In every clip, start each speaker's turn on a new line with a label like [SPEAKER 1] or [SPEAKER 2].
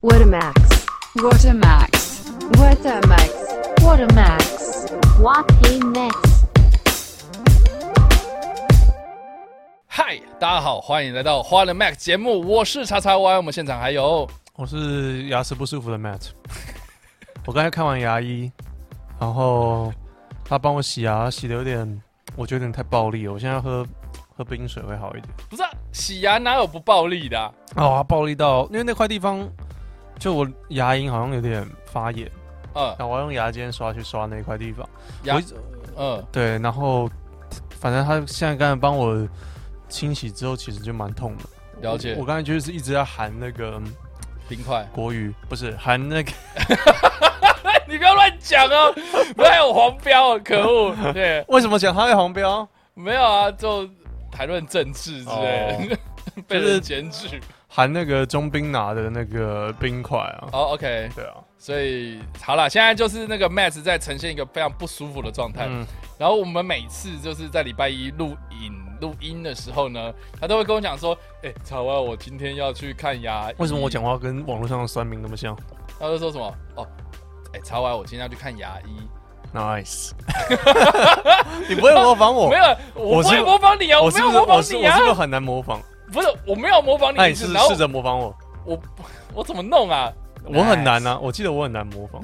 [SPEAKER 1] What a max.
[SPEAKER 2] What a max.
[SPEAKER 1] What a max.
[SPEAKER 3] What a max. What a max.
[SPEAKER 4] 嗨，大家好，欢迎来到《花人 Mac》节目，我是叉叉 Y，我们现场还有
[SPEAKER 5] 我是牙齿不舒服的 Matt，我刚才看完牙医，然后他帮我洗牙，洗的有点，我觉得有点太暴力了。我现在要喝喝冰水会好一点。
[SPEAKER 4] 不是、啊、洗牙哪有不暴力的啊、
[SPEAKER 5] 哦，他暴力到，因为那块地方就我牙龈好像有点发炎，
[SPEAKER 4] 嗯
[SPEAKER 5] 然后我要用牙尖刷去刷那块地方。
[SPEAKER 4] 牙
[SPEAKER 5] 我一直
[SPEAKER 4] 嗯，
[SPEAKER 5] 对，然后反正他现在刚才帮我清洗之后，其实就蛮痛的。
[SPEAKER 4] 了解
[SPEAKER 5] 我刚才就是一直在含那个嗯
[SPEAKER 4] 冰块，
[SPEAKER 5] 国语，不是含那个，
[SPEAKER 4] 你不要乱讲哦，不要有黄标哦，可 恶，对，
[SPEAKER 5] 为什么讲他会黄标？
[SPEAKER 4] 没有啊，就谈论政治之类的， 被
[SPEAKER 5] 哦就
[SPEAKER 4] 人
[SPEAKER 5] 是
[SPEAKER 4] 检举。
[SPEAKER 5] 含那个中兵拿的那个冰块啊。
[SPEAKER 4] 哦，OK，
[SPEAKER 5] 对啊，
[SPEAKER 4] 所以好了，现在就是那个 Matt 在呈现一个非常不舒服的状态，
[SPEAKER 5] 嗯，
[SPEAKER 4] 然后我们每次就是在礼拜一录影录音的时候呢，他都会跟我讲说，哎、草蛙，我今天要去看牙医。
[SPEAKER 5] 为什么我讲话跟网络上的酸民那么像
[SPEAKER 4] 他就说什么？哦，哎、查完我今天要去看牙医。
[SPEAKER 5] ？Nice，你不会模仿我
[SPEAKER 4] 没？有，我
[SPEAKER 5] 哦
[SPEAKER 4] 不
[SPEAKER 5] 我是
[SPEAKER 4] 会模仿你啊，我没
[SPEAKER 5] 是不
[SPEAKER 4] 有
[SPEAKER 5] 是
[SPEAKER 4] 模
[SPEAKER 5] 我
[SPEAKER 4] 仿
[SPEAKER 5] 是
[SPEAKER 4] 你
[SPEAKER 5] 我
[SPEAKER 4] 啊
[SPEAKER 5] 是不，哎是很难模仿？
[SPEAKER 4] 不是，我没有模仿你
[SPEAKER 5] 那
[SPEAKER 4] 的意
[SPEAKER 5] 你试
[SPEAKER 4] 思。然后
[SPEAKER 5] 试着模仿我，
[SPEAKER 4] 我 我怎么弄啊？
[SPEAKER 5] 我很难啊，我记得我很难模仿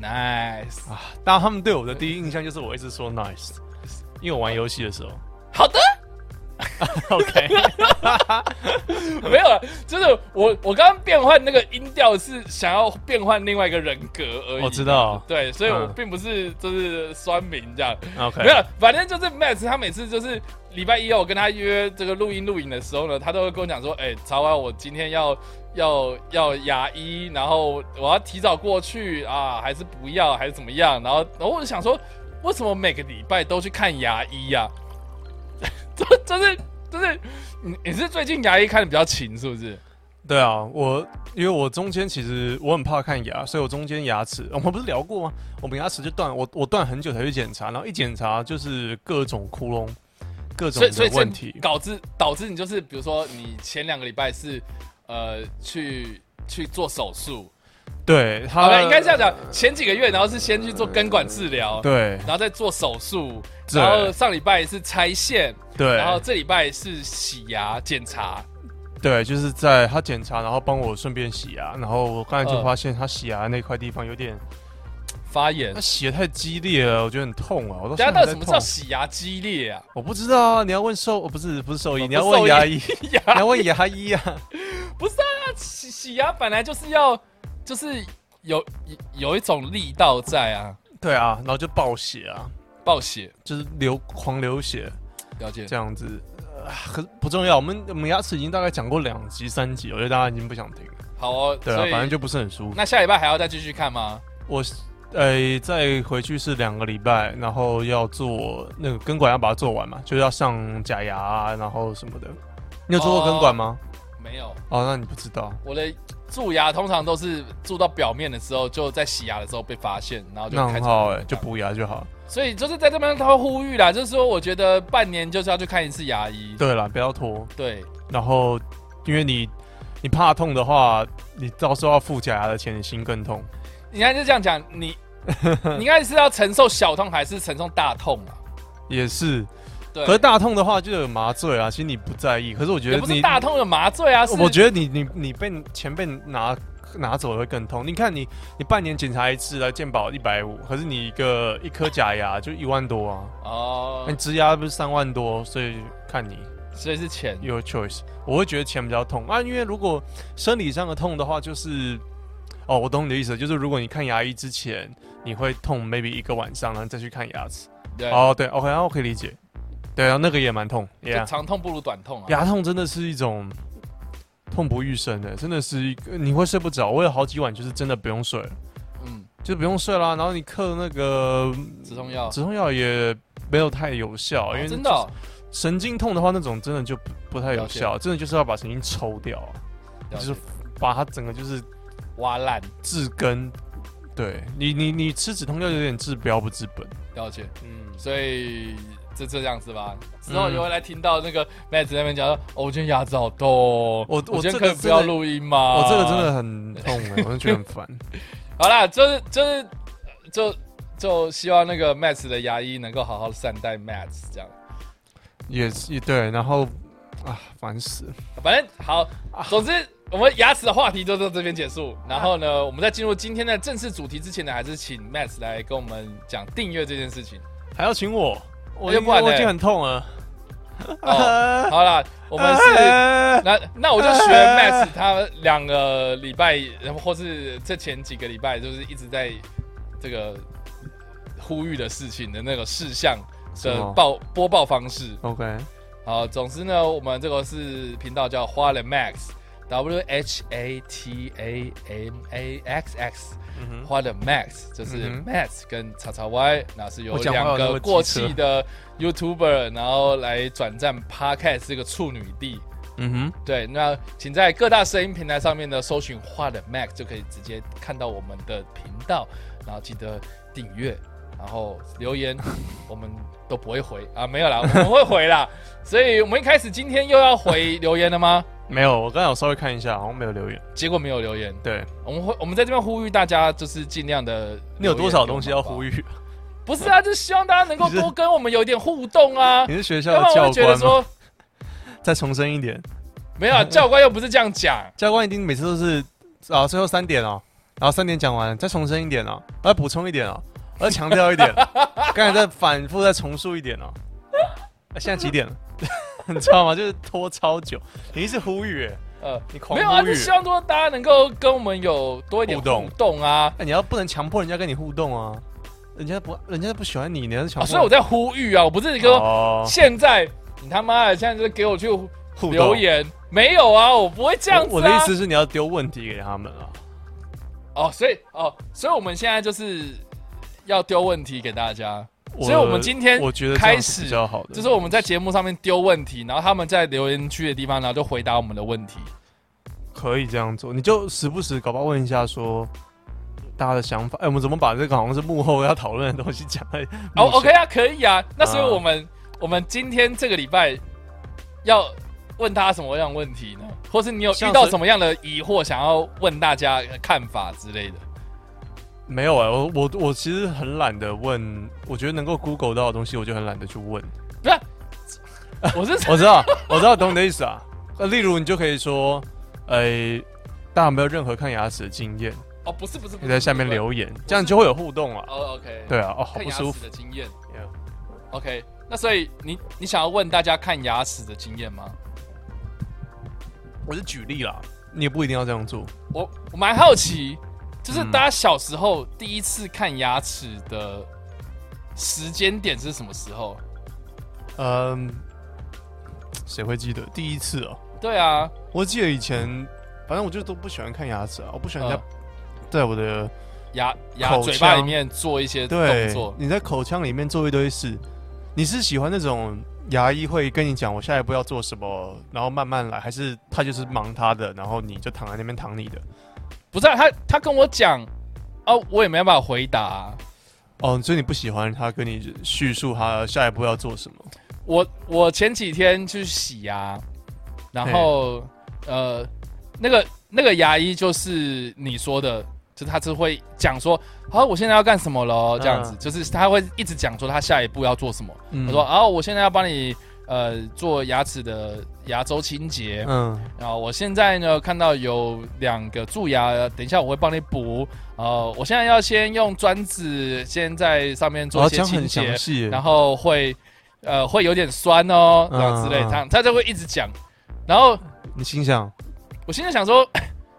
[SPEAKER 4] Nice，Nice，
[SPEAKER 5] 啊。但他们对我的第一印象就是我一直说 nice，因为我玩游戏的时候
[SPEAKER 4] 好的，
[SPEAKER 5] ，OK，
[SPEAKER 4] 没有了，啊就是我我刚刚变换那个音调是想要变换另外一个人格而已。
[SPEAKER 5] 我知道
[SPEAKER 4] 对，所以我
[SPEAKER 5] 嗯
[SPEAKER 4] 并不是就是酸民这样。没有
[SPEAKER 5] OK，，
[SPEAKER 4] 反正就是 Max，他每次就是礼拜一哦，我跟他约这个录音录影的时候呢，他都会跟我讲说，哎、曹安，我今天要要要牙医，然后我要提早过去啊，还是不要，还是怎么样？然后然后我就想说，为什么每个礼拜都去看牙医呀、 就就是就是你你是最近牙医看的比较勤是不是？
[SPEAKER 5] 对啊，我因为我中间其实我很怕看牙，所以我中间牙齿 我们不是聊过吗？我们牙齿就断，我我断很久才去检查，然后一检查就是各种窟窿，各种
[SPEAKER 4] 所以所以
[SPEAKER 5] 的
[SPEAKER 4] 这
[SPEAKER 5] 问题。
[SPEAKER 4] 导致导致你就是比如说你前两个礼拜是呃去去做手术。
[SPEAKER 5] 对，
[SPEAKER 4] 好
[SPEAKER 5] 他
[SPEAKER 4] 了，应该这样讲，前几个月然后是先去做根管治疗，，
[SPEAKER 5] 对
[SPEAKER 4] 然后再做手术，
[SPEAKER 5] 对
[SPEAKER 4] 然后上礼拜是拆线，
[SPEAKER 5] 对，
[SPEAKER 4] 然后这礼拜是洗牙检查，
[SPEAKER 5] 对，就是在他检查，然后帮我顺便洗牙，然后我刚才就
[SPEAKER 4] 嗯
[SPEAKER 5] 发现他洗牙那块地方有点，
[SPEAKER 4] 发炎
[SPEAKER 5] 他。洗的太激烈了，我觉得很痛啊，我都
[SPEAKER 4] 大家
[SPEAKER 5] 现
[SPEAKER 4] 到底
[SPEAKER 5] 在
[SPEAKER 4] 什
[SPEAKER 5] 啊在
[SPEAKER 4] 么叫
[SPEAKER 5] 痛。
[SPEAKER 4] 洗牙激烈啊？
[SPEAKER 5] 我不知道啊，你要问兽，哦不是不是兽医，
[SPEAKER 4] 哦
[SPEAKER 5] 你要
[SPEAKER 4] 不是兽
[SPEAKER 5] 问
[SPEAKER 4] 医
[SPEAKER 5] 牙医，你
[SPEAKER 4] 牙
[SPEAKER 5] 要问牙医啊。
[SPEAKER 4] 不是啊，洗洗牙本来就是要就是有有一种力道在啊，
[SPEAKER 5] 对啊，然后就暴血啊。
[SPEAKER 4] 爆血，
[SPEAKER 5] 就是流狂流血
[SPEAKER 4] 了解？
[SPEAKER 5] 这样子，呃，很不重要。我们我们牙齿已经大概讲过两集、三集，我觉得大家已经不想听了。
[SPEAKER 4] 好哦，
[SPEAKER 5] 对啊
[SPEAKER 4] 所以，
[SPEAKER 5] 反正就不是很舒服。
[SPEAKER 4] 那下礼拜还要再继续看吗？
[SPEAKER 5] 我呃再回去是两个礼拜，然后要做那个根管，要把它做完嘛，就是要上假牙、啊，然后什么的。你有做过根管吗？
[SPEAKER 4] 没有，
[SPEAKER 5] 哦那你不知道。
[SPEAKER 4] 我的蛀牙通常都是蛀到表面的时候，就在洗牙的时候被发现，然后就
[SPEAKER 5] 那
[SPEAKER 4] 开
[SPEAKER 5] 很
[SPEAKER 4] 始
[SPEAKER 5] 好哎、就补牙就好。
[SPEAKER 4] 所以就是在这边他会呼吁啦，就是说我觉得半年就是要去看一次牙医。
[SPEAKER 5] 对了，不要拖。
[SPEAKER 4] 对
[SPEAKER 5] 然后，因为你你怕痛的话，你到时候要付假牙的钱，你心更痛。
[SPEAKER 4] 你看就这样讲， 你你应该是要承受小痛还是承受大痛啊？
[SPEAKER 5] 也是，
[SPEAKER 4] 对，
[SPEAKER 5] 可是大痛的话就有麻醉啊，其实你不在意。可是我觉
[SPEAKER 4] 也
[SPEAKER 5] 得
[SPEAKER 4] 不
[SPEAKER 5] 你，
[SPEAKER 4] 是大痛有麻醉啊，是
[SPEAKER 5] 我觉得你你你被钱被拿拿走会更痛。你看你你半年检查一次来健保一百五，可是你一个一颗假牙就一万多啊，
[SPEAKER 4] 哦
[SPEAKER 5] 那你，植牙不是三万多，所以看你
[SPEAKER 4] 所以是钱
[SPEAKER 5] your choice。我会觉得钱比较痛啊，因为如果生理上的痛的话，就是哦，我懂你的意思，就是如果你看牙医之前你会痛 maybe 一个晚上，然后再去看牙齿。
[SPEAKER 4] 对，
[SPEAKER 5] 哦，对，OK，那我可以理解。对啊，那个也蛮痛
[SPEAKER 4] 就
[SPEAKER 5] ，yeah，
[SPEAKER 4] 长痛不如短痛啊。
[SPEAKER 5] 牙痛真的是一种痛不欲生欸的，真的是一个你会睡不着。我有好几晚就是真的不用睡了，
[SPEAKER 4] 嗯，
[SPEAKER 5] 就不用睡啦。然后你嗑那个
[SPEAKER 4] 止痛药，
[SPEAKER 5] 止痛药也没有太有效，
[SPEAKER 4] 哦
[SPEAKER 5] 因为
[SPEAKER 4] 真的哦
[SPEAKER 5] 神经痛的话，那种真的就不不太有
[SPEAKER 4] 了解
[SPEAKER 5] 效，真的就是要把神经抽掉啊，
[SPEAKER 4] 了
[SPEAKER 5] 就是
[SPEAKER 4] 解
[SPEAKER 5] 把它整个就是
[SPEAKER 4] 挖烂，
[SPEAKER 5] 治根。对你，你你吃止痛药有点治标不治本。
[SPEAKER 4] 了解。
[SPEAKER 5] 嗯，
[SPEAKER 4] 所以就这样子吧。之后也会来听到那个 Matt 在那边讲说，哦，我今天牙齿好痛哦，
[SPEAKER 5] 我
[SPEAKER 4] 我今
[SPEAKER 5] 我
[SPEAKER 4] 天
[SPEAKER 5] 这
[SPEAKER 4] 可
[SPEAKER 5] 个
[SPEAKER 4] 以不
[SPEAKER 5] 真
[SPEAKER 4] 要
[SPEAKER 5] 的
[SPEAKER 4] 录音吗？
[SPEAKER 5] 哦我这个真的很
[SPEAKER 4] 啊
[SPEAKER 5] 痛哎、我就觉得 很烦。
[SPEAKER 4] 好啦，就是就是就就希望那个 Matt 的牙医能够好好善待 Matt 这样。
[SPEAKER 5] 也是也对，然后啊，烦死了。
[SPEAKER 4] 反正好，
[SPEAKER 5] 啊
[SPEAKER 4] 总之我们牙齿的话题就到这边结束。然后呢，我们在进入今天的正式主题之前呢，还是请 Matt 来跟我们讲订阅这件事情。
[SPEAKER 5] 还要请我，我
[SPEAKER 4] 要不然呢
[SPEAKER 5] 我已经很痛了。
[SPEAKER 4] 哦，好啦，我
[SPEAKER 5] 我
[SPEAKER 4] 们
[SPEAKER 5] 哎
[SPEAKER 4] 是。那那我就学 Matt，他两个礼拜，或是这前几个礼拜，就是一直在这个呼吁的事情的那个事项
[SPEAKER 5] 什
[SPEAKER 4] 的
[SPEAKER 5] 么
[SPEAKER 4] 报播报方式。
[SPEAKER 5] OK，
[SPEAKER 4] 好，总之呢，我们这个是频道叫花莲 Max。W H A T A M A X X，
[SPEAKER 5] 嗯哼
[SPEAKER 4] 花的 Max 就是
[SPEAKER 5] 嗯哼
[SPEAKER 4] Max 跟叉叉 Y，那是由
[SPEAKER 5] 我讲话
[SPEAKER 4] 两
[SPEAKER 5] 有那
[SPEAKER 4] 个
[SPEAKER 5] 么机
[SPEAKER 4] 过
[SPEAKER 5] 车
[SPEAKER 4] 气的 YouTuber，然后来转战 Podcast 这个处女地。
[SPEAKER 5] 嗯哼，
[SPEAKER 4] 对，那请在各大声音平台上面呢搜寻“画的 Mac” 就可以直接看到我们的频道，然后记得订阅，然后留 言，我们都不会回啊，没有啦，我们会回啦。 所以我们一开始今天又要回留言了吗？
[SPEAKER 5] 没有，我刚才有稍微看一下，好像没有留言。
[SPEAKER 4] 结果没有留言，
[SPEAKER 5] 对
[SPEAKER 4] 我们会我们在这边呼吁大家，就是尽量的。
[SPEAKER 5] 你有多少东西要呼
[SPEAKER 4] 吁？
[SPEAKER 5] 吁？
[SPEAKER 4] 不是啊，就是希望大家能 够
[SPEAKER 5] 你是
[SPEAKER 4] 多跟我们有一点互动啊
[SPEAKER 5] 你，是学校
[SPEAKER 4] 要不然
[SPEAKER 5] 的
[SPEAKER 4] 我会
[SPEAKER 5] 教
[SPEAKER 4] 觉得
[SPEAKER 5] 官吗？
[SPEAKER 4] 说
[SPEAKER 5] 再重申一点，
[SPEAKER 4] 没有啊教官又不是这样讲。
[SPEAKER 5] 教官一定每次都是啊，最后三点哦，然后三点讲完了，再重申一点哦，要补充一点哦，要强调 一点，刚才再反复再重述一点哦。啊现在几点了？ 你知道吗？就是拖超久，你一直呼吁、欸，
[SPEAKER 4] 呃，
[SPEAKER 5] 你狂
[SPEAKER 4] 没有啊，
[SPEAKER 5] 呼
[SPEAKER 4] 就
[SPEAKER 5] 吁。哎
[SPEAKER 4] 希望说大家能够跟我们有多一点
[SPEAKER 5] 互动
[SPEAKER 4] 互动啊。
[SPEAKER 5] 哎那你要不能强迫人家跟你互动啊，人家不，人家不喜欢你，你要是强
[SPEAKER 4] 啊
[SPEAKER 5] 迫、
[SPEAKER 4] 所以我在呼吁啊，我不是说
[SPEAKER 5] 哦
[SPEAKER 4] 现在、你他妈的现在就是给我去
[SPEAKER 5] 互动
[SPEAKER 4] 留言，没有啊，我不会这样子、啊
[SPEAKER 5] 我。我的意思是你要丢问题给他们啊。
[SPEAKER 4] 哦，所以哦，所以我们现在就是要丢问题给大家，
[SPEAKER 5] 我
[SPEAKER 4] 所以我们今天
[SPEAKER 5] 我觉得这
[SPEAKER 4] 开
[SPEAKER 5] 样是
[SPEAKER 4] 始
[SPEAKER 5] 比较好的，
[SPEAKER 4] 就是我们在节目上面丢问题，然后他们在留言区的地方，然后就回答我们的问题。
[SPEAKER 5] 可以这样做，你就时不时搞不好问一下说大家的想法。哎、我们怎么把这个好像是幕后要讨论的东西讲在
[SPEAKER 4] 哦
[SPEAKER 5] 幕前
[SPEAKER 4] ，OK 啊，可以啊。那所以
[SPEAKER 5] 啊
[SPEAKER 4] 我们、我们今天这个礼拜要问他什么样的问题呢？或是你有
[SPEAKER 5] 像
[SPEAKER 4] 遇到
[SPEAKER 5] 是
[SPEAKER 4] 什么样的疑惑，想要问大家呃看法之类的？
[SPEAKER 5] 没有哎、我我我其实很懒得问，我觉得能够 Google 到的东西，我就很懒得去问。
[SPEAKER 4] 不 是，啊我是
[SPEAKER 5] 我知道，我知道，懂你的意思啊。呃，例如你就可以说，哎、大家有没有任何看牙齿的经验？
[SPEAKER 4] 哦，不是不是，不是
[SPEAKER 5] 你在下面。
[SPEAKER 4] 不是
[SPEAKER 5] 留言，这样就会有互动啊
[SPEAKER 4] 不。是哦，OK，
[SPEAKER 5] 对，啊，哦，好
[SPEAKER 4] 看
[SPEAKER 5] 不
[SPEAKER 4] 牙
[SPEAKER 5] 舒
[SPEAKER 4] 齿
[SPEAKER 5] 服。
[SPEAKER 4] 的经验
[SPEAKER 5] Yeah
[SPEAKER 4] ，OK。那所以你你想要问大家看牙齿的经验吗？
[SPEAKER 5] 我是举例啦，你也不一定要这样做。
[SPEAKER 4] 我我蛮好奇，就是
[SPEAKER 5] 嗯
[SPEAKER 4] 大家小时候第一次看牙齿的时间点是什么时候？
[SPEAKER 5] 嗯，谁会记得第一次哦？
[SPEAKER 4] 对啊，
[SPEAKER 5] 我记得以前，反正我就都不喜欢看牙齿啊，我不喜欢
[SPEAKER 4] 嗯
[SPEAKER 5] 人家在我的
[SPEAKER 4] 牙牙
[SPEAKER 5] 口
[SPEAKER 4] 嘴巴里
[SPEAKER 5] 腔
[SPEAKER 4] 面做一些动
[SPEAKER 5] 对
[SPEAKER 4] 作，
[SPEAKER 5] 你在口腔里面做一堆事。你是喜欢那种牙医会跟你讲我下一步要做什么，然后慢慢来，还是他就是忙他的，然后你就躺在那边躺你的？
[SPEAKER 4] 不是、啊、他他跟我讲，哦，我也没办法回答啊、
[SPEAKER 5] 哦，所以你不喜欢他跟你叙述他下一步要做什么？
[SPEAKER 4] 我我前几天去洗牙，然后呃，那个那个牙医就是你说的，就是他是会讲说，好、我现在要干什么了，这样子，
[SPEAKER 5] 嗯
[SPEAKER 4] 就是他会一直讲说他下一步要做什么。
[SPEAKER 5] 嗯
[SPEAKER 4] 他说，啊、我现在要帮你呃做牙齿的牙周清洁，
[SPEAKER 5] 嗯，
[SPEAKER 4] 然后我现在呢看到有两个蛀牙，等一下我会帮你补。呃，我现在要先用专子先在上面做
[SPEAKER 5] 哦，
[SPEAKER 4] 一
[SPEAKER 5] 这
[SPEAKER 4] 些
[SPEAKER 5] 样
[SPEAKER 4] 清
[SPEAKER 5] 很
[SPEAKER 4] 洁
[SPEAKER 5] 详，细耶。
[SPEAKER 4] 然后会呃会有点酸哦，这样之类，
[SPEAKER 5] 嗯嗯
[SPEAKER 4] 他他就会一直讲。然后
[SPEAKER 5] 你心想，
[SPEAKER 4] 我现在想说，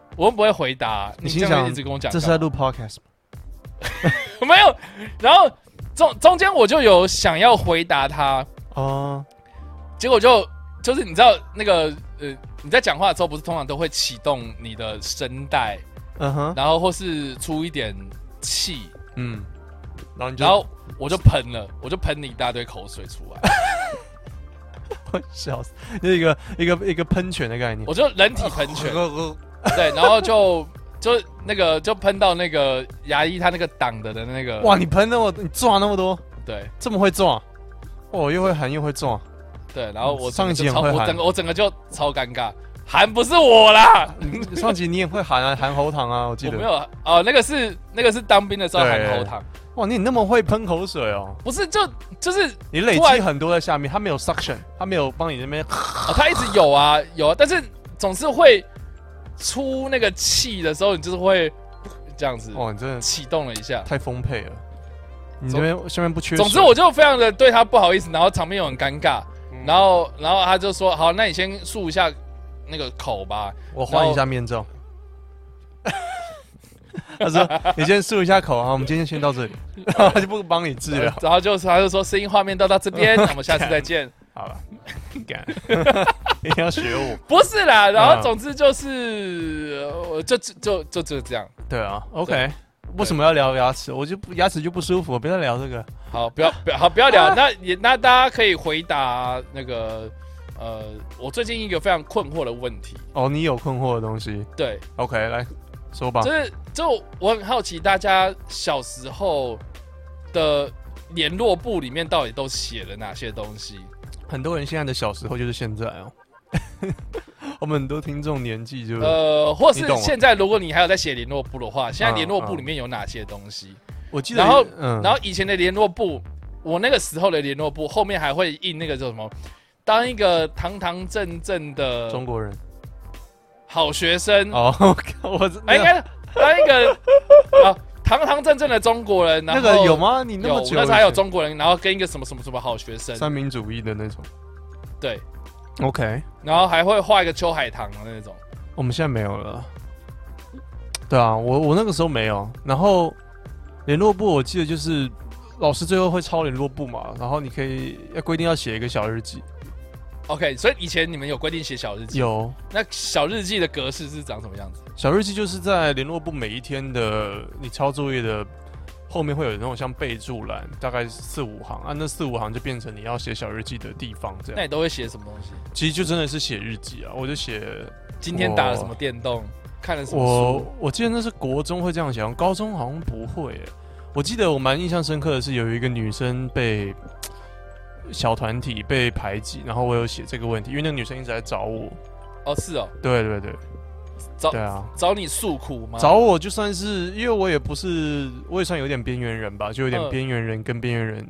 [SPEAKER 4] 我又不会回答，你
[SPEAKER 5] 你
[SPEAKER 4] 这
[SPEAKER 5] 心
[SPEAKER 4] 样
[SPEAKER 5] 想
[SPEAKER 4] 一直跟我讲
[SPEAKER 5] 这
[SPEAKER 4] 干嘛，
[SPEAKER 5] 是在录 podcast 吗
[SPEAKER 4] 没有。然后中中间我就有想要回答他，
[SPEAKER 5] 哦，
[SPEAKER 4] 结果就就是你知道那个呃你在讲话的时候，不是通常都会启动你的声带，
[SPEAKER 5] 嗯哼，
[SPEAKER 4] 然后或是出一点气，
[SPEAKER 5] 嗯，然后你就
[SPEAKER 4] 然后我就喷了，我就喷你一大堆口水出来。
[SPEAKER 5] 我 笑死，就是一个一个一个喷泉的概念。
[SPEAKER 4] 我就人体喷 泉，
[SPEAKER 5] 我
[SPEAKER 4] 对，然后就就那个就喷到那个牙医他那个挡的的那个，
[SPEAKER 5] 哇，你喷那么你抓那么多，
[SPEAKER 4] 对，
[SPEAKER 5] 这么会抓？哦，又会喊又会中啊，
[SPEAKER 4] 对，然后我整个
[SPEAKER 5] 上一集
[SPEAKER 4] 就
[SPEAKER 5] 很
[SPEAKER 4] 超
[SPEAKER 5] 会
[SPEAKER 4] 我
[SPEAKER 5] 喊
[SPEAKER 4] 整个我整个就超尴尬，喊不是我啦，
[SPEAKER 5] 嗯上集你也会喊啊，喊喉糖啊，我记
[SPEAKER 4] 我没
[SPEAKER 5] 得。
[SPEAKER 4] 有哦，那个是那个是当兵的时候
[SPEAKER 5] 对
[SPEAKER 4] 喊喉糖，
[SPEAKER 5] 哇，你那么会喷口水哦，
[SPEAKER 4] 不是就就是、
[SPEAKER 5] 你累
[SPEAKER 4] 突然
[SPEAKER 5] 积很多在下面，他没有 suction，他没有帮你那边，
[SPEAKER 4] 哦、他一直有啊有啊，但是总是会出那个气的时候，你就是会这样子
[SPEAKER 5] 哇，你真的
[SPEAKER 4] 启动了一下。
[SPEAKER 5] 太丰沛了。你这边下面不缺水，
[SPEAKER 4] 总之我就非常的对他不好意思，然后场面又很尴尬，
[SPEAKER 5] 嗯
[SPEAKER 4] 然后然后他就说好，那你先漱一下那个口吧，
[SPEAKER 5] 我换一下面罩。他说：“你先漱一下口啊，我们今天先到 这里。”然后他就不帮你治疗。
[SPEAKER 4] 然后就是他就说声音画面都到这边，那我们下次再见。
[SPEAKER 5] 好了， 敢一定要学我。
[SPEAKER 4] 不是啦，然后
[SPEAKER 5] 嗯
[SPEAKER 4] 总之就是，呃我就就就就就这样。
[SPEAKER 5] 对啊，OK。为什么要聊牙齿？我就不牙齿就不舒服，别再聊这个。
[SPEAKER 4] 好，不要不要好，不要聊。那也那大家可以回答那个呃，我最近一个非常困惑的问题，
[SPEAKER 5] 哦，你有困惑的东西
[SPEAKER 4] 对，
[SPEAKER 5] ，OK，来说吧
[SPEAKER 4] 就。是就我很好奇大家小时候的联络簿里面到底都写了哪些东西？
[SPEAKER 5] 很多人现在的小时候就是现在 哦，我们很多听众年纪就
[SPEAKER 4] 呃，或
[SPEAKER 5] 你
[SPEAKER 4] 是
[SPEAKER 5] 懂我啊
[SPEAKER 4] 现在如果你还有在写联络簿的话，现在
[SPEAKER 5] 嗯
[SPEAKER 4] 联络簿
[SPEAKER 5] 嗯
[SPEAKER 4] 里面有哪些东西？
[SPEAKER 5] 我记得，
[SPEAKER 4] 然后
[SPEAKER 5] 嗯
[SPEAKER 4] 然后以前的联络簿，我那个时候的联络簿后面还会印那个叫什么，当一个堂堂正正的
[SPEAKER 5] 中国人
[SPEAKER 4] 好学生，
[SPEAKER 5] 哦， 我我
[SPEAKER 4] 嗯哎，应该当一个 啊堂堂正正的中国人，然
[SPEAKER 5] 那
[SPEAKER 4] 后
[SPEAKER 5] 个有？吗？你那
[SPEAKER 4] 有
[SPEAKER 5] 么
[SPEAKER 4] 我
[SPEAKER 5] 久以前，
[SPEAKER 4] 那时候还有中国人，然后跟一个什么什么什么好学生，
[SPEAKER 5] 三民主义的那种。
[SPEAKER 4] 对，
[SPEAKER 5] OK，
[SPEAKER 4] 然后还会画一个秋海棠的那种，
[SPEAKER 5] 我们现在没有了。对啊，我我那个时候没有。然后联络簿，我记得就是老师最后会抄联络簿嘛，然后你可以要规定要写一个小日记。
[SPEAKER 4] OK，所以以前你们有规定写小日记，
[SPEAKER 5] 有
[SPEAKER 4] 那小日记的格式是长什么样子？
[SPEAKER 5] 小日记就是在联络簿每一天的你抄作业的后面会有那种像备注栏，大概四五行啊，那四五行就变成你要写小日记的地方。这
[SPEAKER 4] 那
[SPEAKER 5] 样
[SPEAKER 4] 你都会写什么东西？
[SPEAKER 5] 其实就真的是写日记啊，我就写
[SPEAKER 4] 今天打了什么电动？看了什么
[SPEAKER 5] 我
[SPEAKER 4] 书？
[SPEAKER 5] 我记得那是国中会这样想，高中好像不会耶。我记得我蛮印象深刻的是有一个女生被小团体被排挤，然后我有写这个问题，因为那个女生一直在找我。
[SPEAKER 4] 哦，是哦，
[SPEAKER 5] 对对对，
[SPEAKER 4] 找
[SPEAKER 5] 对啊，
[SPEAKER 4] 找你诉苦吗？
[SPEAKER 5] 找我就算是，因为我也不是，我也算有点边缘人吧，就有点
[SPEAKER 4] 嗯
[SPEAKER 5] 边缘人跟边缘人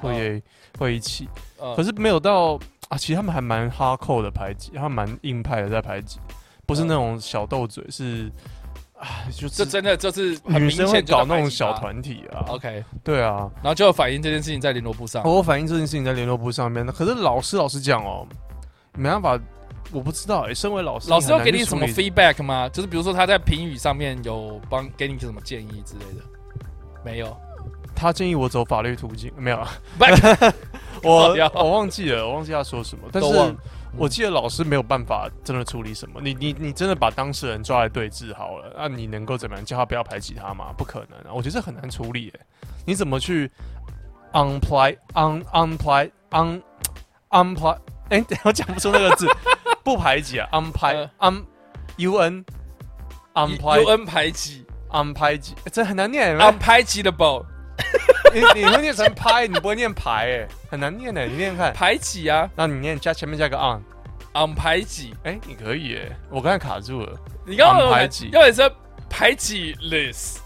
[SPEAKER 5] 会、会一起，
[SPEAKER 4] 呃
[SPEAKER 5] 可是没有到啊，其实他们还蛮哈扣的排挤，他们蛮硬派的在排挤，不是
[SPEAKER 4] 嗯
[SPEAKER 5] 那种小斗嘴，是啊，就是
[SPEAKER 4] 这真的就是很
[SPEAKER 5] 女
[SPEAKER 4] 明
[SPEAKER 5] 生会
[SPEAKER 4] 显就在
[SPEAKER 5] 搞那
[SPEAKER 4] 反映他
[SPEAKER 5] 种小。团体啊。
[SPEAKER 4] OK，
[SPEAKER 5] 对啊，
[SPEAKER 4] 然后就有反映这件事情在联络部上。
[SPEAKER 5] 我反映这件事情在联络部上面，可是老师老实讲哦，没办法，我不知道哎、身为老师，
[SPEAKER 4] 老师
[SPEAKER 5] 很
[SPEAKER 4] 有
[SPEAKER 5] 难
[SPEAKER 4] 给
[SPEAKER 5] 去
[SPEAKER 4] 你
[SPEAKER 5] 处
[SPEAKER 4] 什么
[SPEAKER 5] 理
[SPEAKER 4] feedback 吗？就是比如说他在评语上面有帮给你什么建议之类的？没有。
[SPEAKER 5] 他建议我走法律途径，没有啊
[SPEAKER 4] 不然
[SPEAKER 5] 我
[SPEAKER 4] 靠腰
[SPEAKER 5] 我忘记了，我忘记他说什么，但
[SPEAKER 4] 都忘了
[SPEAKER 5] 是
[SPEAKER 4] 嗯
[SPEAKER 5] 我记得老师没有办法真的处理什么。你你你真的把当事人抓来对峙好了，那、你能够怎么样？叫他不要排挤他吗？不可能啊！我觉得这很难处理、欸。你怎么去 unply un unply un unply？哎、等 一下我讲不出那个 字，不排挤啊，unply
[SPEAKER 4] 嗯
[SPEAKER 5] un u n
[SPEAKER 4] U
[SPEAKER 5] unply
[SPEAKER 4] N 排挤
[SPEAKER 5] unply 挤，欸这很难念、
[SPEAKER 4] 啊
[SPEAKER 5] 欸。
[SPEAKER 4] ，unpacable
[SPEAKER 5] 你你会念成拍，你不会念排、欸，很难念的、你念念看。
[SPEAKER 4] 排挤啊
[SPEAKER 5] 那你念加前面加个 on，
[SPEAKER 4] ，un 排挤。
[SPEAKER 5] 哎、你可以哎、我刚才卡住了。
[SPEAKER 4] 你刚刚有
[SPEAKER 5] on 排挤
[SPEAKER 4] 要也是排挤 list。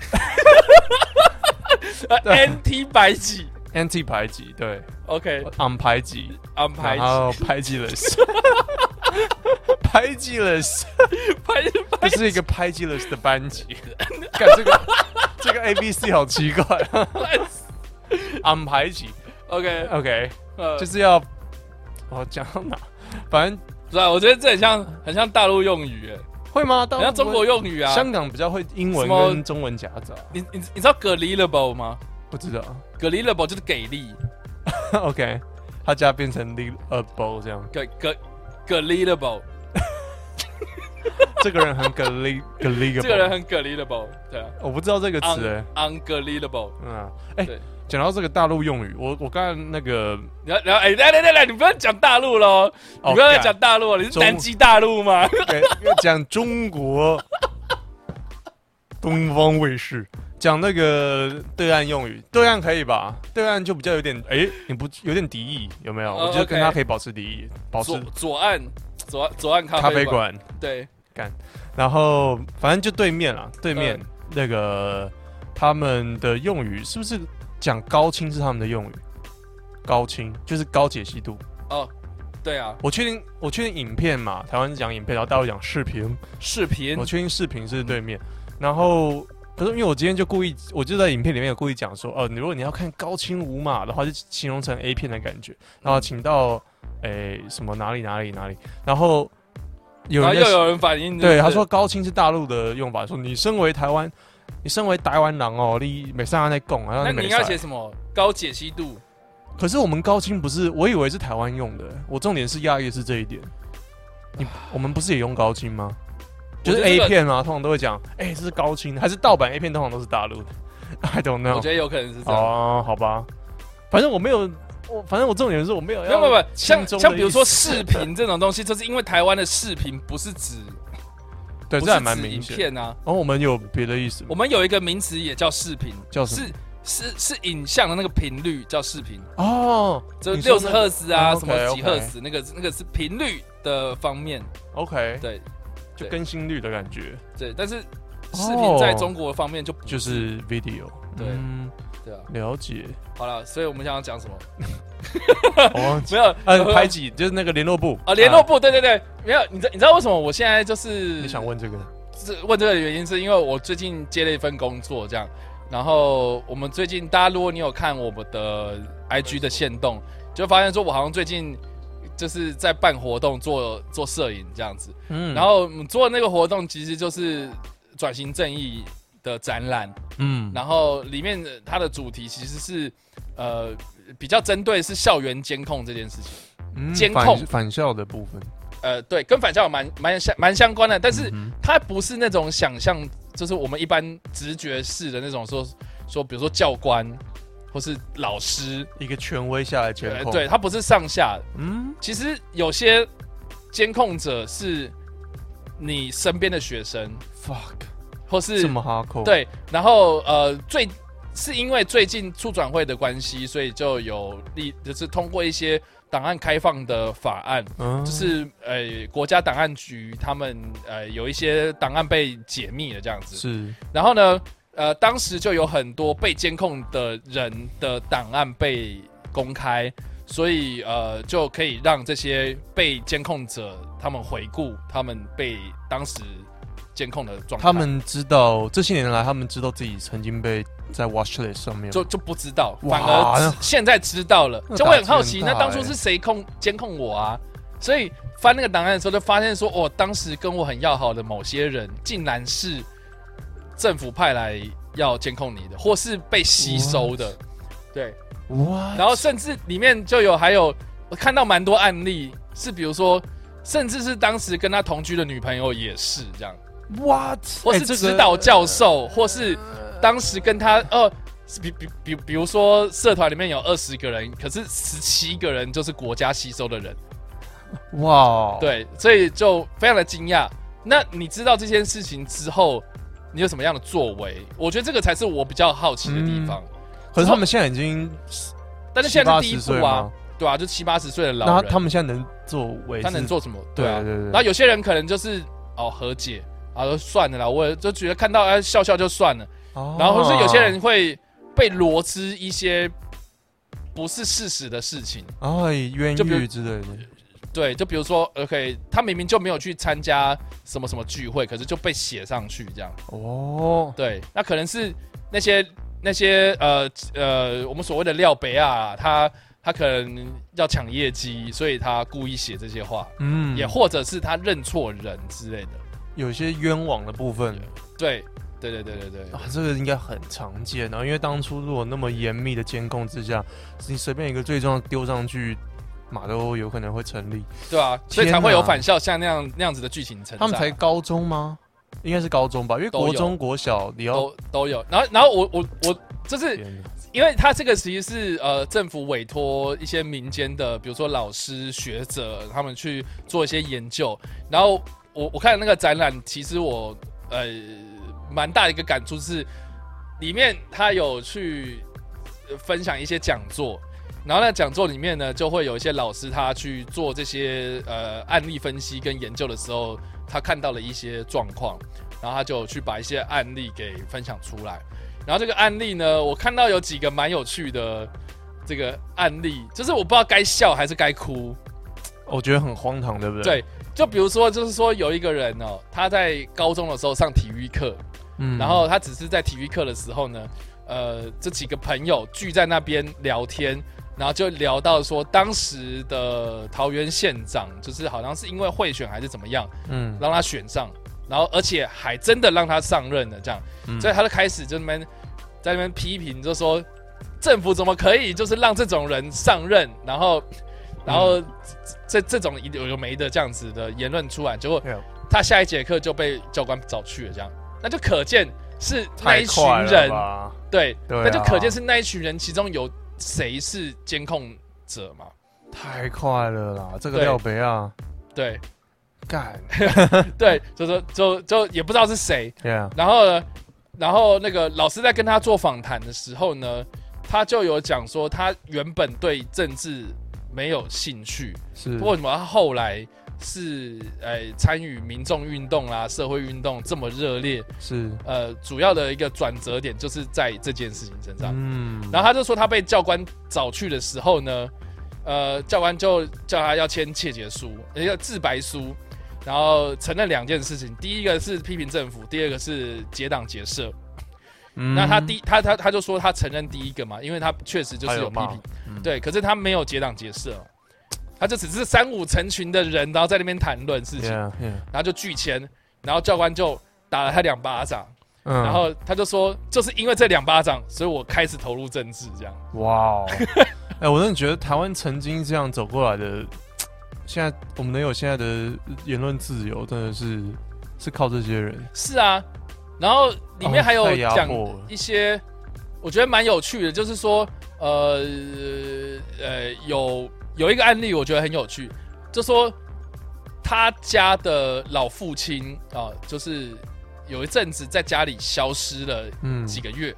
[SPEAKER 4] 呃
[SPEAKER 5] 对
[SPEAKER 4] N T 排挤
[SPEAKER 5] anti 排挤，对
[SPEAKER 4] ，OK，un
[SPEAKER 5] ，on 排挤，
[SPEAKER 4] 排
[SPEAKER 5] 然
[SPEAKER 4] 挤，
[SPEAKER 5] 后排挤了， 排挤了，
[SPEAKER 4] 排
[SPEAKER 5] 这
[SPEAKER 4] 排
[SPEAKER 5] 是一个排挤了的班 级。看这个，这个 A B C 好奇怪啊，on 排挤
[SPEAKER 4] OK，
[SPEAKER 5] ，OK，
[SPEAKER 4] 呃
[SPEAKER 5] 就是要我讲到哪，反正
[SPEAKER 4] 不是啊，我觉得这很像很像大陆用语，
[SPEAKER 5] 会吗？
[SPEAKER 4] 哎，
[SPEAKER 5] 到
[SPEAKER 4] 很像中国用语啊。
[SPEAKER 5] 香港比较会英文
[SPEAKER 4] 什么
[SPEAKER 5] 跟中文夹杂，
[SPEAKER 4] 你你你知道 “gullible” 吗
[SPEAKER 5] 不知道。
[SPEAKER 4] ？“gullible” 就是给力
[SPEAKER 5] OK，他家变成 l i a b l e 这样。
[SPEAKER 4] ，g g gullible，
[SPEAKER 5] 这个人很 g l i g l i
[SPEAKER 4] 这个人很 gullible，对啊
[SPEAKER 5] 我不知道这个词、欸
[SPEAKER 4] ，un。ungullible。
[SPEAKER 5] 嗯啊，哎、
[SPEAKER 4] 对
[SPEAKER 5] 讲到这个大陆用语，我我刚才那个
[SPEAKER 4] 然后然后哎，来来来来，你不要讲大陆喽，你不要再讲大陆了，你是
[SPEAKER 5] 哦中
[SPEAKER 4] 南极大陆吗？
[SPEAKER 5] 对要讲中国东方卫视，讲那个对岸用语，对岸可以吧？对岸就比较有点，哎、你不有点敌意有没有？
[SPEAKER 4] 呃
[SPEAKER 5] 我觉得
[SPEAKER 4] OK
[SPEAKER 5] 跟他可以保持敌意，保持
[SPEAKER 4] 左左岸左岸左岸咖
[SPEAKER 5] 哦咖
[SPEAKER 4] 啡
[SPEAKER 5] 啡馆。
[SPEAKER 4] 对，
[SPEAKER 5] 然后反正就对面啦，对面、
[SPEAKER 4] 嗯
[SPEAKER 5] 那个他们的用语是不是讲高清是他们的用语？高清就是高解析度。
[SPEAKER 4] 哦，对啊，
[SPEAKER 5] 我确定，我确定影片嘛，台湾是讲影片，然后大陆讲视频，
[SPEAKER 4] 视频
[SPEAKER 5] 我确定视频是对面。然后可是因为我今天就故意，我就在影片里面有故意讲说，哦、你如果你要看高清无码的话，就形容成 A 片的感觉，然后请到诶、什么哪里哪里哪里，然后有
[SPEAKER 4] 然后
[SPEAKER 5] 人在
[SPEAKER 4] 又有人反映，
[SPEAKER 5] 对，他说高清是大陆的用法，说你身为台湾，你身为台湾人哦，你每上岸在供啊，
[SPEAKER 4] 那你
[SPEAKER 5] 你没
[SPEAKER 4] 应该
[SPEAKER 5] 事
[SPEAKER 4] 写什么高解析度？
[SPEAKER 5] 可是我们高清不是，我以为是台湾用的，我重点是亚裔是这一点。 你我们不是也用高清吗？就
[SPEAKER 4] 我
[SPEAKER 5] 是
[SPEAKER 4] 觉得这
[SPEAKER 5] A
[SPEAKER 4] 个
[SPEAKER 5] 片啊，通常都会讲，哎、这是高清，还是盗版 A 片，通常都是大陆的。I don't
[SPEAKER 4] 我
[SPEAKER 5] know。
[SPEAKER 4] 觉得有可能是这样。
[SPEAKER 5] 哦，好吧，反正我没有，我反正我重点是我没有
[SPEAKER 4] 没有
[SPEAKER 5] 要
[SPEAKER 4] 没有没有，
[SPEAKER 5] 轻
[SPEAKER 4] 像
[SPEAKER 5] 中的
[SPEAKER 4] 像比如说
[SPEAKER 5] 意思
[SPEAKER 4] 视，频这种东西， 就是因为台湾的视频不是指
[SPEAKER 5] 对，
[SPEAKER 4] 不
[SPEAKER 5] 这还
[SPEAKER 4] 是
[SPEAKER 5] 蛮
[SPEAKER 4] 指
[SPEAKER 5] 明
[SPEAKER 4] 影
[SPEAKER 5] 显。哦
[SPEAKER 4] 片啊，
[SPEAKER 5] 然后、我们有别的意思吗
[SPEAKER 4] 我们有一个名词也叫视频，
[SPEAKER 5] 叫什么？
[SPEAKER 4] 是是是影像的那个频率叫视频，
[SPEAKER 5] 哦
[SPEAKER 4] 就
[SPEAKER 5] 你
[SPEAKER 4] 六十
[SPEAKER 5] 说那
[SPEAKER 4] 赫兹啊，
[SPEAKER 5] 哦
[SPEAKER 4] 什么几
[SPEAKER 5] OK，OK
[SPEAKER 4] 赫兹，那个那个是频率的方面，
[SPEAKER 5] ，OK，
[SPEAKER 4] 对
[SPEAKER 5] 就
[SPEAKER 4] 对
[SPEAKER 5] 更新率的感觉，
[SPEAKER 4] 对，但是视
[SPEAKER 5] 哦
[SPEAKER 4] 频在中国方面就不
[SPEAKER 5] 就是是 video。
[SPEAKER 4] 对
[SPEAKER 5] 嗯
[SPEAKER 4] 对啊，
[SPEAKER 5] 了解。
[SPEAKER 4] 好了，所以我们想要讲什么？
[SPEAKER 5] 我忘 记，
[SPEAKER 4] 没有，
[SPEAKER 5] 呃，排挤就是那个联络部
[SPEAKER 4] 啊，联络部，对对对，没有，你知你知道为什么我现在就是
[SPEAKER 5] 你想问这个？
[SPEAKER 4] 这问这个的原因，是因为我最近接了一份工作，这样。然后我们最近，大家如果你有看我们的 IG 的线动，就发现说我好像最近就是在办活动做做摄影这样子。
[SPEAKER 5] 嗯
[SPEAKER 4] 然后我们做的那个活动其实就是转型正义的展览，
[SPEAKER 5] 嗯
[SPEAKER 4] 然后里面的它的主题其实是呃比较针对是校园监控这件事情。
[SPEAKER 5] 嗯
[SPEAKER 4] 监
[SPEAKER 5] 反
[SPEAKER 4] 控
[SPEAKER 5] 反校的部分，
[SPEAKER 4] 呃，对，跟返校有蛮蛮相蛮相关的，但是
[SPEAKER 5] 嗯
[SPEAKER 4] 它不是那种想象，就是我们一般直觉式的那种说说，比如说教官或是老师，
[SPEAKER 5] 一个权威下来监
[SPEAKER 4] 呃
[SPEAKER 5] 控，
[SPEAKER 4] 对，，它不是上下。
[SPEAKER 5] 嗯
[SPEAKER 4] 其实有些监控者是你身边的学生，
[SPEAKER 5] ，fuck，
[SPEAKER 4] 或是
[SPEAKER 5] 这么哈扣，，
[SPEAKER 4] 对，然后呃，最是因为最近促转会的关系，所以就有立，就是通过一些档案开放的法案，
[SPEAKER 5] 嗯
[SPEAKER 4] 就是呃，国家档案局他们呃有一些档案被解密了这样子。
[SPEAKER 5] 是
[SPEAKER 4] 然后呢，呃，当时就有很多被监控的人的档案被公开，所以呃，就可以让这些被监控者他们回顾他们被当时监控的状态。
[SPEAKER 5] 他们知道这些年来，他们知道自己曾经被在 watchlist 上面，
[SPEAKER 4] 就就不知道，
[SPEAKER 5] 哇
[SPEAKER 4] 反而知现在知道了，
[SPEAKER 5] 那
[SPEAKER 4] 就会很好奇，
[SPEAKER 5] 打击很
[SPEAKER 4] 那
[SPEAKER 5] 大欸
[SPEAKER 4] 当初是谁控监控我啊？所以翻那个档案的时候，就发现说，哦，当时跟我很要好的某些人，竟然是政府派来要监控你的，或是被吸收的，对。
[SPEAKER 5] 哇，
[SPEAKER 4] 然后甚至里面就有还有我看到蛮多案例，是比如说，甚至是当时跟他同居的女朋友也是这样。
[SPEAKER 5] what，哎
[SPEAKER 4] 或是指导教授，或是当时跟他呃，比比比，比如说社团里面有二十个人，可是十七个人就是国家吸收的人，
[SPEAKER 5] 哦哇，，哦
[SPEAKER 4] 对，所以就非常的惊讶。那你知道这件事情之后，你有什么样的作为？我觉得这个才是我比较好奇的地方。
[SPEAKER 5] 可是他们现在已经
[SPEAKER 4] 但是现在是第一
[SPEAKER 5] 嗯七八十岁
[SPEAKER 4] 步啊
[SPEAKER 5] 吗，
[SPEAKER 4] 对啊，就七八十岁的老
[SPEAKER 5] 那
[SPEAKER 4] 人，
[SPEAKER 5] 他们现在能作为
[SPEAKER 4] 他能
[SPEAKER 5] 是
[SPEAKER 4] 做什么？对
[SPEAKER 5] 对
[SPEAKER 4] 啊，
[SPEAKER 5] 对对
[SPEAKER 4] 然后有些人可能就是哦和解，啊就算了啦，我也就觉得看到哎笑笑就算了。
[SPEAKER 5] 哦
[SPEAKER 4] 然后或是有些人会被罗织一些不是事实的事情，
[SPEAKER 5] 哎冤
[SPEAKER 4] 就比如
[SPEAKER 5] 狱之类的，
[SPEAKER 4] 对，就比如说，OK，他明明就没有去参加什么什么聚会，可是就被写上去这样，
[SPEAKER 5] 哦，
[SPEAKER 4] 对，那可能是那些那些呃呃，我们所谓的廖北啊，他他可能要抢业绩，所以他故意写这些话，
[SPEAKER 5] 嗯，
[SPEAKER 4] 也或者是他认错人之类的，
[SPEAKER 5] 有些冤枉的部分
[SPEAKER 4] 对，对对对对对，
[SPEAKER 5] 啊，这个应该很常见啊，因为当初如果那么严密的监控之下，你随便一个罪状丢上去，马都有可能会成立。
[SPEAKER 4] 对啊，所以才
[SPEAKER 5] 天
[SPEAKER 4] 会有
[SPEAKER 5] 哪
[SPEAKER 4] 返校像那样那样子的剧情成啊
[SPEAKER 5] 他们
[SPEAKER 4] 长
[SPEAKER 5] 才高中吗？应该是高中吧，因为
[SPEAKER 4] 都有
[SPEAKER 5] 国中、国小你要
[SPEAKER 4] 都都有。然后然后我我我就是
[SPEAKER 5] 天哪
[SPEAKER 4] 因为他这个其实是呃政府委托一些民间的，比如说老师学者他们去做一些研究。然后我我看那个展览，其实我呃蛮大的一个感触是。里面他有去呃分享一些讲座，然后那讲座里面呢，就会有一些老师他去做这些呃案例分析跟研究的时候，他看到了一些状况，然后他就去把一些案例给分享出来。然后这个案例呢，我看到有几个蛮有趣的这个案例，就是我不知道该笑还是该哭。
[SPEAKER 5] 我觉得很荒唐，对不对？
[SPEAKER 4] 对，就比如说，就是说有一个人哦，他在高中的时候上体育课，
[SPEAKER 5] 嗯
[SPEAKER 4] 然后他只是在体育课的时候呢，呃，这几个朋友聚在那边聊天，然后就聊到说当时的桃园县长，就是好像是因为贿选还是怎么样，
[SPEAKER 5] 嗯，
[SPEAKER 4] 让他选上，然后而且还真的让他上任了，这样，
[SPEAKER 5] 嗯
[SPEAKER 4] 所以他就开始就那边在那边批评，就说政府怎么可以就是让这种人上任，然后然
[SPEAKER 5] 嗯
[SPEAKER 4] 后这这种有有没的这样子的言论出来，结果
[SPEAKER 5] Yeah
[SPEAKER 4] 他下一节课就被教官找去了，这样，那就可见是那
[SPEAKER 5] 太
[SPEAKER 4] 一群
[SPEAKER 5] 快了
[SPEAKER 4] 人，
[SPEAKER 5] 吧？
[SPEAKER 4] 对，
[SPEAKER 5] 对啊
[SPEAKER 4] 那就可见是那一群人其中有谁是监控者嘛，
[SPEAKER 5] 太快了啦！这个
[SPEAKER 4] 对
[SPEAKER 5] 廖北亚
[SPEAKER 4] 对
[SPEAKER 5] 干
[SPEAKER 4] 对，就说就就也不知道是谁，
[SPEAKER 5] ，Yeah，
[SPEAKER 4] 然后呢，然后那个老师在跟他做访谈的时候呢，他就有讲说，他原本对政治没有兴趣，
[SPEAKER 5] 是
[SPEAKER 4] 为什么他后来是呃参与民众运动啦、社会运动这么热烈？
[SPEAKER 5] 是，
[SPEAKER 4] 呃，主要的一个转折点就是在这件事情身上。
[SPEAKER 5] 嗯，
[SPEAKER 4] 然后他就说，他被教官找去的时候呢，呃，教官就叫他要签切结书，也要自白书，然后承认两件事情：第一个是批评政府，第二个是结党结社。
[SPEAKER 5] 嗯
[SPEAKER 4] 那他第他他他就说他承认第一个嘛，因为他确实就是
[SPEAKER 5] 他
[SPEAKER 4] 有批
[SPEAKER 5] 骂
[SPEAKER 4] 评，
[SPEAKER 5] 嗯
[SPEAKER 4] 对，可是他没有结党结社，他就只是三五成群的人，然后在那边谈论事情，
[SPEAKER 5] ，Yeah Yeah，
[SPEAKER 4] 然后就拒签，然后教官就打了他两巴掌，
[SPEAKER 5] 嗯
[SPEAKER 4] 然后他就说就是因为这两巴掌，所以我开始投入政治这样。
[SPEAKER 5] 哇哦， 哎，我真的觉得台湾曾经这样走过来的，现在我们能有现在的言论自由，真的是是靠这些人。
[SPEAKER 4] 是啊，然后里面
[SPEAKER 5] 哦
[SPEAKER 4] 还有
[SPEAKER 5] 太压
[SPEAKER 4] 讲
[SPEAKER 5] 迫了
[SPEAKER 4] 一些、我觉得蛮有趣的，就是说，呃呃，有有一个案例我觉得很有趣，就说他家的老父亲啊、就是有一阵子在家里消失了
[SPEAKER 5] 嗯，
[SPEAKER 4] 几个月。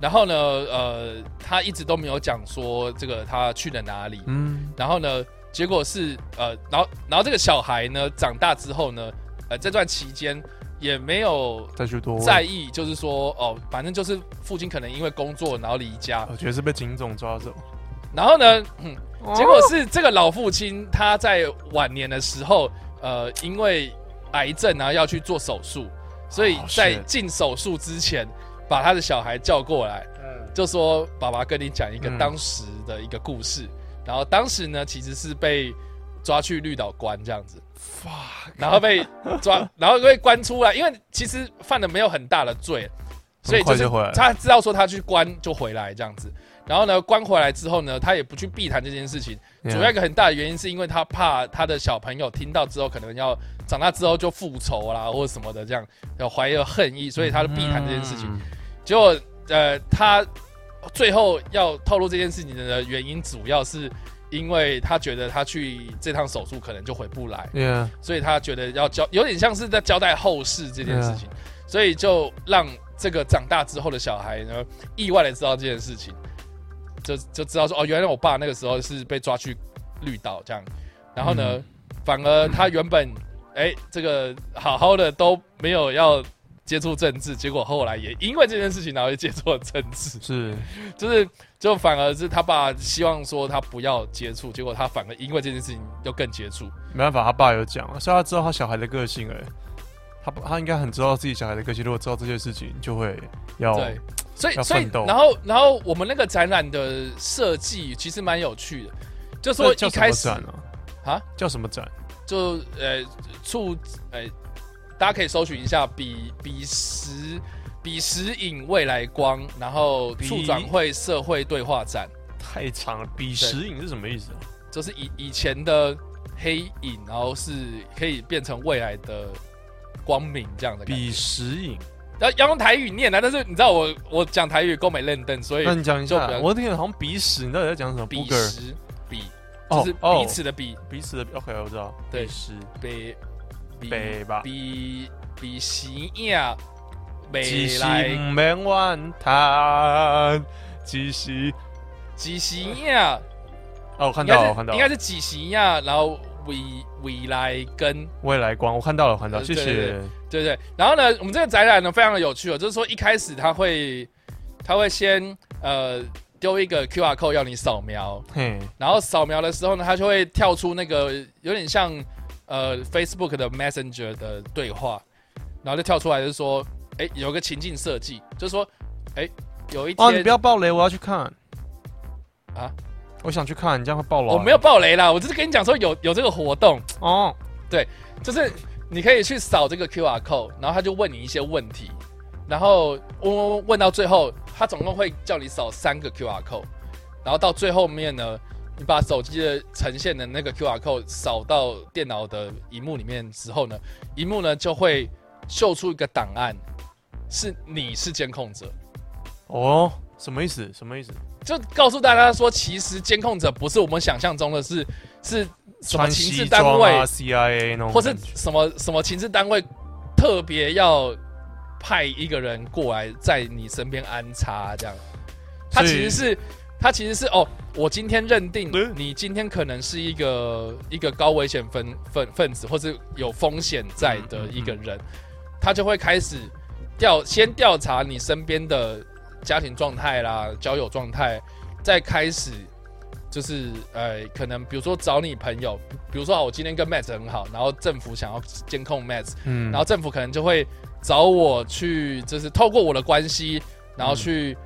[SPEAKER 4] 然后呢，呃，他一直都没有讲说这个他去了哪里，
[SPEAKER 5] 嗯，
[SPEAKER 4] 然后呢，结果是呃，然后然后这个小孩呢长大之后呢，呃，这段期间也没有
[SPEAKER 5] 再去多
[SPEAKER 4] 在，意，就是说哦，反正就是父亲可能因为工作然后离家，
[SPEAKER 5] 我觉得是被警总抓走。
[SPEAKER 4] 然后呢，嗯结果是这个老父亲他在晚年的时候，呃，因为癌症然后要去做手术，所以
[SPEAKER 5] 哦
[SPEAKER 4] 在
[SPEAKER 5] 是
[SPEAKER 4] 进手术之前把他的小孩叫过来，就说爸爸跟你讲一个
[SPEAKER 5] 嗯
[SPEAKER 4] 当时的一个故事，然后当时呢其实是被抓去绿岛关这样子。然后 被抓，然后被关出来，因为其实犯了没有很大的罪，所以
[SPEAKER 5] 很快
[SPEAKER 4] 是
[SPEAKER 5] 就回来了
[SPEAKER 4] 他知道说他去关就回来这样子。然后呢，关回来之后呢，他也不去避谈这件事情。
[SPEAKER 5] Yeah
[SPEAKER 4] 主要一个很大的原因是因为他怕他的小朋友听到之后，可能要长大之后就复仇啦，或者什么的这样，有怀有恨意，所以他就避谈这件事情。
[SPEAKER 5] 嗯
[SPEAKER 4] 结果呃，他最后要透露这件事情的原因，主要是因为他觉得他去这趟手术可能就回不来。
[SPEAKER 5] 嗯 Yeah，
[SPEAKER 4] 所以他觉得要交，有点像是在交代后事这件事情，所以就让这个长大之后的小孩呢，意外的知道这件事情，就就知道说哦，原来我爸那个时候是被抓去绿岛这样，然后呢，
[SPEAKER 5] 嗯
[SPEAKER 4] 反而他原本哎、这个好好的都没有要接触政治，结果后来也因为这件事情，然后就接触了政治，
[SPEAKER 5] 是
[SPEAKER 4] 就是就反而是他爸希望说他不要接触，结果他反而因为这件事情又更接触。
[SPEAKER 5] 没办法，他爸有讲啊，所以他知道他小孩的个性哎、他他应该很知道自己小孩的个性，如果知道这些事情，就会要
[SPEAKER 4] 对，所以
[SPEAKER 5] 哦要
[SPEAKER 4] 所以
[SPEAKER 5] 奋斗
[SPEAKER 4] 然后然后我们那个展览的设计其实蛮有趣的，就说
[SPEAKER 5] 那叫
[SPEAKER 4] 一
[SPEAKER 5] 什
[SPEAKER 4] 开
[SPEAKER 5] 么
[SPEAKER 4] 始
[SPEAKER 5] 展啊？
[SPEAKER 4] 啊，
[SPEAKER 5] 叫什么展？
[SPEAKER 4] 就呃促呃，大家可以搜寻一下比比时比时影未来光，然后
[SPEAKER 5] 比
[SPEAKER 4] 促转会社会对话展，
[SPEAKER 5] 太长了，比时影是什么意思啊？
[SPEAKER 4] 就是以以前的黑影，然后是可以变成未来的光明这样的感觉。呃
[SPEAKER 5] 比时影，
[SPEAKER 4] 要要用台语念啊，但是你知道我我讲台语够没认真，所以
[SPEAKER 5] 那你讲一下
[SPEAKER 4] 就比较，
[SPEAKER 5] 我听得好像鼻屎，你到底在讲什么？
[SPEAKER 4] 比
[SPEAKER 5] Booger
[SPEAKER 4] 时比
[SPEAKER 5] 哦
[SPEAKER 4] 就是
[SPEAKER 5] 哦
[SPEAKER 4] 彼此的比。
[SPEAKER 5] 鼻屎的，OK，我知道，
[SPEAKER 4] 对
[SPEAKER 5] 鼻屎
[SPEAKER 4] 北比
[SPEAKER 5] 北吧
[SPEAKER 4] 比比西亚
[SPEAKER 5] 只
[SPEAKER 4] 未
[SPEAKER 5] 是
[SPEAKER 4] 来
[SPEAKER 5] 唔免怨叹，只是
[SPEAKER 4] 几时呀？
[SPEAKER 5] 哦，我看
[SPEAKER 4] 应该
[SPEAKER 5] 到了，
[SPEAKER 4] 是
[SPEAKER 5] 我看到
[SPEAKER 4] 应该
[SPEAKER 5] 了，
[SPEAKER 4] 是几时呀？然后未未来跟
[SPEAKER 5] 未来光，我看到了，我看到了，
[SPEAKER 4] 呃
[SPEAKER 5] 谢
[SPEAKER 4] 对对
[SPEAKER 5] 谢。
[SPEAKER 4] 对对，然后呢，我们这个展览呢非常的有趣哦，就是说一开始他会他会先呃丢一个 QR code 要你扫描，
[SPEAKER 5] 嘿，
[SPEAKER 4] 然后扫描的时候呢，它就会跳出那个有点像呃 Facebook 的 Messenger 的对话，然后就跳出来就说，哎，有个情境设计，就是说，哎，有一天、
[SPEAKER 5] 哦，你不要暴雷，我要去看
[SPEAKER 4] 啊，
[SPEAKER 5] 我想去看，你这样会暴雷。
[SPEAKER 4] 我没有爆雷啦，我只是跟你讲说有有这个活动，
[SPEAKER 5] 哦，
[SPEAKER 4] 就是你可以去扫这个 QR code，然后他就问你一些问题，然后问问问问到最后，他总共会叫你扫三个 QR code，然后到最后面呢，你把手机的呈现的那个 QR code 扫到电脑的荧幕里面之后呢，荧幕呢就会秀出一个档案，是你是监控者。
[SPEAKER 5] 哦，什么意思？什么意思？
[SPEAKER 4] 就告诉大家说，其实监控者不是我们想象中的是，是什么
[SPEAKER 5] 穿
[SPEAKER 4] 情
[SPEAKER 5] 西
[SPEAKER 4] 治单
[SPEAKER 5] 装
[SPEAKER 4] 位
[SPEAKER 5] 啊，CIA 那种感觉，
[SPEAKER 4] 或是什么什么情治单位特别要派一个人过来在你身边安插这样。他
[SPEAKER 5] 所
[SPEAKER 4] 其
[SPEAKER 5] 以
[SPEAKER 4] 实是他其实是哦，我今天认定
[SPEAKER 5] 嗯
[SPEAKER 4] 你今天可能是一个一个高危险分分分子，或是有风险在
[SPEAKER 5] 嗯
[SPEAKER 4] 的一个人，他就会开始调先调查你身边的家庭状态啦、交友状态，再开始就是呃，可能比如说找你朋友，比如说哦好，我今天跟 Matt 很好，然后政府想要监控 Matt，
[SPEAKER 5] 嗯
[SPEAKER 4] 然后政府可能就会找我去，就是透过我的关系，然后
[SPEAKER 5] 嗯
[SPEAKER 4] 去、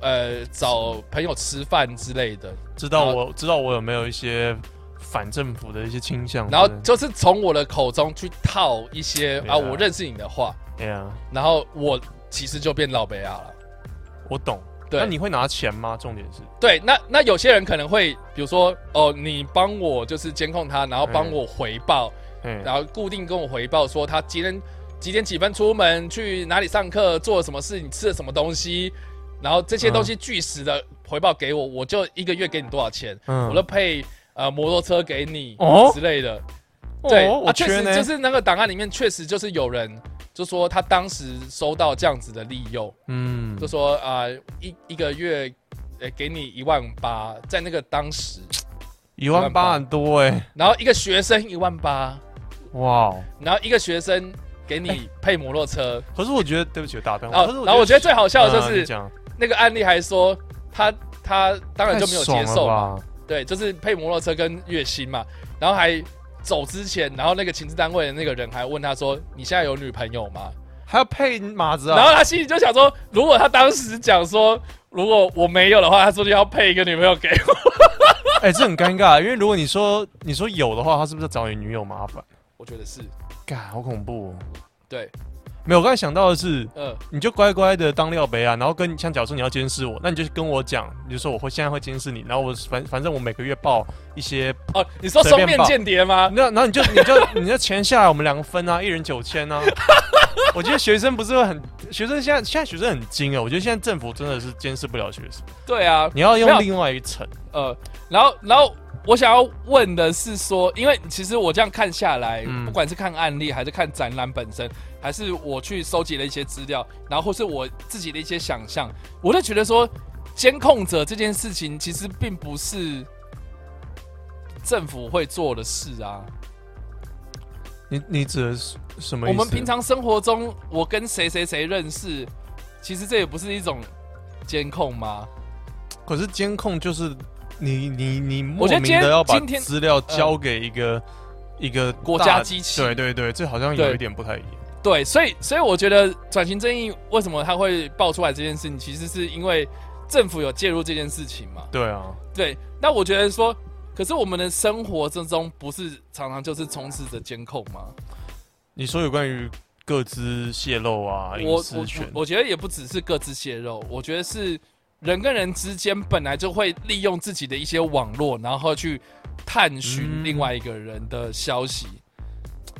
[SPEAKER 4] 呃找朋友吃饭之类的，
[SPEAKER 5] 知道我知道我有没有一些反政府的一些倾向之类
[SPEAKER 4] 然
[SPEAKER 5] 的，
[SPEAKER 4] 后就是从我的口中去套一些
[SPEAKER 5] 对
[SPEAKER 4] 啊，
[SPEAKER 5] 啊
[SPEAKER 4] 我认识你的话，
[SPEAKER 5] 哎呀，
[SPEAKER 4] 然后我其实就变老北亚了。
[SPEAKER 5] 我懂。
[SPEAKER 4] 对
[SPEAKER 5] 那你会拿钱吗？重点是，
[SPEAKER 4] 对，那那有些人可能会，比如说哦，你帮我就是监控他，然后帮
[SPEAKER 5] 嗯
[SPEAKER 4] 我回报，
[SPEAKER 5] 嘿，
[SPEAKER 4] 然后固定跟我回报说他今天几点几分出门，去哪里上课，做了什么事，你吃了什么东西，然后这些东西
[SPEAKER 5] 嗯
[SPEAKER 4] 据实的回报给我，我就一个月给你多少钱，
[SPEAKER 5] 嗯
[SPEAKER 4] 我就配呃摩托车给你、
[SPEAKER 5] 哦
[SPEAKER 4] 之类的。
[SPEAKER 5] 哦
[SPEAKER 4] 对，
[SPEAKER 5] 我
[SPEAKER 4] 啊，确
[SPEAKER 5] 缺
[SPEAKER 4] 实
[SPEAKER 5] 呢，
[SPEAKER 4] 就是那个档案里面确实就是有人就说他当时收到这样子的利诱，
[SPEAKER 5] 嗯
[SPEAKER 4] 就，说啊、呃一一个月。呃，给你一万八，在那个当时，
[SPEAKER 5] 一万八很多哎，
[SPEAKER 4] 然后一个学生一万八，
[SPEAKER 5] 哇哦！
[SPEAKER 4] 然后一个学生给你配摩托车，
[SPEAKER 5] 可是我觉得，对不起，我打断。
[SPEAKER 4] 哦
[SPEAKER 5] 可是，
[SPEAKER 4] 然后我觉得最好笑的
[SPEAKER 5] 嗯
[SPEAKER 4] 就
[SPEAKER 5] 你
[SPEAKER 4] 是、
[SPEAKER 5] 讲
[SPEAKER 4] 那个案例还说他他当然就没有接
[SPEAKER 5] 太
[SPEAKER 4] 受
[SPEAKER 5] 爽
[SPEAKER 4] 嘛，
[SPEAKER 5] 了吧？
[SPEAKER 4] 对，就是配摩托车跟月薪嘛，然后还走之前，然后那个情资单位的那个人还问他说：“你现在有女朋友吗
[SPEAKER 5] 还要配马？”子
[SPEAKER 4] 然
[SPEAKER 5] 啊？
[SPEAKER 4] 后他心里就想说，如果他当时讲说如果我没有的话，他说就要配一个女朋友给我。
[SPEAKER 5] 哎，这很尴尬，因为如果你说你说有的话，他是不是找你女友麻烦？
[SPEAKER 4] 我觉得是
[SPEAKER 5] 干，好恐怖哦！
[SPEAKER 4] 对，
[SPEAKER 5] 没有，我刚才想到的是，
[SPEAKER 4] 嗯，
[SPEAKER 5] 你就乖乖的当廖北啊，然后跟像假如说你要监视我，那你就跟我讲，你就说我会现在会监视你，然后我反反正我每个月报一些，
[SPEAKER 4] 哦，你说
[SPEAKER 5] 随
[SPEAKER 4] 双
[SPEAKER 5] 便
[SPEAKER 4] 面
[SPEAKER 5] 报
[SPEAKER 4] 间谍吗？
[SPEAKER 5] 那然后你就你就 你就钱下来我们两个分啊，一人九千啊。我觉得学生不是会很，学生现在现在学生很精啊，我觉得现在政府真的是监视不了学生，
[SPEAKER 4] 对啊，
[SPEAKER 5] 你要
[SPEAKER 4] 没
[SPEAKER 5] 用
[SPEAKER 4] 有
[SPEAKER 5] 另外一层。
[SPEAKER 4] 呃，然后然后我想要问的是说，因为其实我这样看下来，
[SPEAKER 5] 嗯
[SPEAKER 4] 不管是看案例，还是看展览本身，还是我去收集了一些资料，然后或是我自己的一些想象，我都觉得说，监控者这件事情其实并不是政府会做的事啊。
[SPEAKER 5] 你你指的是什么意
[SPEAKER 4] 我
[SPEAKER 5] 思？
[SPEAKER 4] 们平常生活中，我跟谁谁谁认识，其实这也不是一种监控吗？
[SPEAKER 5] 可是监控就是你你你莫
[SPEAKER 4] 我觉得今
[SPEAKER 5] 名
[SPEAKER 4] 天
[SPEAKER 5] 的要把
[SPEAKER 4] 今天
[SPEAKER 5] 资料交给一个、一个
[SPEAKER 4] 国
[SPEAKER 5] 大
[SPEAKER 4] 家机器
[SPEAKER 5] 对对对，这好像有
[SPEAKER 4] 对
[SPEAKER 5] 一点不太一样。
[SPEAKER 4] 对，所以所以我觉得转型正义为什么它会爆出来这件事情，其实是因为政府有介入这件事情嘛。
[SPEAKER 5] 对啊，
[SPEAKER 4] 对，那我觉得说，可是我们的生活之中不是常常就是充斥着监控吗？
[SPEAKER 5] 你说有关于各自泄露啊、
[SPEAKER 4] 我
[SPEAKER 5] 隐
[SPEAKER 4] 我
[SPEAKER 5] 私权，
[SPEAKER 4] 我觉得也不只是各自泄露，我觉得是人跟人之间本来就会利用自己的一些网络，然后去探寻
[SPEAKER 5] 嗯
[SPEAKER 4] 另外一个人的消息。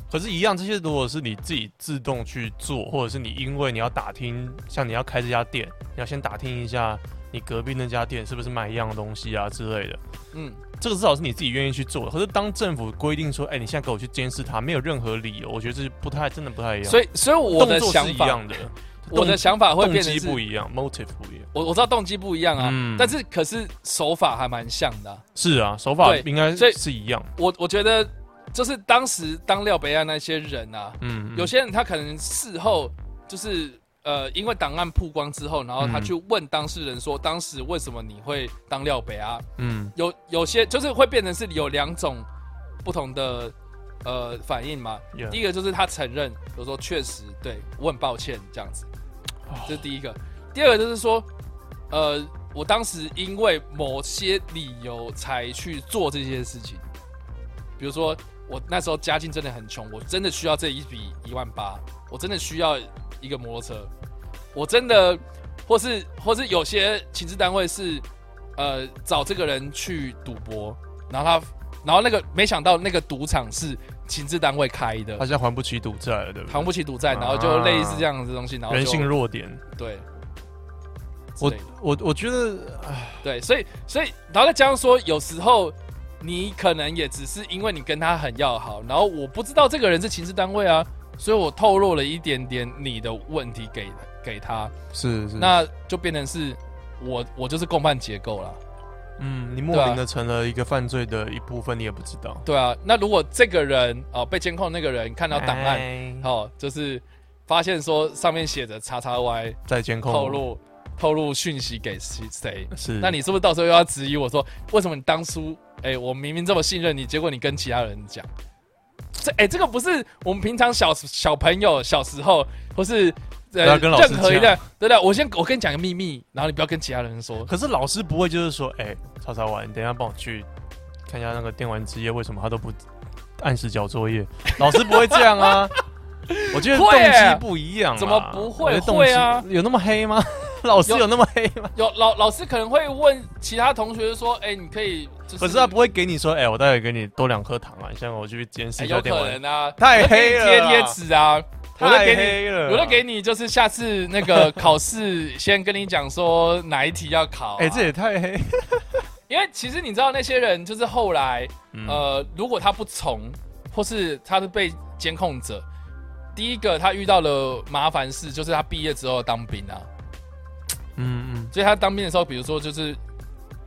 [SPEAKER 5] 可是，一样这些如果是你自己自动去做，或者是你因为你要打听，像你要开这家店，你要先打听一下你隔壁那家店是不是卖一样的东西啊之类的。
[SPEAKER 4] 嗯，
[SPEAKER 5] 这个至少是你自己愿意去做的。可是当政府规定说，哎、你现在给我去监视他，没有任何理由，我觉得这是不太真的不太一样。
[SPEAKER 4] 所
[SPEAKER 5] 以
[SPEAKER 4] 以所以我
[SPEAKER 5] 啊动
[SPEAKER 4] 的
[SPEAKER 5] 作
[SPEAKER 4] 想
[SPEAKER 5] 是一
[SPEAKER 4] 法
[SPEAKER 5] 样的，
[SPEAKER 4] 我的想法会
[SPEAKER 5] 动
[SPEAKER 4] 变成
[SPEAKER 5] 机
[SPEAKER 4] 是
[SPEAKER 5] 不一样，motive 不一样。
[SPEAKER 4] 我我知道动机不一样啊，
[SPEAKER 5] 嗯
[SPEAKER 4] 但是可是手法还蛮像的啊、
[SPEAKER 5] 是啊，手法
[SPEAKER 4] 对
[SPEAKER 5] 应该
[SPEAKER 4] 所以
[SPEAKER 5] 是一样。
[SPEAKER 4] 我我觉得就是当时当廖北亚那些人啊，
[SPEAKER 5] 嗯，嗯
[SPEAKER 4] 有些人他可能事后就是呃，因为档案曝光之后，然后他
[SPEAKER 5] 嗯
[SPEAKER 4] 去问当事人说，当时为什么你会当廖北啊？
[SPEAKER 5] 嗯
[SPEAKER 4] 有有些就是会变成是有两种不同的呃反应嘛。
[SPEAKER 5] Yeah
[SPEAKER 4] 第一个就是他承认，有时候确实对我很抱歉这样子，
[SPEAKER 5] 哦
[SPEAKER 4] 这是第一个。第二个就是说，呃，我当时因为某些理由才去做这些事情，比如说我那时候家境真的很穷，我真的需要这一笔一万八，我真的需要一个摩托车，我真的，或是或是有些情治单位是，呃，找这个人去赌博，然后他，然后那个没想到那个赌场是情治单位开的
[SPEAKER 5] 他，现在还不起赌债了，对不
[SPEAKER 4] 扛
[SPEAKER 5] 对？
[SPEAKER 4] 不起赌债，
[SPEAKER 5] 啊
[SPEAKER 4] 然后就类似这样子的东西，然后就
[SPEAKER 5] 人性弱点，
[SPEAKER 4] 对，之
[SPEAKER 5] 我
[SPEAKER 4] 类的
[SPEAKER 5] 我我觉得，啊唉
[SPEAKER 4] 对，所以所以然后再加上说，有时候你可能也只是因为你跟他很要好，然后我不知道这个人是情治单位啊，所以我透露了一点点你的问题给给他，
[SPEAKER 5] 是是，
[SPEAKER 4] 那就变成是我我就是共犯结构了。
[SPEAKER 5] 嗯，你
[SPEAKER 4] 啊
[SPEAKER 5] 莫名的成了一个犯罪的一部分，你也不知道。
[SPEAKER 4] 对啊，那如果这个人哦、被监控那个人看到档案，
[SPEAKER 5] 哎
[SPEAKER 4] 哦就是发现说上面写着叉叉 Y
[SPEAKER 5] 在监控
[SPEAKER 4] 透露透露讯息给谁谁，
[SPEAKER 5] 是，
[SPEAKER 4] 那你是不是到时候又要质疑我说为什么你当初哎、我明明这么信任你，结果你跟其他人讲？这哎、这个不是我们平常小小朋友小时候，或是
[SPEAKER 5] 不
[SPEAKER 4] 呃
[SPEAKER 5] 要跟老师
[SPEAKER 4] 任何一
[SPEAKER 5] 讲
[SPEAKER 4] 段，对的。我先我跟你讲个秘密，然后你不要跟其他人说。
[SPEAKER 5] 可是老师不会就是说，哎，曹操玩，你等一下帮我去看一下那个电玩之夜，为什么他都不按时交作业？老师不会这样啊。我觉得动
[SPEAKER 4] 会欸
[SPEAKER 5] 机不一样啦，
[SPEAKER 4] 怎么不会
[SPEAKER 5] 我觉得动
[SPEAKER 4] 会啊
[SPEAKER 5] 机有那么黑吗？老师
[SPEAKER 4] 有
[SPEAKER 5] 有那么黑 吗？
[SPEAKER 4] 有老老师可能会问其他同学说，哎、你可以就是，
[SPEAKER 5] 可是他不会给你说，哎、我待会给你多两颗糖啊，你像我去监视
[SPEAKER 4] 哎、
[SPEAKER 5] 一
[SPEAKER 4] 有
[SPEAKER 5] 下电
[SPEAKER 4] 可
[SPEAKER 5] 玩，
[SPEAKER 4] 能啊，
[SPEAKER 5] 太
[SPEAKER 4] 我给
[SPEAKER 5] 黑
[SPEAKER 4] 你
[SPEAKER 5] 了
[SPEAKER 4] 贴
[SPEAKER 5] 啦
[SPEAKER 4] 贴纸啊，我都
[SPEAKER 5] 太
[SPEAKER 4] 给你，
[SPEAKER 5] 黑了，
[SPEAKER 4] 我都给。你，就是下次那 个考试先跟你讲说哪一题要考、啊，
[SPEAKER 5] 哎、这也太黑。
[SPEAKER 4] 因为其实你知道那些人就是后来，
[SPEAKER 5] 嗯
[SPEAKER 4] 呃，如果他不从，或是他是被监控者，第一个他遇到了麻烦事，就是他毕业之后当兵啊，
[SPEAKER 5] 嗯嗯
[SPEAKER 4] 所以他当兵的时候，比如说就是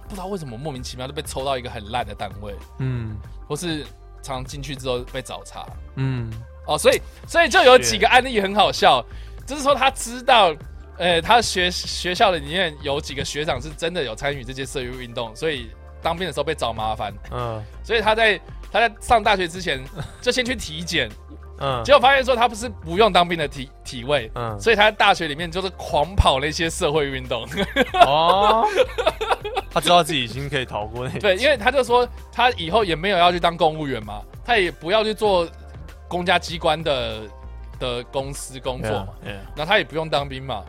[SPEAKER 4] 不知道为什么莫名其妙就被抽到一个很烂的单位，
[SPEAKER 5] 嗯
[SPEAKER 4] 或是常进去之后被找茬。
[SPEAKER 5] 嗯，
[SPEAKER 4] 哦，所以所以就有几个案例很好笑，就是说他知道，呃，他学学校的里面有几个学长是真的有参与这些社会运动，所以当兵的时候被找麻烦，
[SPEAKER 5] 嗯
[SPEAKER 4] 所以他在他在上大学之前就先去体检，
[SPEAKER 5] 嗯，
[SPEAKER 4] 结果发现说他不是不用当兵的体体位。
[SPEAKER 5] 嗯
[SPEAKER 4] 所以他在大学里面就是狂跑那些社会运动，
[SPEAKER 5] 哦，他知道自己已经可以逃过那
[SPEAKER 4] 对，因为他就说他以后也没有要去当公务员嘛，他也不要去做公家机关的的公司工作嘛，
[SPEAKER 5] Yeah,
[SPEAKER 4] 那他也不用当兵嘛，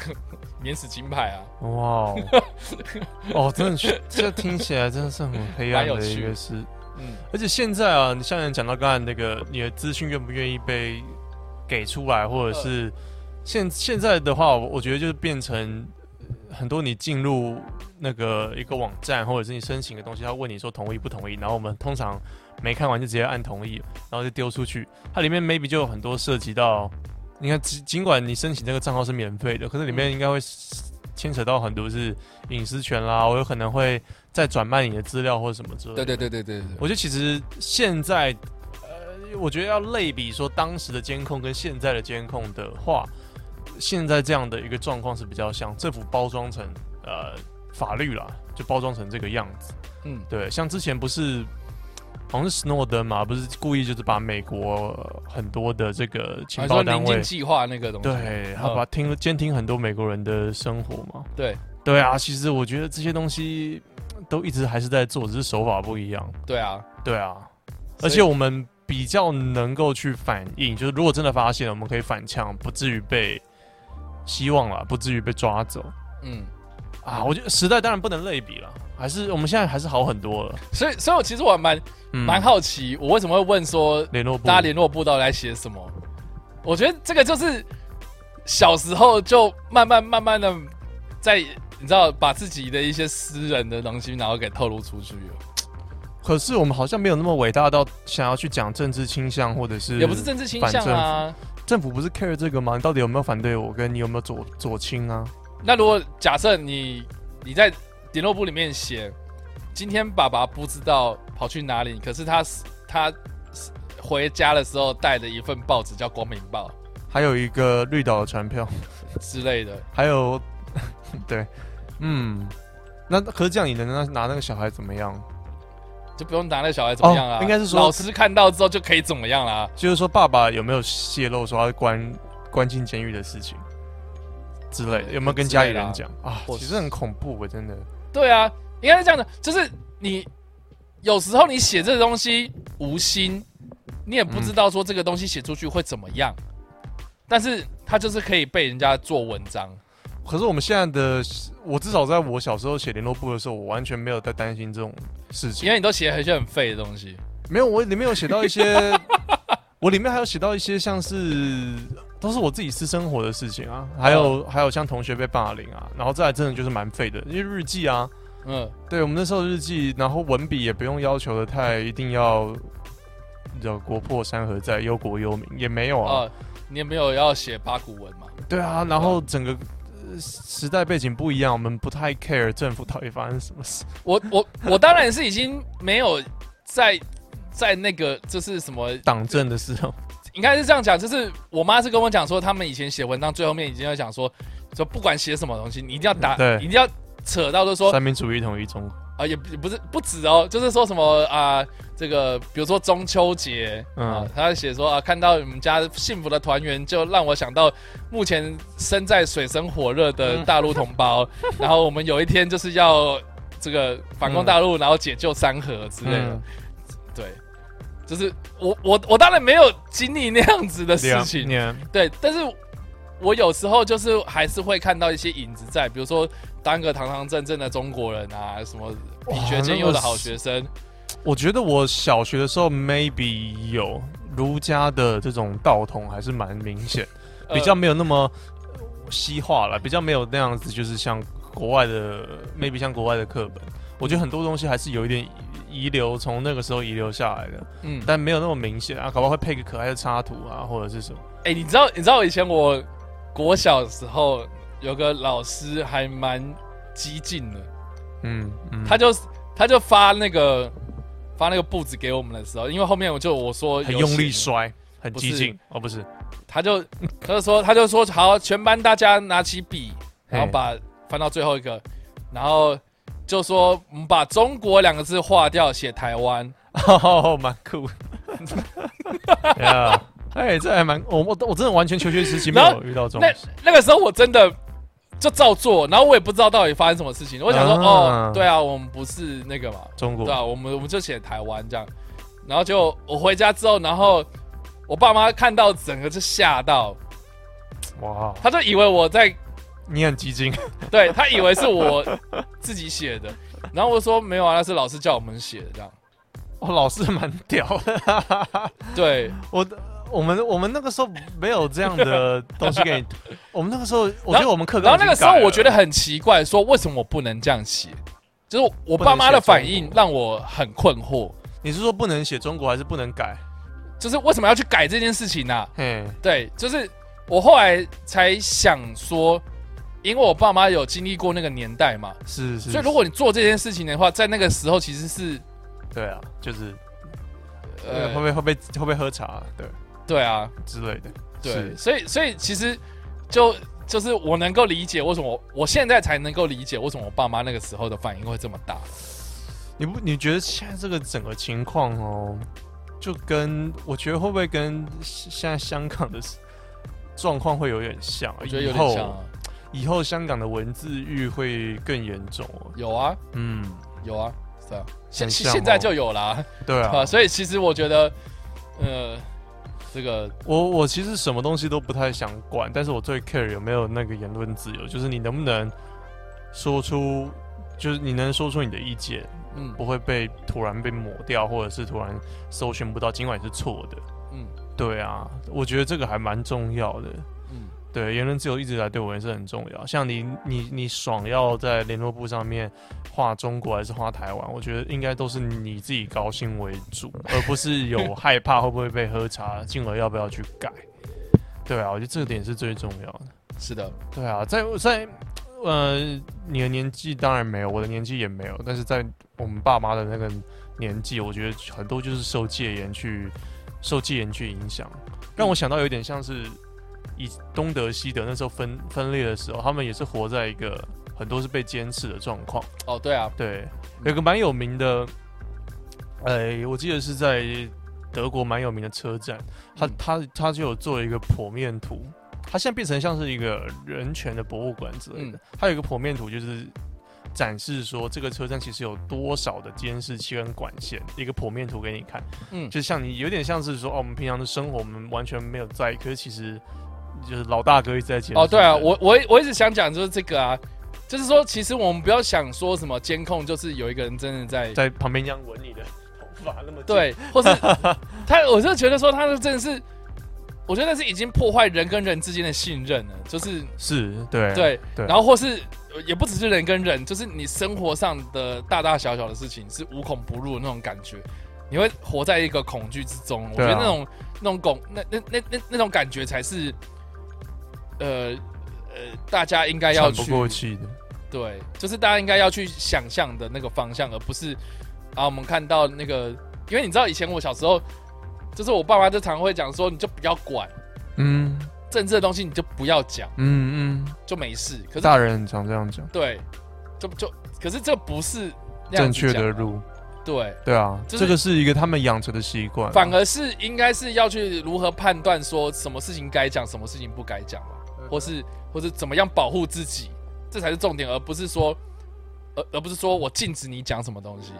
[SPEAKER 4] 免死金牌啊，
[SPEAKER 5] yeah. 哇哦，哦，真的是，这听起来真的是很黑暗的一个事。
[SPEAKER 4] 嗯，
[SPEAKER 5] 而且现在啊，你像你讲到刚才那个，你的资讯愿不愿意被给出来，或者是现现在的话，我我觉得就是变成呃很多你进入那个一个网站，或者是你申请的东西，他问你说同意不同意，然后我们通常没看完就直接按同意，然后就丢出去。它里面 maybe 就有很多涉及到，你看尽尽管你申请这个账号是免费的，可是里面应该会牵扯到很多是隐私权啦，我有可能会再转卖你的资料或者什么之类的。
[SPEAKER 4] 嗯对对对对对对，
[SPEAKER 5] 我觉得其实现在，呃，我觉得要类比说当时的监控跟现在的监控的话，现在这样的一个状况是比较像政府包装成呃法律啦，就包装成这个样子。
[SPEAKER 4] 嗯，
[SPEAKER 5] 对，像之前不是好像是斯诺登嘛，不是故意就是把美国呃很多的这个情
[SPEAKER 4] 你
[SPEAKER 5] 报
[SPEAKER 4] 说
[SPEAKER 5] 单
[SPEAKER 4] 临
[SPEAKER 5] 位
[SPEAKER 4] 近，计划那个东西，
[SPEAKER 5] 对，他
[SPEAKER 4] 嗯
[SPEAKER 5] 把听监听很多美国人的生活嘛。
[SPEAKER 4] 对
[SPEAKER 5] 对啊，其实我觉得这些东西嗯都一直还是在做，只是手法不一样。
[SPEAKER 4] 对啊，
[SPEAKER 5] 对啊，
[SPEAKER 4] 所
[SPEAKER 5] 而
[SPEAKER 4] 以
[SPEAKER 5] 且我们比较能够去反应，就是如果真的发现了，我们可以反呛，不至于被希望啦，不至于被抓走
[SPEAKER 4] 嗯，
[SPEAKER 5] 啊。我觉得时代当然不能类比了，还是我们现在还是好很多了，
[SPEAKER 4] 所以所以我其实我还蛮
[SPEAKER 5] 嗯
[SPEAKER 4] 蛮好奇，我为什么会问说
[SPEAKER 5] 联络部
[SPEAKER 4] 大家联络部到底在写什么？我觉得这个就是小时候就慢慢慢慢的在你知道把自己的一些私人的东西然后给透露出去了，
[SPEAKER 5] 可是我们好像没有那么伟大到想要去讲政治倾向，或者是
[SPEAKER 4] 也不是政治倾
[SPEAKER 5] 反
[SPEAKER 4] 向
[SPEAKER 5] 政
[SPEAKER 4] 啊，
[SPEAKER 5] 政府不是 care 这个吗？你到底有没有反对我？跟你有没有左左倾啊？
[SPEAKER 4] 那如果假设你你在联络簿里面写，今天爸爸不知道跑去哪里，可是他他回家的时候带着一份报纸叫《光明报
[SPEAKER 5] 还有一个绿岛的船票，》
[SPEAKER 4] 之类的，
[SPEAKER 5] 还有， 对，嗯，那可是这样，你能拿拿那个小孩怎么样？
[SPEAKER 4] 就不用拿那小孩怎么样啊？
[SPEAKER 5] 哦应该是说
[SPEAKER 4] 老师看到之后就可以怎么样啦、
[SPEAKER 5] 就是说，爸爸有没有泄露说他关关进监狱的事情之类的？有没有跟家里人讲啊？
[SPEAKER 4] 或
[SPEAKER 5] 其
[SPEAKER 4] 是
[SPEAKER 5] 实很恐怖，我真的。
[SPEAKER 4] 对啊，应该是这样的，就是你有时候你写这个东西无心，你也不知道说这个东西写出去会怎么样，但是它就是可以被人家做文章。
[SPEAKER 5] 可是我们现在的，我至少在我小时候写联络簿的时候，我完全没有在担心这种事情
[SPEAKER 4] 因。为你都写一些很废的东西，
[SPEAKER 5] 没有，我里面有写到一 些，我里面还有写到一些像是都是我自己私生活的事情啊，还有、还有像同学被霸凌啊，然后再来真的就是蛮废的，因为日记啊，
[SPEAKER 4] 嗯，
[SPEAKER 5] 对我们那时候日记，然后文笔也不用要求的太一定要，你知道国破山河在，忧国忧民也没有啊，
[SPEAKER 4] 哦，你也没有要写八股文嘛？
[SPEAKER 5] 对啊，然后整个。呃时代背景不一样，我们不太 care 政府到底发生什么事。
[SPEAKER 4] 我我 我当然是已经没有在在那个就是什么，
[SPEAKER 5] 党政的哦时候，
[SPEAKER 4] 应该是这样讲，就是我妈是跟我讲说，他们以前写文章最后面已经要讲说，说不管写什么东西，你一定要打，
[SPEAKER 5] 对
[SPEAKER 4] 一定要扯到就是说
[SPEAKER 5] 三民主义统一中国，
[SPEAKER 4] 啊，也不也不是不止哦，就是说什么啊、这个比如说中秋节，
[SPEAKER 5] 嗯
[SPEAKER 4] 啊，他写说啊，看到你们家幸福的团圆，就让我想到目前身在水深火热
[SPEAKER 5] 嗯
[SPEAKER 4] 的大陆同 胞，然后我们有一天就是要这个反攻大陆，然后解救山河之类的，
[SPEAKER 5] 嗯
[SPEAKER 4] 对，就是我我我当然没有经历那样子的
[SPEAKER 5] 啊
[SPEAKER 4] 事情，啊
[SPEAKER 5] 两
[SPEAKER 4] 对，但是我有时候就是还是会看到一些影子在，比如说当个堂堂正正的中国人啊，什么品学兼优的好学生，
[SPEAKER 5] 我觉得我小学的时候 maybe 有儒家的这种道统还是蛮明显，
[SPEAKER 4] 呃
[SPEAKER 5] 比较没有那么呃西化了，比较没有那样子，就是像国外的 maybe 像国外的课本，我觉得很多东西还是有一点遗留，从那个时候遗留下来的，
[SPEAKER 4] 嗯，哎、
[SPEAKER 5] 但没有那么明显啊，搞不好会配个可爱的插图啊，或者是什么。
[SPEAKER 4] 你知道你知道以前我国小时候有个老师还蛮激进的，
[SPEAKER 5] 嗯嗯，
[SPEAKER 4] 他就他就发那个发那个簿子给我们的时候，因为后面我就我说
[SPEAKER 5] 很
[SPEAKER 4] 有
[SPEAKER 5] 用力
[SPEAKER 4] 写
[SPEAKER 5] 摔，很
[SPEAKER 4] 不是
[SPEAKER 5] 激进哦，不是，
[SPEAKER 4] 他就他就说他就说好，全班大家拿起笔，
[SPEAKER 5] 嘿
[SPEAKER 4] 然后把翻到最后一个，然后就说我们把中国两个字划掉，写台湾。
[SPEAKER 5] 哦，蛮酷。yeah. 哎、这还蛮我我我真的完全求学时期没
[SPEAKER 4] 然后
[SPEAKER 5] 有遇到这种
[SPEAKER 4] 那
[SPEAKER 5] 事，
[SPEAKER 4] 那个时候我真的就照做，然后我也不知道到底发生什么事情。我想说，
[SPEAKER 5] 啊
[SPEAKER 4] 哦，对啊，我们不是那个嘛，
[SPEAKER 5] 中国
[SPEAKER 4] 对啊，我们我们就写台湾这样。然后就我回家之后，然后我爸妈看到整个就吓到，
[SPEAKER 5] 哇，
[SPEAKER 4] 他就以为我在
[SPEAKER 5] 你很激进，
[SPEAKER 4] 对他以为是我自己写的，然后我说没有啊，那是老师叫我们写的这样。
[SPEAKER 5] 我老师蛮屌的。
[SPEAKER 4] 对，
[SPEAKER 5] 我我们我们那个时候没有这 样的东西给你，我们那个时候我觉得我们课纲
[SPEAKER 4] 然后那个时候我觉
[SPEAKER 5] 得
[SPEAKER 4] 得很奇怪，说为什么我不能这样写？就是我爸妈的反应让我很困惑，
[SPEAKER 5] 你是说不能写中国还是不能改？
[SPEAKER 4] 就是为什么要去改这件事情呢、啊？
[SPEAKER 5] 嘿，
[SPEAKER 4] 对，就是我后来才想说，因为我爸妈有经历过那个年代嘛，
[SPEAKER 5] 是是，
[SPEAKER 4] 所以如果你做这件事情的话，在那个时候其实是
[SPEAKER 5] 对啊，就是
[SPEAKER 4] 呃，
[SPEAKER 5] 呃会不会会不会会不会喝茶对
[SPEAKER 4] 对啊，
[SPEAKER 5] 之类的，
[SPEAKER 4] 对，
[SPEAKER 5] 是
[SPEAKER 4] 所以所以其实就就是我能够理解为什么我我现在才能够理解为什么我爸妈那个时候的反应会这么大。
[SPEAKER 5] 你不你觉得现在这个整个情况哦，就跟我觉得会不会跟现现在香港的状况会有点像啊？
[SPEAKER 4] 我觉得
[SPEAKER 5] 以
[SPEAKER 4] 有点
[SPEAKER 5] 后
[SPEAKER 4] 像、啊，
[SPEAKER 5] 以后香港的文字狱会更严重哦。
[SPEAKER 4] 有啊
[SPEAKER 5] 嗯，
[SPEAKER 4] 有啊，是啊，现
[SPEAKER 5] 很
[SPEAKER 4] 现
[SPEAKER 5] 像
[SPEAKER 4] 现在
[SPEAKER 5] 哦
[SPEAKER 4] 就有啦，
[SPEAKER 5] 对
[SPEAKER 4] 对
[SPEAKER 5] 啊
[SPEAKER 4] 吧？，所以其实我觉得，呃，这个
[SPEAKER 5] 我我其实什么东西都不太想管，但是我最 care 有没有那个言论自由，就是你能不能说出，就是你能说出你的意见，
[SPEAKER 4] 嗯
[SPEAKER 5] 不会被突然被抹掉，或者是突然搜寻不到，尽管你是错的。
[SPEAKER 4] 嗯
[SPEAKER 5] 对啊，我觉得这个还蛮重要的。
[SPEAKER 4] 嗯，
[SPEAKER 5] 对，言论自由一直以来对我也是很重要。像你，你，你爽要在联络簿上面画中国还是画台湾，我觉得应该都是你自己高兴为主，而不是有害怕会不会被喝茶，进而要不要去改。对啊，我觉得这个点是最重要的。
[SPEAKER 4] 是的，
[SPEAKER 5] 对啊，在在呃，你的年纪当然没有，我的年纪也没有，但是在我们爸妈的那个年纪，我觉得很多就是受戒严去受戒严去影响，让我想到有点像是以东德西德那时候分分裂的时候，他们也是活在一个很多是被监视的状况。
[SPEAKER 4] 哦，对啊，
[SPEAKER 5] 对，有个蛮有名的，呃，我记得是在德国蛮有名的车站，他
[SPEAKER 4] 嗯
[SPEAKER 5] 他他就有做一个剖面图，他现在变成像是一个人权的博物馆之类的
[SPEAKER 4] 嗯，
[SPEAKER 5] 他有一个剖面图就是。展示说这个车站其实有多少的监视器跟管线，一个剖面图给你看，
[SPEAKER 4] 嗯，
[SPEAKER 5] 就像你有点像是说哦，我们平常的生活我们完全没有在意，可是其实就是老大哥一直在监视。
[SPEAKER 4] 哦，对啊，我我我一直想讲就是这个啊，就是说其实我们不要想说什么监控，就是有一个人真的在
[SPEAKER 5] 在旁边这样闻你的 头发那么近，
[SPEAKER 4] 对，或 是他，我就觉得说他是真的是，我觉得那是已经破坏人跟人之间的信任了，就是
[SPEAKER 5] 是，对啊
[SPEAKER 4] 对，
[SPEAKER 5] 对
[SPEAKER 4] 然后或是呃也不只是人跟人，就是你生活上的大大小小的事情是无孔不入的那种感觉，你会活在一个恐惧之中。我觉
[SPEAKER 5] 对啊
[SPEAKER 4] 得那种那种恐那那那那那种感觉才是，呃呃，大家应该要
[SPEAKER 5] 喘不
[SPEAKER 4] 去
[SPEAKER 5] 过气的。
[SPEAKER 4] 对，就是大家应该要去想象的那个方向，而不是啊，我们看到那个，因为你知道以前我小时候，就是我爸妈就常会讲说，你就不要管
[SPEAKER 5] 嗯
[SPEAKER 4] 政治的东西，你就不要讲，
[SPEAKER 5] 嗯
[SPEAKER 4] 就没事。可
[SPEAKER 5] 嗯，
[SPEAKER 4] 是
[SPEAKER 5] 大人很常这样讲，
[SPEAKER 4] 对，就就可是这不是那样
[SPEAKER 5] 正
[SPEAKER 4] 子
[SPEAKER 5] 确
[SPEAKER 4] 讲
[SPEAKER 5] 的
[SPEAKER 4] 啊，
[SPEAKER 5] 路，
[SPEAKER 4] 对，
[SPEAKER 5] 对啊，
[SPEAKER 4] 就是
[SPEAKER 5] 这个是一个他们养成的习惯。啊
[SPEAKER 4] 反而是应该是要去如何判断说什么事情该讲，什么事情不该讲嘛，或是或是怎么样保护自己，这才是重点，而不是说，而而不是说我禁止你讲什么东西，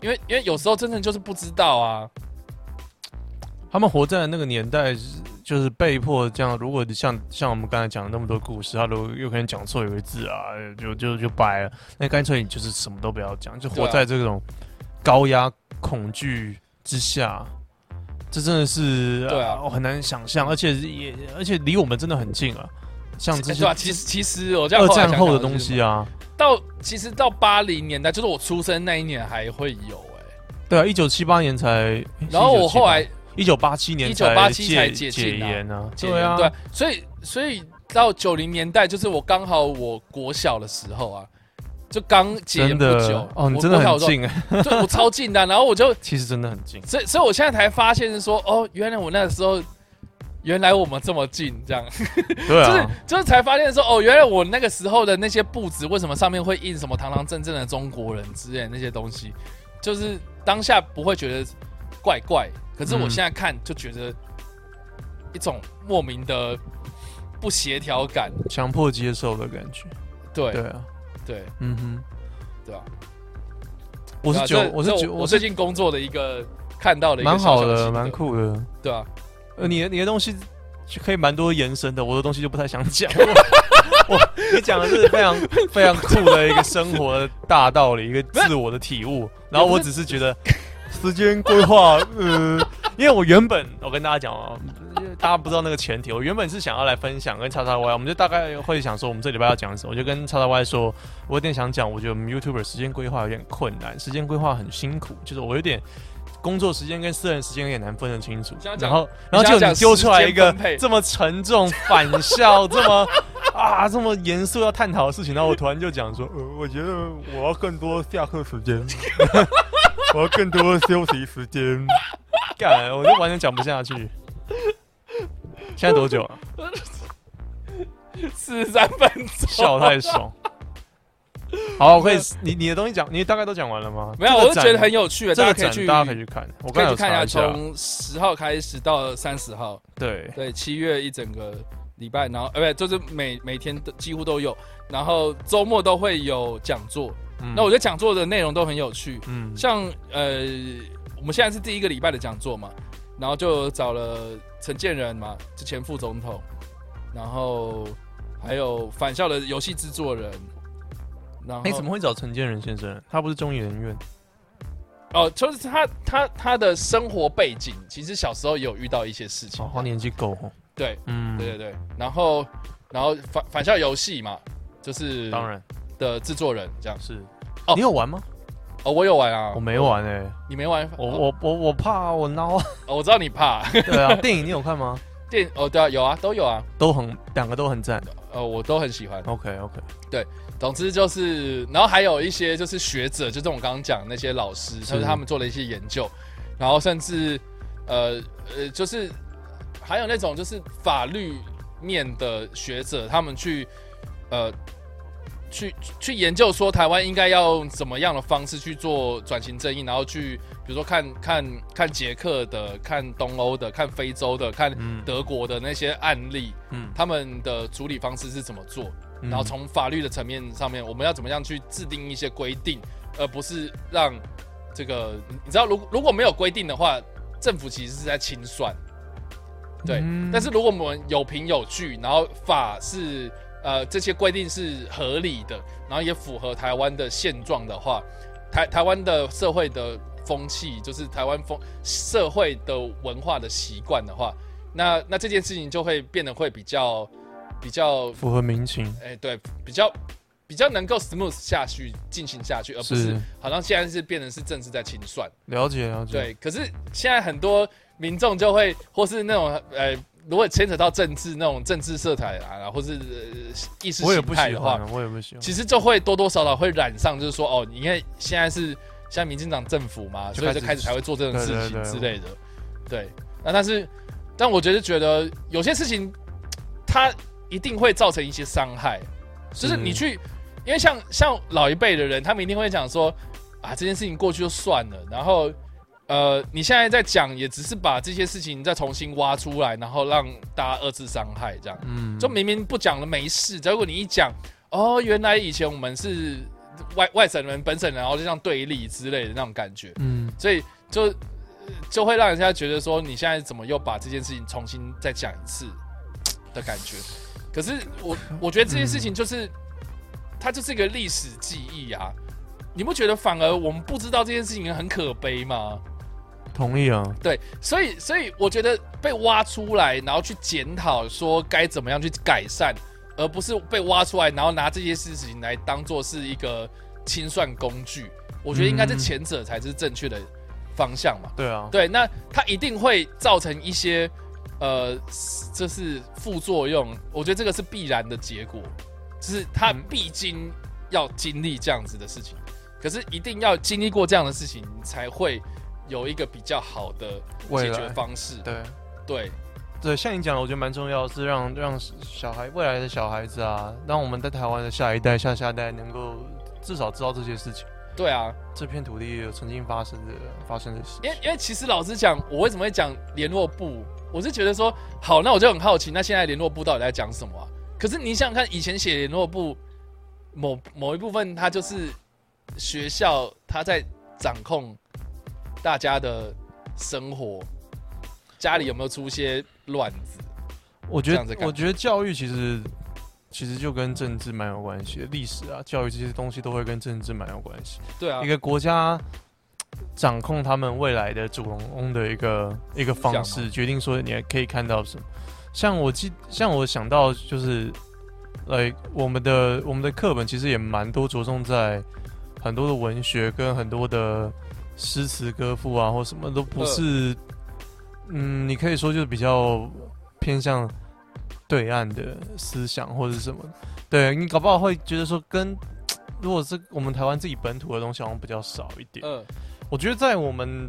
[SPEAKER 4] 因为因为有时候真的就是不知道啊，
[SPEAKER 5] 他们活在那个年代，就是被迫这样。如果像像我们刚才讲的那么多故事，他如果有可能讲错一个字啊，就就就掰了。那干脆你就是什么都不要讲，就活
[SPEAKER 4] 对啊
[SPEAKER 5] 在这种高压恐惧之下。这真的是呃
[SPEAKER 4] 对啊
[SPEAKER 5] 我很难想象，而且也而且离我们真的很近啊。像
[SPEAKER 4] 哎
[SPEAKER 5] 这些
[SPEAKER 4] 对吧、其实其实我这样
[SPEAKER 5] 二
[SPEAKER 4] 来
[SPEAKER 5] 战
[SPEAKER 4] 想
[SPEAKER 5] 后的
[SPEAKER 4] 想
[SPEAKER 5] 东
[SPEAKER 4] 就是
[SPEAKER 5] 西啊，
[SPEAKER 4] 到其实到八零年代，就是我出生那一年还会有哎、
[SPEAKER 5] 对啊，一九七八年才，
[SPEAKER 4] 然后我后来
[SPEAKER 5] 一九八七年
[SPEAKER 4] 1987才解
[SPEAKER 5] 解
[SPEAKER 4] 禁啊
[SPEAKER 5] 严啊，
[SPEAKER 4] 解
[SPEAKER 5] 对啊，
[SPEAKER 4] 对，所以所以到九零年代，就是我刚好我国小的时候啊，就刚解严
[SPEAKER 5] 真
[SPEAKER 4] 不久
[SPEAKER 5] 的，哦，你
[SPEAKER 4] 我
[SPEAKER 5] 真的
[SPEAKER 4] 国小
[SPEAKER 5] 很
[SPEAKER 4] 时候，
[SPEAKER 5] 近 哎，
[SPEAKER 4] 对，我超近的啊、然后我就，
[SPEAKER 5] 其实真的很近，
[SPEAKER 4] 所以所以我现在才发现是说，哦，原来我那个时候。原来我们这么近，这样、
[SPEAKER 5] 对
[SPEAKER 4] 就是
[SPEAKER 5] 啊，
[SPEAKER 4] 就是才发现说哦，原来我那个时候的那些布置为什么上面会印什么堂堂正正的中国人之类的那些东西，就是当下不会觉得怪怪，可是我
[SPEAKER 5] 嗯
[SPEAKER 4] 现在看就觉得一种莫名的不协调感，
[SPEAKER 5] 强迫接受的感觉，
[SPEAKER 4] 对
[SPEAKER 5] 对啊，
[SPEAKER 4] 对
[SPEAKER 5] 嗯哼，
[SPEAKER 4] 对啊，
[SPEAKER 5] 我
[SPEAKER 4] 对
[SPEAKER 5] 是
[SPEAKER 4] 啊
[SPEAKER 5] 九
[SPEAKER 4] 这，
[SPEAKER 5] 我是
[SPEAKER 4] 这
[SPEAKER 5] 九，
[SPEAKER 4] 我
[SPEAKER 5] 我
[SPEAKER 4] 最
[SPEAKER 5] 是
[SPEAKER 4] 近工作的一个看到的一个
[SPEAKER 5] 蛮好
[SPEAKER 4] 小小
[SPEAKER 5] 的，
[SPEAKER 4] 心得
[SPEAKER 5] 蛮酷的，
[SPEAKER 4] 对啊，
[SPEAKER 5] 呃，你的你的东西就可以蛮多延伸的，我的东西就不太想讲。 我你讲的是非常非常酷的一个生活的大道理，一个自我的体悟。然后我只是觉得时间规划，呃，因为我原本我跟大家讲啊，大家不知道那个前提，我原本是想要来分享跟叉叉 Y，我们就大概会想说我们这礼拜要讲什么，我就跟叉叉 Y 说，我有点想讲，我觉得我们 YouTuber 时间规划有点困难，时间规划很辛苦，就是我有点工作时间跟私人时间有点难分得清楚
[SPEAKER 4] 想要。讲
[SPEAKER 5] 然后，然后结果你丢出来一
[SPEAKER 4] 想要讲
[SPEAKER 5] 个
[SPEAKER 4] 时间分配
[SPEAKER 5] 这么沉重、反校、这么啊这么严肃要探讨的事情，然后我突然就讲说，呃，我觉得我要更多下课时间， 我要更多休息时间。干，我就完全讲不下去。现在多久啊？
[SPEAKER 4] 四十三分钟，
[SPEAKER 5] 笑太爽。好，我可以，你你的东西讲，你大概都讲完了吗？
[SPEAKER 4] 没有，啊
[SPEAKER 5] 这
[SPEAKER 4] 我
[SPEAKER 5] 个
[SPEAKER 4] 就
[SPEAKER 5] 展
[SPEAKER 4] 觉得很有趣，
[SPEAKER 5] 这
[SPEAKER 4] 大家
[SPEAKER 5] 个
[SPEAKER 4] 可以
[SPEAKER 5] 展
[SPEAKER 4] 去，
[SPEAKER 5] 大家可以去看，我
[SPEAKER 4] 可
[SPEAKER 5] 刚
[SPEAKER 4] 以去
[SPEAKER 5] 才有
[SPEAKER 4] 看一
[SPEAKER 5] 查
[SPEAKER 4] 下，
[SPEAKER 5] 一下，
[SPEAKER 4] 从十号开始到三十号，
[SPEAKER 5] 对，
[SPEAKER 4] 对，七月一整个礼拜，然后呃，不，就是每每天都几乎都有，然后周末都会有讲座。
[SPEAKER 5] 嗯
[SPEAKER 4] 那我觉得讲座的内容都很有趣，
[SPEAKER 5] 嗯
[SPEAKER 4] 像呃，我们现在是第一个礼拜的讲座嘛，然后就找了陈建仁嘛，之前副总统，然后还有返校的游戏制作人，然后
[SPEAKER 5] 哎你怎么会找陈建仁先生？他不是中艺人院
[SPEAKER 4] 哦，就是他他他的生活背景，其实小时候也有遇到一些事情，
[SPEAKER 5] 哦，他年纪够哦，
[SPEAKER 4] 对，
[SPEAKER 5] 嗯，
[SPEAKER 4] 对对对，然后然后返返校游戏嘛，就是
[SPEAKER 5] 当然
[SPEAKER 4] 的制作人这样。
[SPEAKER 5] 是。
[SPEAKER 4] 哦
[SPEAKER 5] 你有玩吗？
[SPEAKER 4] 哦，我有玩啊，
[SPEAKER 5] 我没玩哎、
[SPEAKER 4] 你没玩？
[SPEAKER 5] 我
[SPEAKER 4] 哦
[SPEAKER 5] 我我我怕我孬啊。
[SPEAKER 4] 哦我知道你怕
[SPEAKER 5] 对啊，电影你有看吗？
[SPEAKER 4] 电电哦，对啊，有啊，都有啊，
[SPEAKER 5] 都很两个都很赞。
[SPEAKER 4] 呃，我都很喜欢。
[SPEAKER 5] OK OK，
[SPEAKER 4] 总之就是，然后还有一些就是学者，就是我们刚刚讲的那些老师，就是他们做了一些研究，然后甚至呃呃，就是还有那种就是法律面的学者，他们去呃去去研究说台湾应该要用怎么样的方式去做转型正义，然后去比如说看看看捷克的、看东欧的、看非洲的、看
[SPEAKER 5] 嗯
[SPEAKER 4] 德国的那些案例，
[SPEAKER 5] 嗯，
[SPEAKER 4] 他们的处理方式是怎么做。
[SPEAKER 5] 嗯
[SPEAKER 4] 然后从法律的层面上面，我们要怎么样去制定一些规定，而不是让这个你你知道，如如果没有规定的话，政府其实是在清算，对。
[SPEAKER 5] 嗯
[SPEAKER 4] 但是如果我们有凭有据，然后法是呃这些规定是合理的，然后也符合台湾的现状的话，台台湾的社会的风气，就是台湾风社会的文化的习惯的话，那那这件事情就会变得会比较比较
[SPEAKER 5] 符合民情，
[SPEAKER 4] 哎、对，比较比较能够 smooth 下去进行下去，而不
[SPEAKER 5] 是
[SPEAKER 4] 是好像现在是变成是政治在清算。
[SPEAKER 5] 了解了解。，
[SPEAKER 4] 对，可是现在很多民众就会，或是那种呃，如果牵扯到政治那种政治色彩啊，或是、呃、意识
[SPEAKER 5] 我也
[SPEAKER 4] 形
[SPEAKER 5] 不
[SPEAKER 4] 态
[SPEAKER 5] 喜
[SPEAKER 4] 的
[SPEAKER 5] 欢
[SPEAKER 4] 话，
[SPEAKER 5] 啊，我也不喜欢。
[SPEAKER 4] 其实就会多多少少会染上，就是说哦，你看现在是现在民进党政府嘛，
[SPEAKER 5] 就
[SPEAKER 4] 所以就
[SPEAKER 5] 开
[SPEAKER 4] 开
[SPEAKER 5] 始
[SPEAKER 4] 始才会做这种
[SPEAKER 5] 对
[SPEAKER 4] 事
[SPEAKER 5] 对
[SPEAKER 4] 情
[SPEAKER 5] 对
[SPEAKER 4] 之类的。对，那但是，但我觉得觉得有些事情，它一定会造成一些伤害，就是
[SPEAKER 5] 是
[SPEAKER 4] 你去，因为像像老一辈的人，他们一定会讲说啊，这件事情过去就算了，然后。呃，你现在在讲，也只是把这些事情再重新挖出来，然后让大家二次伤害这样。
[SPEAKER 5] 嗯，
[SPEAKER 4] 就明明不讲了没事，结果你一讲，哦，原来以前我们是外外省人、本省人，然后就像对立之类的那种感觉，
[SPEAKER 5] 嗯
[SPEAKER 4] 所以就呃就会让人家觉得说你现在怎么又把这件事情重新再讲一次的感觉。可是我我觉得这件事情就是、它就是一个历史记忆啊，你不觉得反而我们不知道这件事情很可悲吗？
[SPEAKER 5] 同意啊，
[SPEAKER 4] 对，所以所以我觉得被挖出来，然后去检讨说该怎么样去改善，而不是被挖出来，然后拿这些事情来当做是一个清算工具。我觉得应该是
[SPEAKER 5] 嗯
[SPEAKER 4] 前者才是正确的方向嘛。
[SPEAKER 5] 对啊，
[SPEAKER 4] 对，那它一定会造成一些呃，就是副作用。我觉得这个是必然的结果，就是他
[SPEAKER 5] 嗯
[SPEAKER 4] 必经要经历这样子的事情。可是一定要经历过这样的事情，你才会有一个比较好的
[SPEAKER 5] 未
[SPEAKER 4] 解决
[SPEAKER 5] 来
[SPEAKER 4] 方式。
[SPEAKER 5] 对
[SPEAKER 4] 对，
[SPEAKER 5] 对，像你讲的，我觉得蛮重要的，是让让小孩未来的小孩子啊，让我们在台湾的下一代、下下代能够至少知道这些事情，
[SPEAKER 4] 对啊，
[SPEAKER 5] 这片土地有曾经发生的发生的事
[SPEAKER 4] 因为因为其实老实讲，我为什么会讲联络部？我是觉得说，好，那我就很好奇，那现在联络部到底在讲什么啊？可是你想想看，以前写联络部某某一部分，它就是学校，它在掌控大家的生活，家里有没有出些乱子？
[SPEAKER 5] 我觉
[SPEAKER 4] 这样子的感
[SPEAKER 5] 得，我觉得教育其实其实就跟政治蛮有关系的，历史啊、教育这些东西都会跟政治蛮有关系。
[SPEAKER 4] 对啊
[SPEAKER 5] 一，个国家掌控他们未来的主人翁的一个一个方
[SPEAKER 4] 想
[SPEAKER 5] 式，决定说你可以看到什么。像我记，像我想到就是，呃，我们的我们的课本其实也蛮多着重在很多的文学跟很多的诗词歌赋啊，或什么都
[SPEAKER 4] 呃
[SPEAKER 5] 不是，嗯，你可以说就是比较偏向对岸的思想或者是什么，对你搞不好会觉得说跟。如果是我们台湾自己本土的东西，好像比较少一点。
[SPEAKER 4] 嗯，
[SPEAKER 5] 我觉得在我们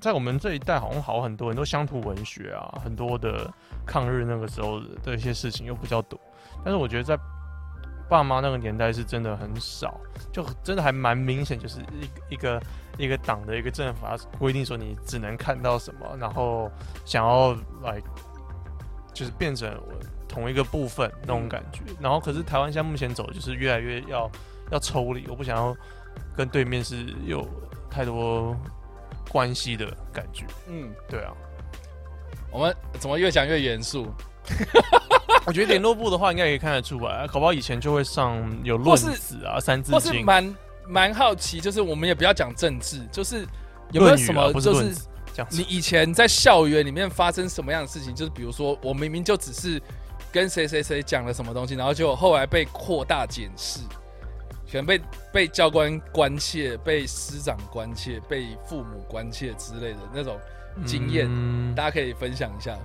[SPEAKER 5] 在我们这一代好像好很多，很多乡土文学啊，很多的抗日那个时候的一些事情又比较多。但是我觉得在爸妈那个年代是真的很少，就真的还蛮明显，就是一一个 一个党的一个政法规定说你只能看到什么，然后想要来就是变成我同一个部分那种感觉。然后可是台湾现在目前走的就是越来越要要抽离，我不想要跟对面是有太多关系的感觉。
[SPEAKER 4] 嗯，
[SPEAKER 5] 对啊，
[SPEAKER 4] 我们怎么越讲越严肃？
[SPEAKER 5] 我觉得联络部的话应该也可以看得出来，啊搞不好以前就会上有论子啊、三字
[SPEAKER 4] 或是
[SPEAKER 5] 经、
[SPEAKER 4] 蛮蛮好奇，就是我们也不要讲政治，就是有没有
[SPEAKER 5] 论语
[SPEAKER 4] 什
[SPEAKER 5] 啊
[SPEAKER 4] 么
[SPEAKER 5] 不是
[SPEAKER 4] 就
[SPEAKER 5] 论
[SPEAKER 4] 是
[SPEAKER 5] 子这样
[SPEAKER 4] 你
[SPEAKER 5] 子。
[SPEAKER 4] 以前在校园里面发生什么样的事情？就是比如说，我明明就只是跟谁谁谁讲了什么东西，然后结果后来被扩大检视，可能被被教官关切、被师长关切、被父母关切之类的那种经验，
[SPEAKER 5] 嗯
[SPEAKER 4] 大家可以分享一下。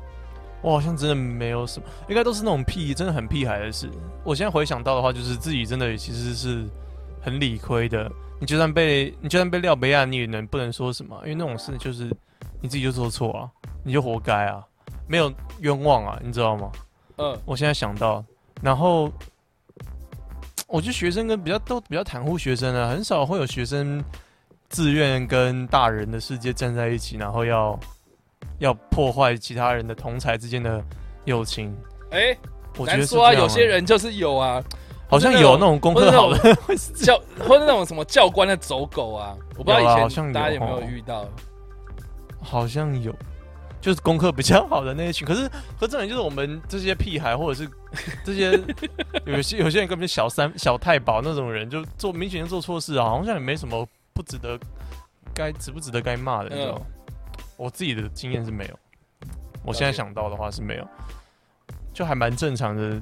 [SPEAKER 5] 我好像真的没有什么，应该都是那种屁，真的很屁孩的事。我现在回想到的话，就是自己真的其实是很理亏的。你就算被你就算被廖北亚，你也能不能说什么？因为那种事就是你自己就做错啊，你就活该啊，没有冤枉啊，你知道吗？
[SPEAKER 4] 嗯
[SPEAKER 5] 我现在想到，然后我觉得学生跟比较都比较袒护学生啊，很少会有学生自愿跟大人的世界站在一起，然后要要破坏其他人的同才之间的友情。
[SPEAKER 4] 哎、
[SPEAKER 5] 我觉
[SPEAKER 4] 难
[SPEAKER 5] 得是
[SPEAKER 4] 说啊，
[SPEAKER 5] 这样
[SPEAKER 4] 有些人就是有啊，
[SPEAKER 5] 好像有那种功
[SPEAKER 4] 或者
[SPEAKER 5] 课
[SPEAKER 4] 那
[SPEAKER 5] 好的，
[SPEAKER 4] 种 教 或者那种什么教官的走狗啊，我不知道
[SPEAKER 5] 有啦好
[SPEAKER 4] 以
[SPEAKER 5] 像
[SPEAKER 4] 前
[SPEAKER 5] 有
[SPEAKER 4] 大家有没有
[SPEAKER 5] 哦
[SPEAKER 4] 遇到。
[SPEAKER 5] 好像有，就是功课比较好的那一群。可是，可是重点就是我们这些屁孩，或者是 这些有些有些人根本就小三小太保那种人，就做明显就做错事啊，好像也没什么不值得该值不值得该骂的，你知道吗？我自己的经验是没有，我现在想到的话是没有，就还蛮正常的。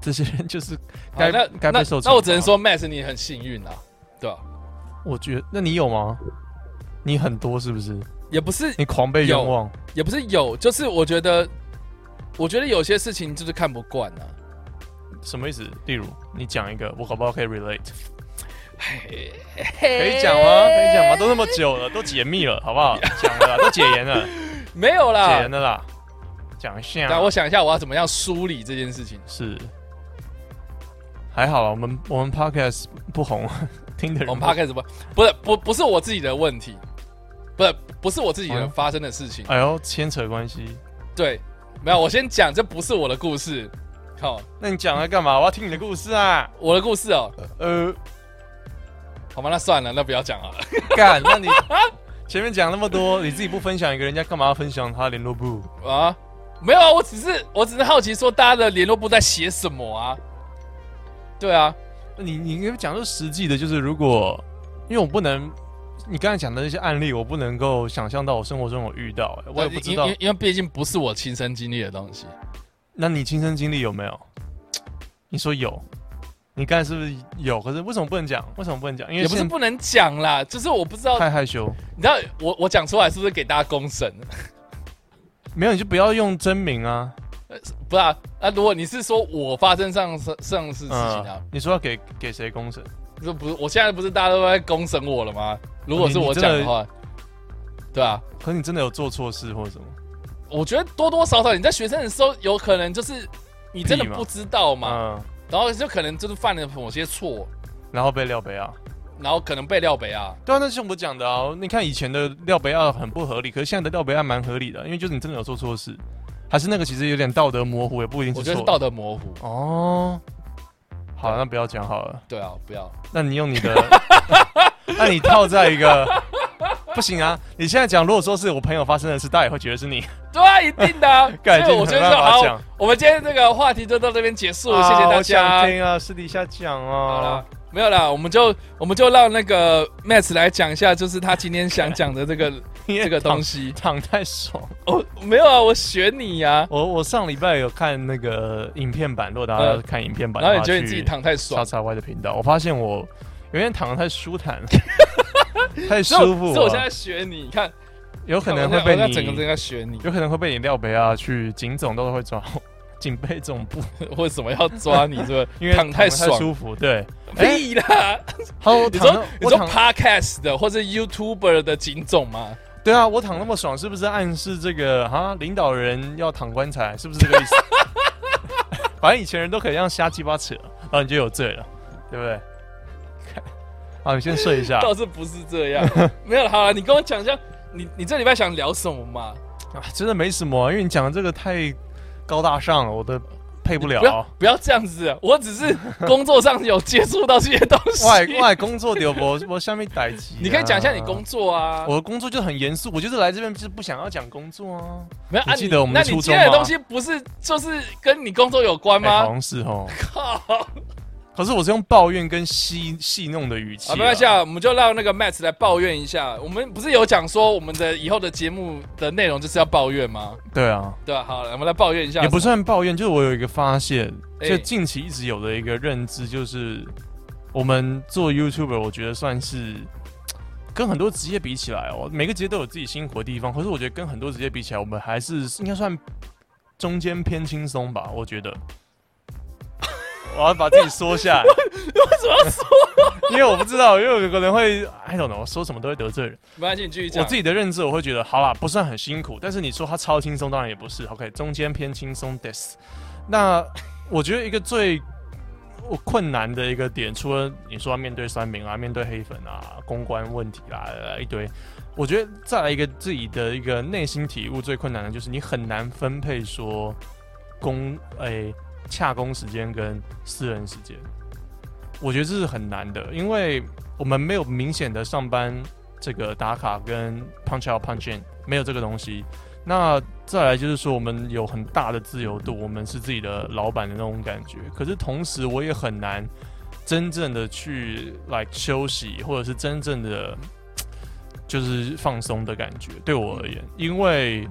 [SPEAKER 5] 这些人就是
[SPEAKER 4] 好
[SPEAKER 5] 该
[SPEAKER 4] 啊那
[SPEAKER 5] 该
[SPEAKER 4] 那
[SPEAKER 5] 被受
[SPEAKER 4] 那我
[SPEAKER 5] 惩
[SPEAKER 4] 只能
[SPEAKER 5] 罚
[SPEAKER 4] 说 Max 你很幸运啊，对吧、
[SPEAKER 5] 我觉得，那你有吗？你很多是不是？
[SPEAKER 4] 也不是
[SPEAKER 5] 你狂被
[SPEAKER 4] 有
[SPEAKER 5] 冤枉？
[SPEAKER 4] 也不是有，就是我觉得，我觉得有些事情就是看不惯啊。
[SPEAKER 5] 什么意思？例如，你讲一个，我搞不好可以 relate，可
[SPEAKER 4] 可
[SPEAKER 5] 以讲吗？可以讲吗？都那么久了，都解密了，好 不好？讲了啦，都解严了，
[SPEAKER 4] 没有
[SPEAKER 5] 解
[SPEAKER 4] 啦
[SPEAKER 5] 严。了啦，讲一下
[SPEAKER 4] 啊
[SPEAKER 5] 啊
[SPEAKER 4] 那。我想一下，我要怎么样梳理这件事情？
[SPEAKER 5] 是，还好啦，啊我们我们 podcast 不红， 听的人
[SPEAKER 4] 我们 p 开什么？不是，不不是我自己的问题，不是不是我自己
[SPEAKER 5] 哎
[SPEAKER 4] 人
[SPEAKER 5] 呦
[SPEAKER 4] 发生的事情。
[SPEAKER 5] 哎呦，牵扯关系。
[SPEAKER 4] 对，没有，我先讲，这不是我的故事。好，
[SPEAKER 5] 那你讲来干嘛？我要听你的故事啊。
[SPEAKER 4] 我的故事哦，
[SPEAKER 5] 呃，
[SPEAKER 4] 好吗？那算了，那不要讲好了。
[SPEAKER 5] 干，那 你前面讲那么多，你自己不分享一个，人家干嘛要分享他的联络簿？
[SPEAKER 4] 啊，没有啊，我只是我只是好奇说大家的联络部在写什么啊？对啊，
[SPEAKER 5] 你你应该讲说实际的，就是如果因为我不能，你刚才讲的那些案例，我不能够想象到我生活中有遇到、欸我也不知道
[SPEAKER 4] 因因。因为毕竟不是我亲身经历的东西。
[SPEAKER 5] 那你亲身经历有没有？你说有，你刚才是不是有？可是为什么不能讲？为什么不能讲？因为
[SPEAKER 4] 也不是
[SPEAKER 5] 现
[SPEAKER 4] 不能讲啦，就是我不知道，
[SPEAKER 5] 太害羞。
[SPEAKER 4] 你知道我我讲出来是不是给大家公审？
[SPEAKER 5] 没有，你就不要用真名啊。
[SPEAKER 4] 不是啊，那、如果你是说我发生上上事事情啊，
[SPEAKER 5] 嗯你说要给给谁公审？
[SPEAKER 4] 这、不是我现在不是大家都在公审我了吗？如果是我讲的话，对啊，
[SPEAKER 5] 可是你真的有做错事或者什么？
[SPEAKER 4] 我觉得多多少少你在学生的时候有可能就是你真的
[SPEAKER 5] 屁嘛
[SPEAKER 4] 不知道嘛，
[SPEAKER 5] 嗯，
[SPEAKER 4] 然后就可能就是犯了某些错，
[SPEAKER 5] 然后被廖北亚。
[SPEAKER 4] 然后可能被廖北啊，
[SPEAKER 5] 对啊，那就像我讲的啊，你看以前的廖北亚很不合理，可是现在的廖北亚蛮合理的，因为就是你真的有做错事，还是那个其实有点道德模糊，也不一定
[SPEAKER 4] 我
[SPEAKER 5] 是
[SPEAKER 4] 觉
[SPEAKER 5] 错
[SPEAKER 4] 得是道德模糊。
[SPEAKER 5] 哦。好，
[SPEAKER 4] 对
[SPEAKER 5] 那不要讲好了，
[SPEAKER 4] 对啊，不要，
[SPEAKER 5] 那你用你的， 那你套在一个，不行啊！你现在讲，如果说是我朋友发生的事，大家也会觉得是你。
[SPEAKER 4] 对啊，一定的、啊。所
[SPEAKER 5] 干
[SPEAKER 4] 以我觉得
[SPEAKER 5] 已经没办法
[SPEAKER 4] 好
[SPEAKER 5] 讲，
[SPEAKER 4] 我们今天这个话题就到这边结束，哦谢谢
[SPEAKER 5] 啊
[SPEAKER 4] 大
[SPEAKER 5] 我
[SPEAKER 4] 家
[SPEAKER 5] 想。听啊，私底下讲
[SPEAKER 4] 好
[SPEAKER 5] 哦
[SPEAKER 4] 了。，没有啦，我们就我们就让那个 Max 来讲一下，就是他今天想讲的这 个
[SPEAKER 5] 你也
[SPEAKER 4] 这个
[SPEAKER 5] 躺
[SPEAKER 4] 东西。
[SPEAKER 5] 躺太爽。
[SPEAKER 4] 哦，没有啊，我选你啊呀、
[SPEAKER 5] 我我上礼拜有看那个影片版，如果大家
[SPEAKER 4] 呃
[SPEAKER 5] 看影片版的
[SPEAKER 4] 然
[SPEAKER 5] 话，
[SPEAKER 4] 后你觉得你自己
[SPEAKER 5] 去
[SPEAKER 4] 躺太
[SPEAKER 5] 叉
[SPEAKER 4] 爽，
[SPEAKER 5] 叉 Y 的频道，我发现我有点躺得太舒坦 了，太舒
[SPEAKER 4] 所以我
[SPEAKER 5] 服
[SPEAKER 4] 所以我现
[SPEAKER 5] 了
[SPEAKER 4] 在，选你，你看
[SPEAKER 5] 有可能
[SPEAKER 4] 我
[SPEAKER 5] 会
[SPEAKER 4] 现在
[SPEAKER 5] 被
[SPEAKER 4] 我现在整个
[SPEAKER 5] 你，
[SPEAKER 4] 整个选你，
[SPEAKER 5] 有可能会被你廖北啊去警总都会抓我，警备总部，
[SPEAKER 4] 为什么要抓 你？是不是
[SPEAKER 5] 因为
[SPEAKER 4] 躺
[SPEAKER 5] 太
[SPEAKER 4] 太爽？
[SPEAKER 5] 舒服，对。哎，
[SPEAKER 4] 屁啦！
[SPEAKER 5] 好，我
[SPEAKER 4] 你
[SPEAKER 5] 躺
[SPEAKER 4] 说
[SPEAKER 5] 那
[SPEAKER 4] 你
[SPEAKER 5] 我
[SPEAKER 4] 说
[SPEAKER 5] 躺
[SPEAKER 4] podcast 的或者 YouTuber 的警种吗？
[SPEAKER 5] 对啊，我躺那么爽，是不是暗示这个哈领导人要躺棺材？是不是这个意思？ 反正以前人都可以这样瞎鸡巴扯，然后你就有罪了，对不对？ 好，你先 睡一下。
[SPEAKER 4] 倒是不是这样， 没有啦好了，你跟我讲一下，你你这礼拜想聊什么嘛？
[SPEAKER 5] 啊，真的没什么啊，因为你讲的这个太高大上了，我都配不了
[SPEAKER 4] 不要
[SPEAKER 5] 啊。
[SPEAKER 4] 不要这样子，我只是工作上有接触到这些东西。
[SPEAKER 5] 外外工作丢我我下面逮鸡、
[SPEAKER 4] 你可以讲一下你工，作啊。
[SPEAKER 5] 我的工作就很严肃，我就是来这边就是不想要讲工作啊。
[SPEAKER 4] 没有，啊
[SPEAKER 5] 你记得我们的
[SPEAKER 4] 那你
[SPEAKER 5] 初
[SPEAKER 4] 接
[SPEAKER 5] 衷
[SPEAKER 4] 的
[SPEAKER 5] 吗
[SPEAKER 4] 东西不是就是跟你工作有关
[SPEAKER 5] 哎好
[SPEAKER 4] 吗？
[SPEAKER 5] 像是哦，
[SPEAKER 4] 靠！
[SPEAKER 5] 可是我是用抱怨跟戏戏弄的语气、
[SPEAKER 4] 啊，没关系，啊，我们就让那个 Max 来抱怨一下。我们不是有讲说我们的以后的节目的内容就是要抱怨吗？
[SPEAKER 5] 对啊，
[SPEAKER 4] 对啊，好了，我们来抱怨一下。
[SPEAKER 5] 也不算抱怨，就是我有一个发现，
[SPEAKER 4] 哎
[SPEAKER 5] 就近期一直有的一个认知，就是我们做 YouTuber，我觉得算是跟很多职业比起来哦，每个职业都有自己辛苦的地方，可是我觉得跟很多职业比起来，我们还是应该算中间偏轻松吧，我觉 得。我要把自己缩下来，
[SPEAKER 4] 为什么要说？
[SPEAKER 5] 因为我不知道，因为有可能会，I don't know，我说什么都会得罪人。
[SPEAKER 4] 没关系，你继续讲。
[SPEAKER 5] 我自己的认知，我会觉得，好啦，不算很辛苦，但是你说它超轻松，当然也不是。OK，中间偏轻松 t h i s 那我觉得一个最我困难的一个点，除了你说要面对酸民啊、面对黑粉啊、公关问题啦、呃一堆，我觉得再来一个自己的一个内心体悟，最困难的就是你很难分配说公诶、洽公时间跟私人时间。我觉得这是很难的，因为我们没有明显的上班这个打卡跟 punch out punch in 没有这个东西。那再来就是说，我们有很大的自由度，我们是自己的老板的那种感觉。可是同时，我也很难真正的去 like 休息，或者是真正的就是放松的感觉。对我而言，因为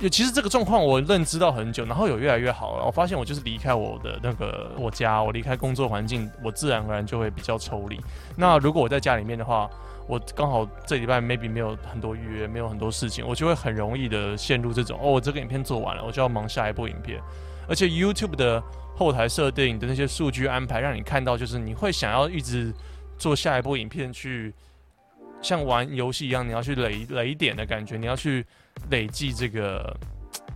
[SPEAKER 5] 也其实这个状况我认知到很久，然后有越来越好了。我发现我就是离开我的那个我家，我离开工作环境，我自然而然就会比较抽离。那如果我在家里面的话，我刚好这礼拜 maybe 没有很多预约，没有很多事情，我就会很容易的陷入这种哦，我这个影片做完了，我就要忙下一部影片。而且 YouTube 的后台设定的那些数据安排，让你看到就是你会想要一直做下一部影片去，像玩游戏一样，你要去累累点的感觉，你要去累计这个。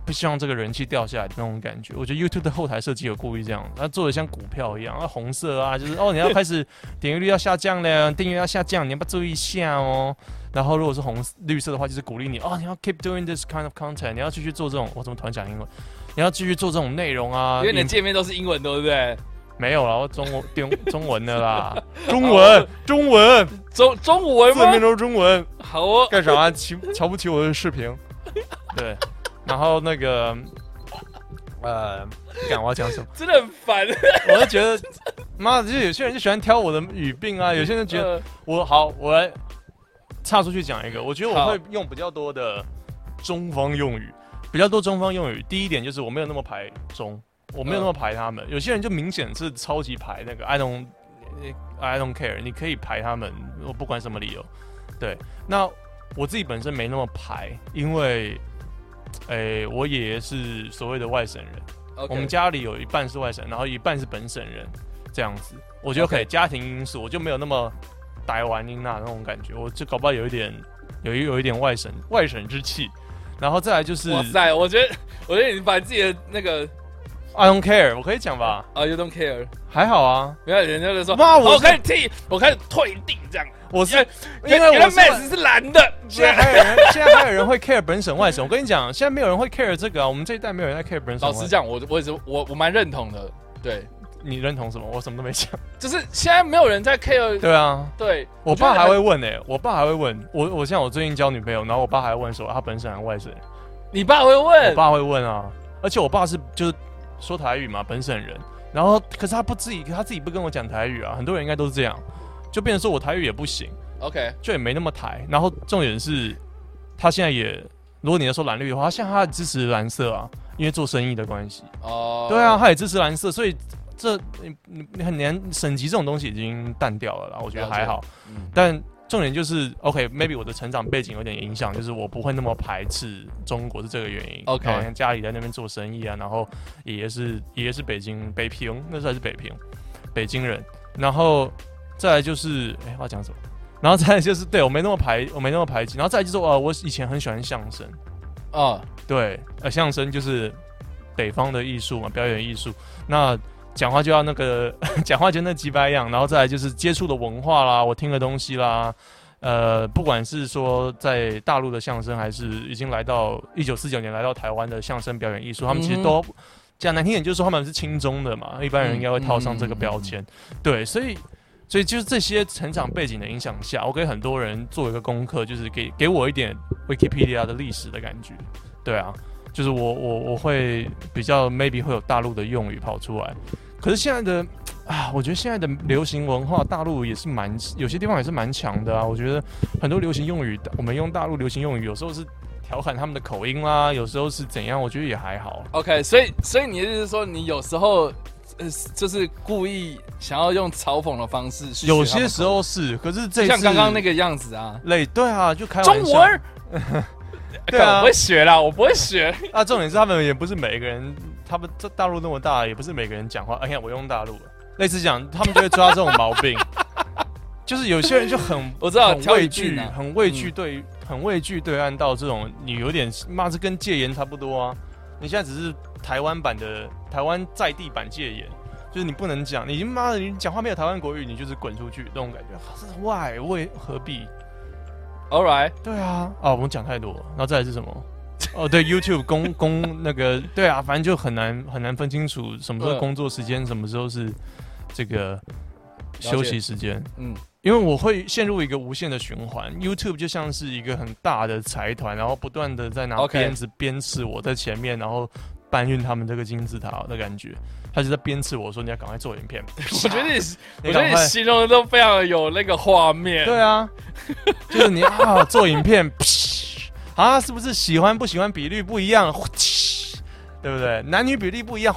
[SPEAKER 5] 不希望这个人气掉下来的那种感觉，我觉得 YouTube 的后台设计有故意这样，它做的像股票一样，啊红色啊，就是哦你要开始点阅率要下降了，订阅要下降，你要不要注意一下哦？然后如果是红绿色的话，就是鼓励你哦，你要 keep doing this kind of content，你要继续做这种，我怎么突然讲英文？你要继续做这种内容啊，
[SPEAKER 4] 因为你的
[SPEAKER 5] 影
[SPEAKER 4] 界面都是英文，对不对？
[SPEAKER 5] 没有啦，我中文中 中文的啦，中文中文，
[SPEAKER 4] 中中文
[SPEAKER 5] 字面
[SPEAKER 4] 吗？
[SPEAKER 5] 都是中文，
[SPEAKER 4] 好哦，
[SPEAKER 5] 干 啥、瞧瞧不起我的视频？对，然后那个呃，干我要讲什么？
[SPEAKER 4] 真的很烦。
[SPEAKER 5] 我就觉得，妈的，就是有些人就喜欢挑我的语病啊，有些人就觉得
[SPEAKER 4] 呃
[SPEAKER 5] 我好，我来岔出去讲一个，我觉得我
[SPEAKER 4] 好
[SPEAKER 5] 会用比较多的中方用语，比较多中方用语。第一点就是我没有那么排中，我没有那么排他们。有些人就明显是超级排那个 I don't 呃 I don't care，你可以排他们，我不管什么理由。对，那我自己本身没那么排，因为，诶、我爷爷是所谓的外省人。
[SPEAKER 4] OK
[SPEAKER 5] 我们家里有一半是外省，然后一半是本省人，这样子，我觉得可以。
[SPEAKER 4] OK
[SPEAKER 5] 家庭因素，我就没有那么台湾音啊那那种感觉，我就搞不好有一点，有一有一点外省外省之气。然后再来就是
[SPEAKER 4] 哇塞，我觉得我觉得你把自己的那个
[SPEAKER 5] I don't care，我可以讲吧？
[SPEAKER 4] 啊，you don't care，
[SPEAKER 5] 还好啊，
[SPEAKER 4] 没有人家就说，
[SPEAKER 5] 妈我
[SPEAKER 4] 好
[SPEAKER 5] 是
[SPEAKER 4] 开始替，我开始退订这样，
[SPEAKER 5] 我是
[SPEAKER 4] 因
[SPEAKER 5] 因为我
[SPEAKER 4] 原
[SPEAKER 5] 是
[SPEAKER 4] 来 Max 是蓝的，啊
[SPEAKER 5] 现在还有人，现在还有人会 care 本省外省。我跟你讲，现在没有人会 care 这个啊，我们这一代没有人在 care 本省。
[SPEAKER 4] 老实，讲，我我也是我我蛮认同的，对，
[SPEAKER 5] 你认同什么？我什么都没讲。
[SPEAKER 4] 就是现在没有人在 care，
[SPEAKER 5] 对啊，
[SPEAKER 4] 对
[SPEAKER 5] 我爸还，
[SPEAKER 4] 觉
[SPEAKER 5] 会
[SPEAKER 4] 得
[SPEAKER 5] 问呢、我爸还会问我。我像我最近交女朋友，然后我爸还问说他本省还是外省人。
[SPEAKER 4] 你爸会
[SPEAKER 5] 我
[SPEAKER 4] 问，
[SPEAKER 5] 爸会问啊，而且我爸是就是说台语嘛，本省人，然后可是他不自己他自己不跟我讲台语啊，很多人应该都是这样，就变成说我台语也不行，
[SPEAKER 4] OK，
[SPEAKER 5] 就也没那么台。然后重点是，他现在也，如果你要说蓝绿的话，他现在他支持蓝色啊，因为做生意的关系。
[SPEAKER 4] 哦，
[SPEAKER 5] 对啊，，他也支持蓝色，所以这你你你很难省级这种东西已经淡掉了啦，我觉得
[SPEAKER 4] 了解
[SPEAKER 5] 还好。
[SPEAKER 4] 嗯
[SPEAKER 5] 但重点就是，OK，maybe、我的成长背景有点影响，就是我不会那么排斥中国是这个原因。
[SPEAKER 4] OK
[SPEAKER 5] 然后像家里在那边做生意啊，然后爷爷是爷爷是北京北平，那时候还是北平，北京人。然后再来就是，哎、我要讲什么？然后再来就是，对我没那么排，我没那么排挤。然后再来就是，哦，我以前很喜欢相声，
[SPEAKER 4] 哦，
[SPEAKER 5] 对，呃，相声就是北方的艺术嘛，表演艺术。那讲话就要那个 讲话就那几百样，然后再来就是接触的文化啦，我听的东西啦，呃，不管是说在大陆的相声，还是已经来到一九四九年来到台湾的相声表演艺术，他们其实都讲难听点，就是说他们是亲中的嘛，一般人应该会套上这个标签。对，所以。所以就是这些成长背景的影响下，我给很多人做一个功课，就是给给我一点 Wikipedia 的历史的感觉。对啊，就是我我我会比较 maybe 会有大陆的用语跑出来，可是现在的啊，我觉得现在的流行文化大陆也是蛮有些地方也是蛮强的啊。我觉得很多流行用语，我们用大陆流行用语，有时候是调侃他们的口音啦，有时候是怎样，我觉得也还好。
[SPEAKER 4] OK，所以所以你的意思是说，你有时候呃，就是故意想要用嘲讽的方式去学他们，
[SPEAKER 5] 有些时候是，可是这
[SPEAKER 4] 就像刚刚那
[SPEAKER 5] 个
[SPEAKER 4] 个样子啊，
[SPEAKER 5] 类对啊，就开玩
[SPEAKER 4] 中
[SPEAKER 5] 笑
[SPEAKER 4] 文儿
[SPEAKER 5] 对
[SPEAKER 4] 干我
[SPEAKER 5] 啊
[SPEAKER 4] 不会学啦，我不会学。
[SPEAKER 5] 啊，重点是他们也不是每个人，他们这大陆那么大，也不是每个人讲话。哎呀，我用大陆了，类似讲，他们就会抓这种毛病， 就是有些人就很
[SPEAKER 4] 我知道
[SPEAKER 5] 很
[SPEAKER 4] 挑
[SPEAKER 5] 畏
[SPEAKER 4] 一
[SPEAKER 5] 惧，
[SPEAKER 4] 病啊
[SPEAKER 5] 很畏惧对，很畏惧对岸到这种，你有点妈这跟戒严差不多啊。你现在只是台湾版的台湾在地版戒严，就是你不能讲，你已经妈的你讲话没有台湾国语，你就是滚出去那种感觉。啊这是 why 为何必？
[SPEAKER 4] All right，
[SPEAKER 5] 对啊，啊，我们讲太多了，然后再来是什么？哦，对，YouTube 公 公那个，对啊，反正就很难很难分清楚什么时候
[SPEAKER 4] 嗯
[SPEAKER 5] 工作时间，什么时候是这个
[SPEAKER 4] 解
[SPEAKER 5] 休息时间。
[SPEAKER 4] 嗯，
[SPEAKER 5] 因为我会陷入一个无限的循环，YouTube 就像是一个很大的财团，然后不断的在拿
[SPEAKER 4] OK
[SPEAKER 5] 鞭子鞭笞我在前面，然后搬运他们这个金字塔的感觉，他就在鞭笞我说你要赶快做影片，
[SPEAKER 4] 我觉得你，我
[SPEAKER 5] 你
[SPEAKER 4] 觉得
[SPEAKER 5] 赶
[SPEAKER 4] 你
[SPEAKER 5] 快
[SPEAKER 4] 形容的都非常的有那个画面。
[SPEAKER 5] 对啊，就是你啊，做影片， 啊，是不是喜欢不喜欢比率不一样，对不对？男女比例不一样，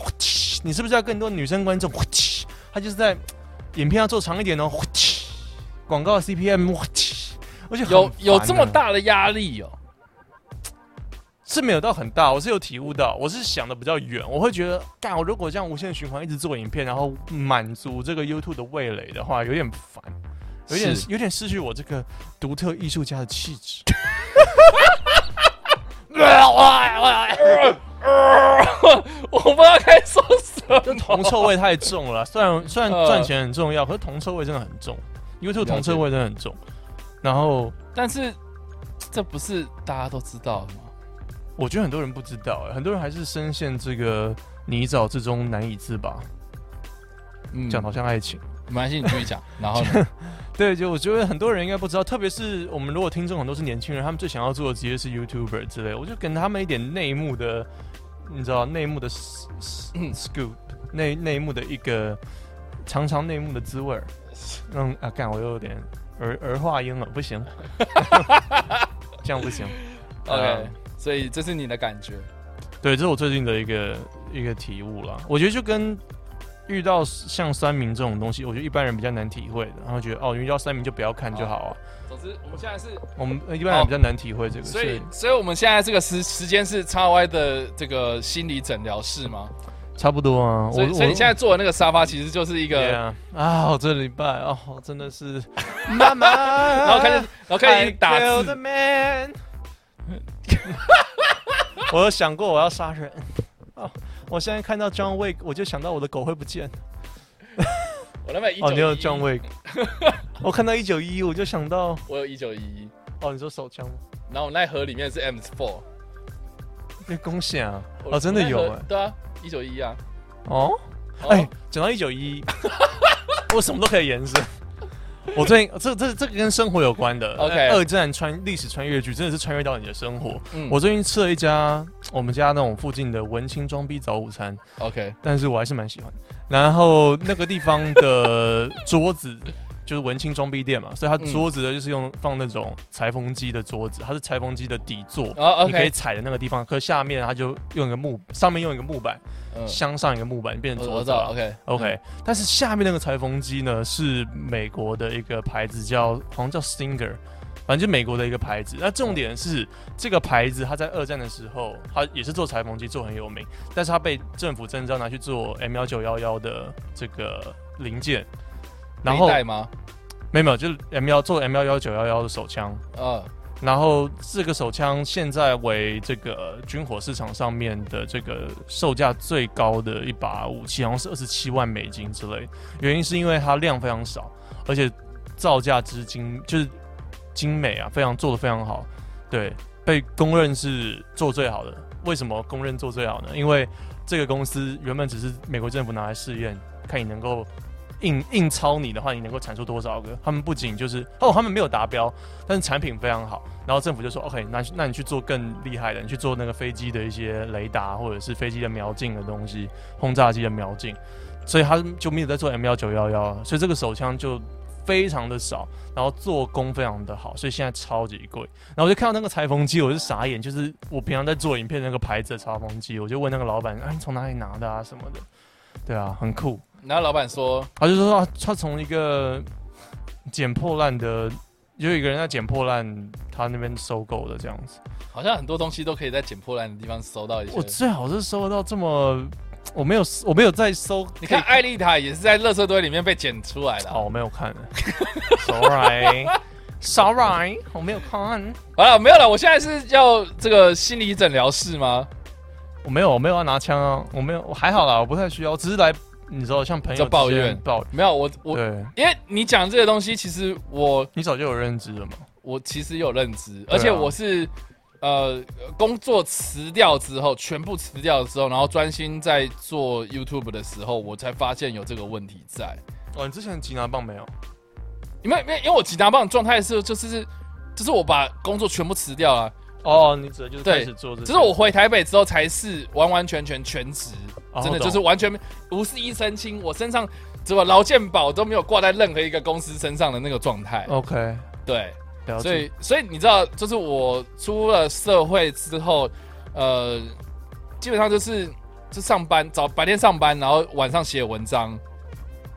[SPEAKER 5] 你是不是要更多女生观众？他就是在影片要做长一点哦，广告 CPM，而且啊
[SPEAKER 4] 有有这么大的压力哦、
[SPEAKER 5] 是没有到很大，我是有体悟到，我是想的比较远，我会觉得，干，我如果这样无限循环一直做影片，然后满足这个 YouTube 的味蕾的话，有点烦，有点
[SPEAKER 4] 是
[SPEAKER 5] 有点失去我这个独特艺术家的气质。
[SPEAKER 4] 我不知道该说什么。
[SPEAKER 5] 铜臭味太 重了，虽然虽然
[SPEAKER 4] 呃
[SPEAKER 5] 赚钱很重要，可是铜臭味真的很重，YouTube
[SPEAKER 4] 了解
[SPEAKER 5] 铜臭味真的很重。然后
[SPEAKER 4] 但是这不是大家都知道的吗？
[SPEAKER 5] 我觉得很多人不知道、很多人还是深陷这个泥沼之中难以自拔，
[SPEAKER 4] 嗯，
[SPEAKER 5] 讲得好像爱情。
[SPEAKER 4] 没关系，你继续讲。然后 呢？
[SPEAKER 5] 对，就我觉得很多人应该不知道，特别是我们如果听众很多是年轻人，他们最想要做的职业是 YouTuber 之类，我就给他们一点内幕的，你知道内幕的 s- s- scoop，内内幕的一个尝尝内幕的滋味儿。嗯啊，干我又有点儿儿化音了，不行，这样不行。
[SPEAKER 4] OK，
[SPEAKER 5] 嗯
[SPEAKER 4] 呃所以这是你的感觉。
[SPEAKER 5] 对，这是我最近的一个一个体悟啦。我觉得就跟遇到像酸民这种东西，我觉得一般人比较难体会的，然后觉得哦，遇到酸民就不要看就好啊。
[SPEAKER 4] 总之，我们现在是，
[SPEAKER 5] 我们呃一般人比较难体会这个，
[SPEAKER 4] 所以，所以我们现在这个时时间是叉 Y 的这个心理诊疗室吗？
[SPEAKER 5] 差不多啊。
[SPEAKER 4] 所以，所以你现在坐的那个沙发其实就是一
[SPEAKER 5] 对
[SPEAKER 4] 个，
[SPEAKER 5] 啊啊，我这礼拜哦，我真 的是妈妈，然
[SPEAKER 4] 然后开始，然后
[SPEAKER 5] 哎
[SPEAKER 4] 开始打
[SPEAKER 5] I killed
[SPEAKER 4] 字
[SPEAKER 5] a。man 我有想过我要杀人哦，我现在看到 John Wick，我就想到我的狗会不见。
[SPEAKER 4] 我那边一
[SPEAKER 5] 哦，你有
[SPEAKER 4] 九
[SPEAKER 5] John Wick，我看到一九一，我就想到
[SPEAKER 4] 我有一九一一，
[SPEAKER 5] 哦，你说手枪吗？
[SPEAKER 4] 然后我那盒里面是 M Four。
[SPEAKER 5] 那恭喜啊！
[SPEAKER 4] 我
[SPEAKER 5] 哦，真的
[SPEAKER 4] 那
[SPEAKER 5] 有
[SPEAKER 4] 盒
[SPEAKER 5] 哎、
[SPEAKER 4] 对啊，一九一啊。
[SPEAKER 5] 哦。
[SPEAKER 4] 哦
[SPEAKER 5] 哎，讲到一九一， 我什么都可以延伸。我最近这这这个跟生活有关的
[SPEAKER 4] OK
[SPEAKER 5] 二战穿历史穿越剧真的是穿越到你的生活。
[SPEAKER 4] 嗯
[SPEAKER 5] 我最近吃了一家我们家那种附近的文青装逼早午餐，
[SPEAKER 4] OK，
[SPEAKER 5] 但是我还是蛮喜欢的。然后那个地方的桌子 就是文青装逼店嘛，所以它
[SPEAKER 4] 嗯
[SPEAKER 5] 桌子呢就是用放那种裁缝机的桌子，它是裁缝机的底座，
[SPEAKER 4] 然后
[SPEAKER 5] 你可以
[SPEAKER 4] 哦 OK，
[SPEAKER 5] 踩的那个地方，可下面它就用一个木，上面用一个木板，
[SPEAKER 4] 嗯，
[SPEAKER 5] 镶上一个木板变成
[SPEAKER 4] 我我知
[SPEAKER 5] 桌子
[SPEAKER 4] 道
[SPEAKER 5] 了
[SPEAKER 4] 了。OK
[SPEAKER 5] 啊
[SPEAKER 4] 嗯
[SPEAKER 5] OK，但是下面那个裁缝机呢，是美国的一个牌子叫，好像叫 Stinger，反正就美国的一个牌子。那重点是这个牌子，它在二战的时候，它也是做裁缝机做很有名，但是它被政府征召拿去做 M 幺九幺幺的这个零件，然后
[SPEAKER 4] 没带吗？
[SPEAKER 5] 没有没有，就是 M 幺做 M 幺幺九幺幺的手枪，
[SPEAKER 4] 嗯
[SPEAKER 5] 然后这个手枪现在为这个军火市场上面的这个售价最高的一把武器，好像是二十七万美金之类。原因是因为它量非常少，而且造价之精就是精美啊，非常做的非常好，对，被公认是做最好的。为什么公认做最好呢？因为这个公司原本只是美国政府拿来试验，看你能够印印钞你的话，你能够产出多少个？他们不仅就是哦，他们没有达标，但是产品非常好。然后政府就说 OK，那那你去做更厉害的，你去做那个飞机的一些雷达或者是飞机的瞄镜的东西，轰炸机的瞄镜。所以他就没有在做 M 幺九幺幺，所以这个手枪就非常的少，然后做工非常的好，所以现在超级贵。然后我就看到那个裁缝机，我就傻眼，就是我平常在做影片那个牌子的裁缝机，我就问那个老板，啊，你从哪里拿的啊什么的？对啊，很酷。
[SPEAKER 4] 然后老板说
[SPEAKER 5] 他就说啊他从一个捡破烂的就有一个人在捡破烂，他那边收购的这样子。
[SPEAKER 4] 好像很多东西都可以在捡破烂的地方搜到一些
[SPEAKER 5] 我。最好是收到这么，我没有我没有在收，
[SPEAKER 4] 你看艾丽塔也是在垃圾堆里面被捡出来的啊、
[SPEAKER 5] 哦，我没 有看，sorry sorry，我没有看，
[SPEAKER 4] 好了，没有了，我现在是要这个心理诊疗室吗？
[SPEAKER 5] 我没有我没有要拿枪啊，我没有，我还好啦，我不太需要，我只是来你知道像朋友
[SPEAKER 4] 就抱
[SPEAKER 5] 之间
[SPEAKER 4] 怨
[SPEAKER 5] 抱，
[SPEAKER 4] 没有，我我
[SPEAKER 5] 对
[SPEAKER 4] 因为你讲这个东西，其实我
[SPEAKER 5] 你早就有认知了嘛，
[SPEAKER 4] 我其实有认知，而且我是、呃工作辞掉之后，全部辞掉之后，然后专心在做 YouTube 的时候，我才发现有这个问题在。
[SPEAKER 5] 哦，你之前吉拿棒没有？
[SPEAKER 4] 因为因为因为我吉拿棒的状态是就是就是我把工作全部辞掉了，
[SPEAKER 5] 哦，你指的就是
[SPEAKER 4] 对
[SPEAKER 5] 开始做这个，
[SPEAKER 4] 只是我回台北之后才是完完全全全职，
[SPEAKER 5] 哦
[SPEAKER 4] 真的
[SPEAKER 5] 懂
[SPEAKER 4] 就是完全无事一身轻，我身上只有劳健保都没有挂在任何一个公司身上的那个状态。
[SPEAKER 5] OK，
[SPEAKER 4] 对，
[SPEAKER 5] 了
[SPEAKER 4] 所
[SPEAKER 5] 解，
[SPEAKER 4] 以所以你知道，就是我出了社会之后，呃，基本上就是就上班，早白天上班，然后晚上写文章，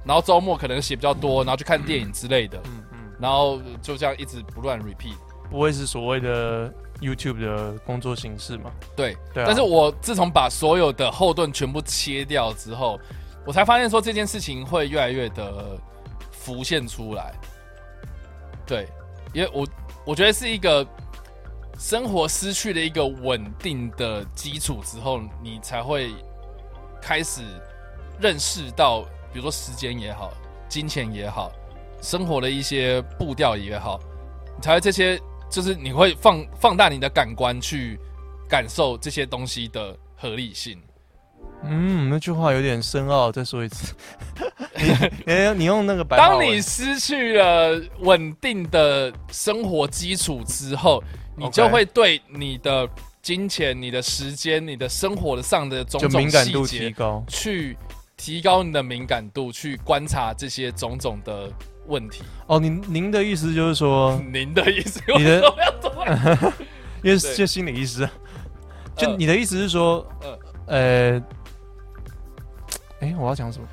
[SPEAKER 4] 然后周末可能写比较多，然后去看电影之类的，
[SPEAKER 5] 嗯嗯，
[SPEAKER 4] 然后就这样一直不断 repeat。
[SPEAKER 5] 不会是所谓的 YouTube 的工作形式嘛？
[SPEAKER 4] 对，
[SPEAKER 5] 对啊
[SPEAKER 4] 但是我自从把所有的后盾全部切掉之后，我才发现说这件事情会越来越的浮现出来。对，因为我我觉得是一个生活失去了一个稳定的基础之后，你才会开始认识到，比如说时间也好，金钱也好，生活的一些步调也好，你才会这些就是你会放放大你的感官去感受这些东西的合理性。
[SPEAKER 5] 嗯，那句话有点深奥，再说一 次。你你你用那个白话
[SPEAKER 4] 当
[SPEAKER 5] 文
[SPEAKER 4] 你失去了稳定的生活基础之后，你就
[SPEAKER 5] OK
[SPEAKER 4] 会对你的金钱、你的时间、你的生活上的种
[SPEAKER 5] 就
[SPEAKER 4] 种
[SPEAKER 5] 敏感
[SPEAKER 4] 细
[SPEAKER 5] 度提
[SPEAKER 4] 节
[SPEAKER 5] 高，
[SPEAKER 4] 去提高你的敏感度，去观察这些种种的问题。
[SPEAKER 5] 哦，您您的意思就 是说，
[SPEAKER 4] 您的意思，
[SPEAKER 5] 你的
[SPEAKER 4] 我说要怎么办？
[SPEAKER 5] 因为
[SPEAKER 4] 对
[SPEAKER 5] 就心理医师，就
[SPEAKER 4] 呃
[SPEAKER 5] 你的意思是说，呃，哎，我要讲什么？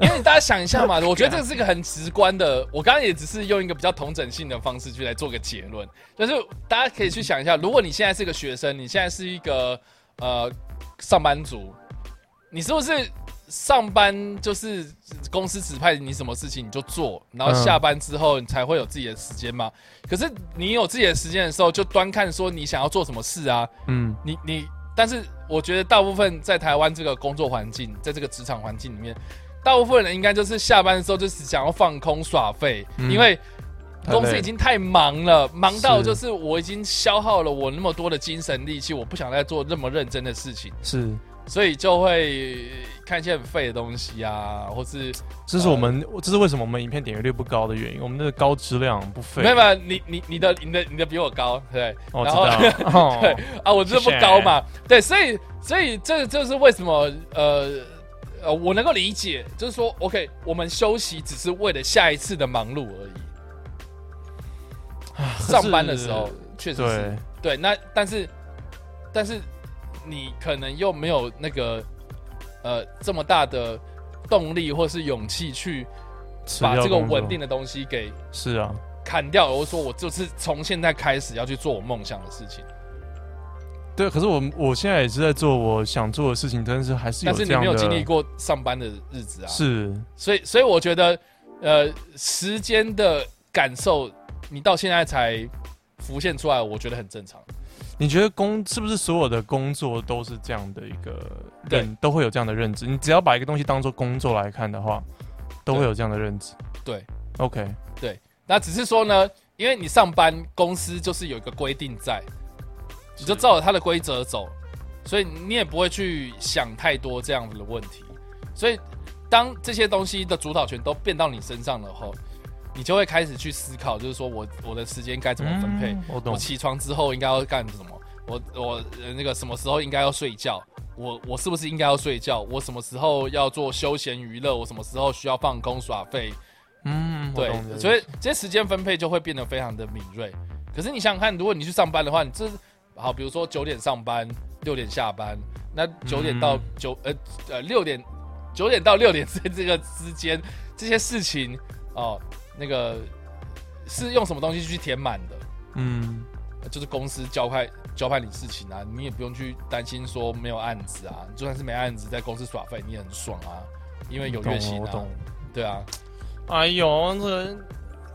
[SPEAKER 4] 因为你大家想一下嘛，我觉得这是一个很直观的。我刚刚也只是用一个比较同整性的方式去来做个结论，就是大家可以去想一下，如果你现在是个学生，你现在是一个呃上班族，你是不是上班就是公司指派你什么事情你就做，然后
[SPEAKER 5] 嗯
[SPEAKER 4] 下班之后你才会有自己的时间嘛？可是你有自己的时间的时候，就端看说你想要做什么事啊，
[SPEAKER 5] 嗯，
[SPEAKER 4] 你你，但是我觉得大部分在台湾这个工作环境，在这个职场环境里面，大部分人应该就是下班的时候就是想要放空耍废，
[SPEAKER 5] 嗯
[SPEAKER 4] 因为
[SPEAKER 5] 太
[SPEAKER 4] 公司
[SPEAKER 5] 累
[SPEAKER 4] 已经太忙了，忙到
[SPEAKER 5] 是
[SPEAKER 4] 就是我已经消耗了我那么多的精神力气，我不想再做那么认真的事情，
[SPEAKER 5] 是，
[SPEAKER 4] 所以就会看一些很废的东西啊，或是
[SPEAKER 5] 这是我们
[SPEAKER 4] 呃
[SPEAKER 5] 这是为什么我们影片点阅率不高的原因，我们的高质量不费，
[SPEAKER 4] 没有没有，你你你的你的你的比我高，对，
[SPEAKER 5] 哦，我
[SPEAKER 4] 然后
[SPEAKER 5] 知 道，
[SPEAKER 4] 对
[SPEAKER 5] 哦，
[SPEAKER 4] 啊，我这不高嘛，对，所以所以这就是为什么呃呃，我能够理解，就是说，OK，我们休息只是为了下一次的忙碌而已。上班的时候确实是
[SPEAKER 5] 啊
[SPEAKER 4] 对，
[SPEAKER 5] 对，
[SPEAKER 4] 那但是但是你可能又没有那个呃这么大的动力或是勇气去
[SPEAKER 5] 辞
[SPEAKER 4] 把
[SPEAKER 5] 掉
[SPEAKER 4] 这个
[SPEAKER 5] 工作
[SPEAKER 4] 稳定的东西给
[SPEAKER 5] 是啊，
[SPEAKER 4] 砍掉，我说我就是从现在开始要去做我梦想的事情。
[SPEAKER 5] 对，可是我我现在也是在做我想做的事情，但是还是有
[SPEAKER 4] 但是
[SPEAKER 5] 这
[SPEAKER 4] 你
[SPEAKER 5] 样
[SPEAKER 4] 没
[SPEAKER 5] 的
[SPEAKER 4] 有经历过上班的日子啊，，
[SPEAKER 5] 是
[SPEAKER 4] 所以所以我觉得，呃，时间的感受，你到现在才浮现出来，我觉得很正常。
[SPEAKER 5] 你觉得工是不是所有的工作都是这样的一个
[SPEAKER 4] 对
[SPEAKER 5] 认，都会有这样的认知？你只要把一个东西当做工作来看的话，都会有这样的认知。
[SPEAKER 4] 对
[SPEAKER 5] ，OK，
[SPEAKER 4] 那只是说呢，因为你上班，公司就是有一个规定在，你就照着它的规则走，所以你也不会去想太多这样子的问题。所以当这些东西的主导权都变到你身上了后，你就会开始去思考，就是说我我的时间该怎么分配。
[SPEAKER 5] 嗯我
[SPEAKER 4] 我
[SPEAKER 5] 懂。
[SPEAKER 4] 起床之后应该要干什么？我我呃那个什么时候应该要睡觉？我我是不是应该要睡觉？我什么时候要做休闲娱乐？我什么时候需要放空耍废？
[SPEAKER 5] 嗯，我
[SPEAKER 4] 对
[SPEAKER 5] 懂你，的
[SPEAKER 4] 所
[SPEAKER 5] 意
[SPEAKER 4] 以
[SPEAKER 5] 思
[SPEAKER 4] 这些时间分配就会变得非常的敏锐。可是你想想看，如果你去上班的话，你这好，比如说九点上班，六点下班，那九点到
[SPEAKER 5] 嗯
[SPEAKER 4] 九、呃呃六点九 点到六点这这个之间这些事情哦，那个是用什么东西去填满的？呃
[SPEAKER 5] 嗯，
[SPEAKER 4] 就是公司交派交派你事情啊，你也不用去担心说没有案子啊，就算是没案子，在公司耍废你也很爽啊，因为有
[SPEAKER 5] 嗯懂
[SPEAKER 4] 月
[SPEAKER 5] 了
[SPEAKER 4] 薪
[SPEAKER 5] 我
[SPEAKER 4] 啊
[SPEAKER 5] 懂。。
[SPEAKER 4] 对啊，
[SPEAKER 5] 哎呦，这个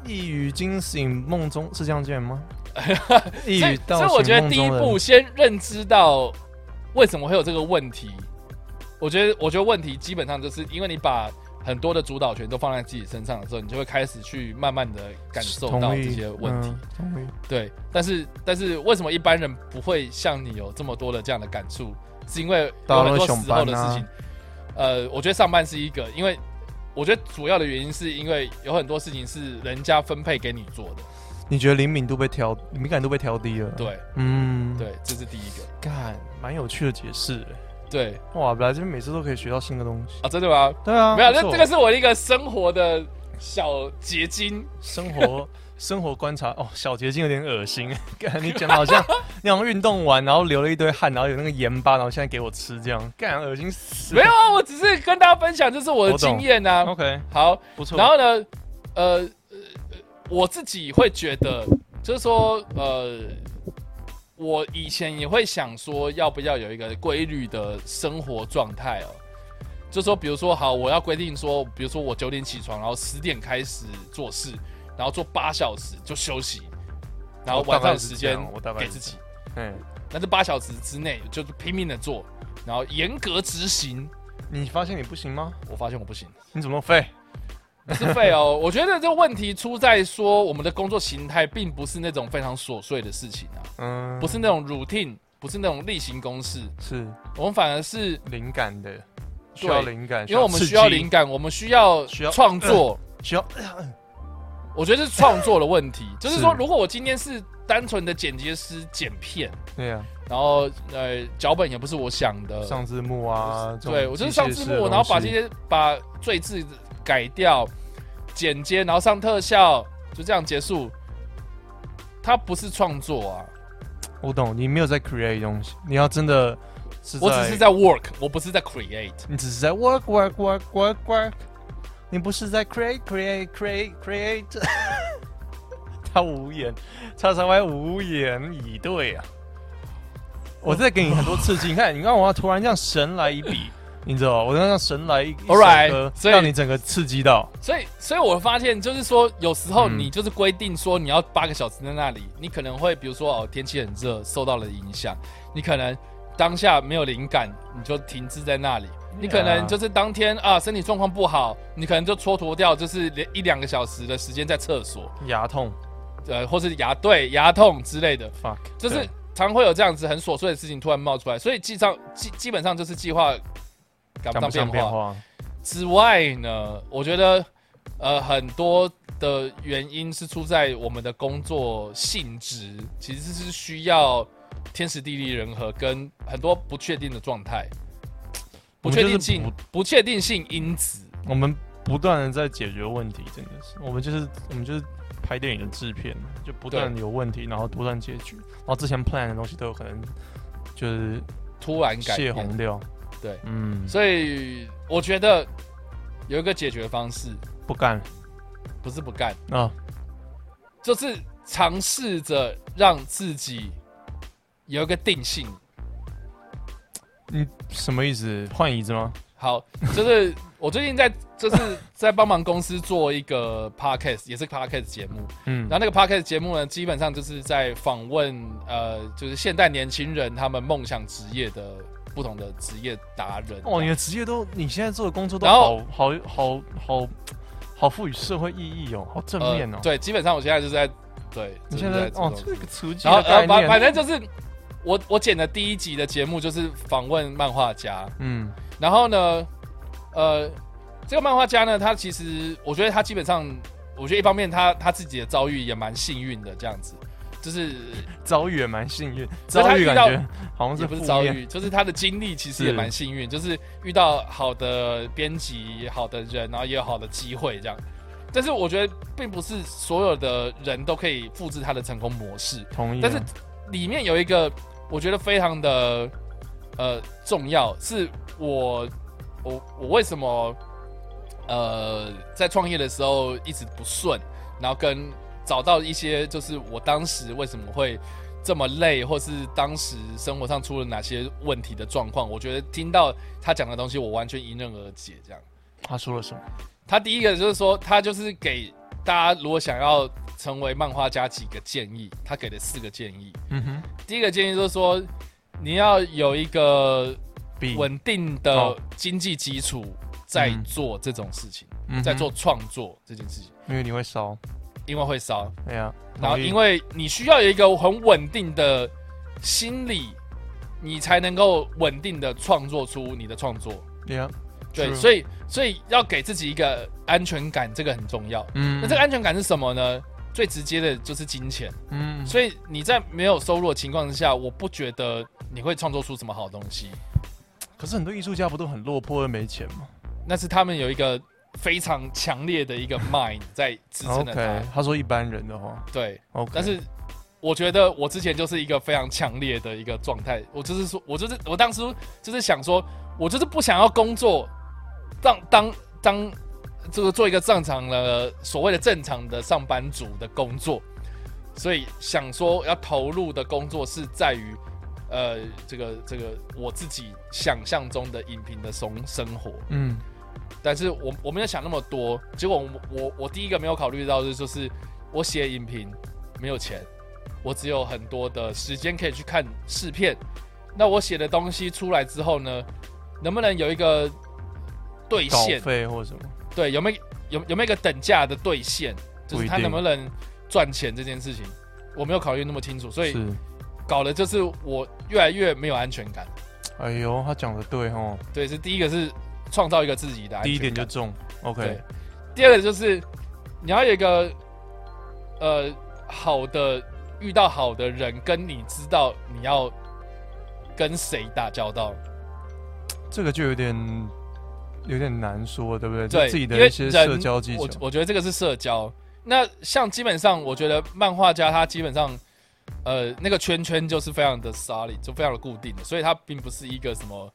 [SPEAKER 5] 一语惊醒梦中是这样 见吗？
[SPEAKER 4] 所
[SPEAKER 5] 一语
[SPEAKER 4] 以
[SPEAKER 5] 到
[SPEAKER 4] 所以我觉
[SPEAKER 5] 醒
[SPEAKER 4] 得
[SPEAKER 5] 梦
[SPEAKER 4] 第一
[SPEAKER 5] 中
[SPEAKER 4] 步
[SPEAKER 5] 人。
[SPEAKER 4] 先认知到为什么会有这个问题。我觉得，我觉得问题基本上就是因为你把很多的主导权都放在自己身上的时候，你就会开始去慢慢的感受到
[SPEAKER 5] 同意
[SPEAKER 4] 这些问题。，
[SPEAKER 5] 嗯同意。
[SPEAKER 4] 对，但是但是为什么一般人不会像你有这么多的这样的感触？是因为有
[SPEAKER 5] 大家
[SPEAKER 4] 很
[SPEAKER 5] 都
[SPEAKER 4] 多
[SPEAKER 5] 会
[SPEAKER 4] 时
[SPEAKER 5] 上班
[SPEAKER 4] 候
[SPEAKER 5] 啊
[SPEAKER 4] 的事情，呃，我觉得上班是一个，因为我觉得主要的原因是因为有很多事情是人家分配给你做的，
[SPEAKER 5] 你觉得灵敏度被调，敏感度被调低了？，
[SPEAKER 4] 对
[SPEAKER 5] 嗯，，
[SPEAKER 4] 对，这是第一个，
[SPEAKER 5] 干，蛮有趣的解释。
[SPEAKER 4] 对
[SPEAKER 5] 哇，来这边每次都可以学到新的东西。
[SPEAKER 4] 啊，真的吗？
[SPEAKER 5] 对啊，
[SPEAKER 4] 没有，那
[SPEAKER 5] 不错
[SPEAKER 4] 这个是我的一个生活的小结晶，
[SPEAKER 5] 生活 生活观察哦，小捷径有点恶心。 干，你讲的 好像你好像运动完然后流了一堆汗，然后有那个盐巴，然后现在给我吃这样，干，恶心死。
[SPEAKER 4] 没有啊，我只是跟大家分享这是我的
[SPEAKER 5] 我懂
[SPEAKER 4] 经验啊。
[SPEAKER 5] ，OK，
[SPEAKER 4] 好，
[SPEAKER 5] 不错。
[SPEAKER 4] 然后呢，呃，呃我自己会觉得，就是说，呃，我以前也会想说，要不要有一个规律的生活状态哦。就说，比如说，好，我要规定说，比如说我九点起床，然后十点开始做事，然后做八小时就休息，然后
[SPEAKER 5] 我大
[SPEAKER 4] 晚
[SPEAKER 5] 概
[SPEAKER 4] 上
[SPEAKER 5] 是
[SPEAKER 4] 时
[SPEAKER 5] 这
[SPEAKER 4] 间
[SPEAKER 5] 样我哦大概
[SPEAKER 4] 给
[SPEAKER 5] 是
[SPEAKER 4] 自
[SPEAKER 5] 这
[SPEAKER 4] 己，
[SPEAKER 5] 嗯，
[SPEAKER 4] 但是八小时之内就是拼命的做，然后严格执行。
[SPEAKER 5] 你发现你不行吗？
[SPEAKER 4] 我发现我不行。
[SPEAKER 5] 你怎么那么废？
[SPEAKER 4] 是废哦。我觉得这问题出在说，我们的工作形态并不是那种非常琐碎的事情啊，
[SPEAKER 5] 嗯，
[SPEAKER 4] 不是那种 routine，不是那种例行公事，
[SPEAKER 5] 是
[SPEAKER 4] 我们反而是
[SPEAKER 5] 灵感的，需要灵感，
[SPEAKER 4] 因为我们
[SPEAKER 5] 刺
[SPEAKER 4] 需要
[SPEAKER 5] 激
[SPEAKER 4] 灵，感，我们需要
[SPEAKER 5] 需要嗯
[SPEAKER 4] 创作。
[SPEAKER 5] 需要
[SPEAKER 4] 我觉得是创作的问题，就是说，
[SPEAKER 5] 是
[SPEAKER 4] 如果我今天是单纯的剪辑师剪片，
[SPEAKER 5] 对啊，
[SPEAKER 4] 然后呃脚本也不是我想的，
[SPEAKER 5] 上字幕啊，这种
[SPEAKER 4] 对我呃就是
[SPEAKER 5] 机械
[SPEAKER 4] 上字
[SPEAKER 5] 式的
[SPEAKER 4] 幕，
[SPEAKER 5] 东
[SPEAKER 4] 然后把这
[SPEAKER 5] 西
[SPEAKER 4] 些把赘字改掉、剪接，然后上特效，就这样结束。它不是创作啊，
[SPEAKER 5] 我懂，你没有在 create 东西，你要真的是
[SPEAKER 4] 我只是在 work，我不是在 create。
[SPEAKER 5] 你只是在 work work work work work，你不是在 create create create create。他无言，叉叉 Y 无言以对啊！我在给你很多刺激，你看，你看我突然这样神来 一笔，你知道吗，我刚刚神来一一首
[SPEAKER 4] Alright，
[SPEAKER 5] 歌
[SPEAKER 4] 所以
[SPEAKER 5] 让你整个刺激到。
[SPEAKER 4] 所以，所以我发现就是说，有时候
[SPEAKER 5] 嗯
[SPEAKER 4] 你就是规定说你要八个小时在那里，你可能会比如说哦天气很热受到了影响，你可能当下没有灵感，你就停滞在那里。你可能就是当天啊身体状况不好，你可能就蹉跎掉就是连一两个小时的时间在厕所，
[SPEAKER 5] 牙痛
[SPEAKER 4] 呃，或是牙对牙痛之类的，
[SPEAKER 5] ，fuck，
[SPEAKER 4] 就是
[SPEAKER 5] 对
[SPEAKER 4] 常会有这样子很琐碎的事情突然冒出来，所以计上基基本上就是计划赶
[SPEAKER 5] 赶
[SPEAKER 4] 不
[SPEAKER 5] 不
[SPEAKER 4] 上变
[SPEAKER 5] 上变
[SPEAKER 4] 化。
[SPEAKER 5] 化。
[SPEAKER 4] 之外呢，我觉得呃很多的原因是出在我们的工作性质，其实是需要天时地利人和跟很多不确定的状态，不
[SPEAKER 5] 我们
[SPEAKER 4] 确
[SPEAKER 5] 就是
[SPEAKER 4] 定性不确定性因子。
[SPEAKER 5] 我们不断的在解决问题，真的是，我们就是我们就是拍电影的制片，就不断地有问题，然后不断解决，然后之前 plan 的东西都有可能就是
[SPEAKER 4] 突然改
[SPEAKER 5] 泄
[SPEAKER 4] 变，
[SPEAKER 5] 洪掉，
[SPEAKER 4] 对，
[SPEAKER 5] 嗯，
[SPEAKER 4] 所以我觉得有一个解决方式，
[SPEAKER 5] 不干
[SPEAKER 4] 不是不干，
[SPEAKER 5] 啊，
[SPEAKER 4] 就是尝试着让自己有一个定性。
[SPEAKER 5] 你什么意思？换椅子吗？
[SPEAKER 4] 好， 就是我最近在就是 在帮忙公司做一个 podcast，也是 podcast 节目。
[SPEAKER 5] 嗯
[SPEAKER 4] 然后那个 podcast 节目呢，基本上就是在访问呃，就是现代年轻人他们梦想职业的不同的职业达人。
[SPEAKER 5] 哦，你的职业都，你现在做的工作都
[SPEAKER 4] 然后
[SPEAKER 5] 好好好好好赋予社会意义哦，好正面哦。，
[SPEAKER 4] 呃对，基本上我现在就是在对，
[SPEAKER 5] 你
[SPEAKER 4] 就
[SPEAKER 5] 现
[SPEAKER 4] 是
[SPEAKER 5] 在
[SPEAKER 4] 在做
[SPEAKER 5] 哦，
[SPEAKER 4] 这种
[SPEAKER 5] 这个雏鸡
[SPEAKER 4] 然后
[SPEAKER 5] 的概
[SPEAKER 4] 呃，反反
[SPEAKER 5] 念，
[SPEAKER 4] 正就是我我剪的第一集的节目就是访问漫画家，
[SPEAKER 5] 嗯，
[SPEAKER 4] 然后呢，呃，这个漫画家呢，他其实我觉得他基本上，我觉得一方面他他自己的遭遇也蛮幸运的，这样子，就是
[SPEAKER 5] 遭遇也蛮幸运，
[SPEAKER 4] 所以
[SPEAKER 5] 遭
[SPEAKER 4] 他
[SPEAKER 5] 遇
[SPEAKER 4] 遇
[SPEAKER 5] 感
[SPEAKER 4] 到
[SPEAKER 5] 觉好像
[SPEAKER 4] 也
[SPEAKER 5] 是
[SPEAKER 4] 不是
[SPEAKER 5] 负
[SPEAKER 4] 遭
[SPEAKER 5] 面
[SPEAKER 4] 遇，就是他的经历其实也
[SPEAKER 5] 是
[SPEAKER 4] 蛮幸 运，就是遇到好的编辑、好的人，然后也有好的机会这样。但是我觉得并不是所有的人都可以复制他的成功模式，
[SPEAKER 5] 同意啊，
[SPEAKER 4] 但是里面有一个我觉得非常的呃重要，是我呃我我为什么呃在创业的时候一直不顺，然后跟找到一些就是我当时为什么会这么累，或是当时生活上出了哪些问题的状况。我觉得听到他讲的东西，我完全迎刃而解。这样，
[SPEAKER 5] 他说了什么？
[SPEAKER 4] 他第一个就是说，他就是给大家如果想要成为漫画家几个建议，他给了四个建议。
[SPEAKER 5] 嗯哼，
[SPEAKER 4] 第一个建议就是说，你要有一个
[SPEAKER 5] 比
[SPEAKER 4] 稳定的
[SPEAKER 5] 好
[SPEAKER 4] 经济基础，在
[SPEAKER 5] 嗯
[SPEAKER 4] 做这种事情，
[SPEAKER 5] 哦嗯哼
[SPEAKER 4] 在做创作这件事情，
[SPEAKER 5] 因为你会烧，
[SPEAKER 4] 因为会烧，
[SPEAKER 5] 哎呀，
[SPEAKER 4] 然后
[SPEAKER 5] 容易
[SPEAKER 4] 因为你需要有一个很稳定的心理，你才能够稳定的创作出你的创作。
[SPEAKER 5] 哎呀，
[SPEAKER 4] 对，
[SPEAKER 5] True
[SPEAKER 4] 所以所以要给自己一个安全感，这个很重要。
[SPEAKER 5] 嗯，
[SPEAKER 4] 那这个安全感是什么呢？最直接的就是金钱。
[SPEAKER 5] 嗯，
[SPEAKER 4] 所以你在没有收入的情况下，我不觉得你会创作出什么好东西。
[SPEAKER 5] 可是很多艺术家不都很落魄又没钱吗
[SPEAKER 4] 那是他们有一个非常强烈的一个 mind 在支撑着他
[SPEAKER 5] ？OK，。他说一般人的话
[SPEAKER 4] 对，
[SPEAKER 5] ，OK，
[SPEAKER 4] 但是我觉得我之前就是一个非常强烈的一个状态，我就是说，我就是我当时就是想说，我就是不想要工作，当当当，这个做一个正常的所谓的正常的上班族的工作，所以想说要投入的工作是在于。呃，这个这个我自己想象中的影评的生生活，
[SPEAKER 5] 嗯
[SPEAKER 4] 但是我我没有想那么多，结果我我我第一个没有考虑到的就是我写影评没有钱，我只有很多的时间可以去看试片。那我写的东西出来之后呢，能不能有一个兑
[SPEAKER 5] 稿
[SPEAKER 4] 现？
[SPEAKER 5] 费或者什么，
[SPEAKER 4] 对，有没有有有没有一个等价的兑现？就
[SPEAKER 5] 不
[SPEAKER 4] 是
[SPEAKER 5] 一
[SPEAKER 4] 他
[SPEAKER 5] 定
[SPEAKER 4] 能不能赚钱这件事情，我没有考虑那么清楚，所以
[SPEAKER 5] 是，
[SPEAKER 4] 搞的就是我越来越没有安全感。
[SPEAKER 5] 哎呦，他讲的对哦，
[SPEAKER 4] 对，是第一个是创造一个自己的安全感
[SPEAKER 5] 第一点就中，OK，
[SPEAKER 4] 对，第二个就是你要有一个呃好的遇到好的人，跟你知道你要跟谁打交道，
[SPEAKER 5] 这个就有点有点难说，对不对？
[SPEAKER 4] 对，
[SPEAKER 5] 就自己
[SPEAKER 4] 因
[SPEAKER 5] 的
[SPEAKER 4] 为
[SPEAKER 5] 一些
[SPEAKER 4] 人
[SPEAKER 5] 社交技巧
[SPEAKER 4] 我，我觉得这个是社交。那像基本上，我觉得漫画家他基本上呃那个圈圈就是非常的 solid，就非常的固定的，所以他并不是一个什么。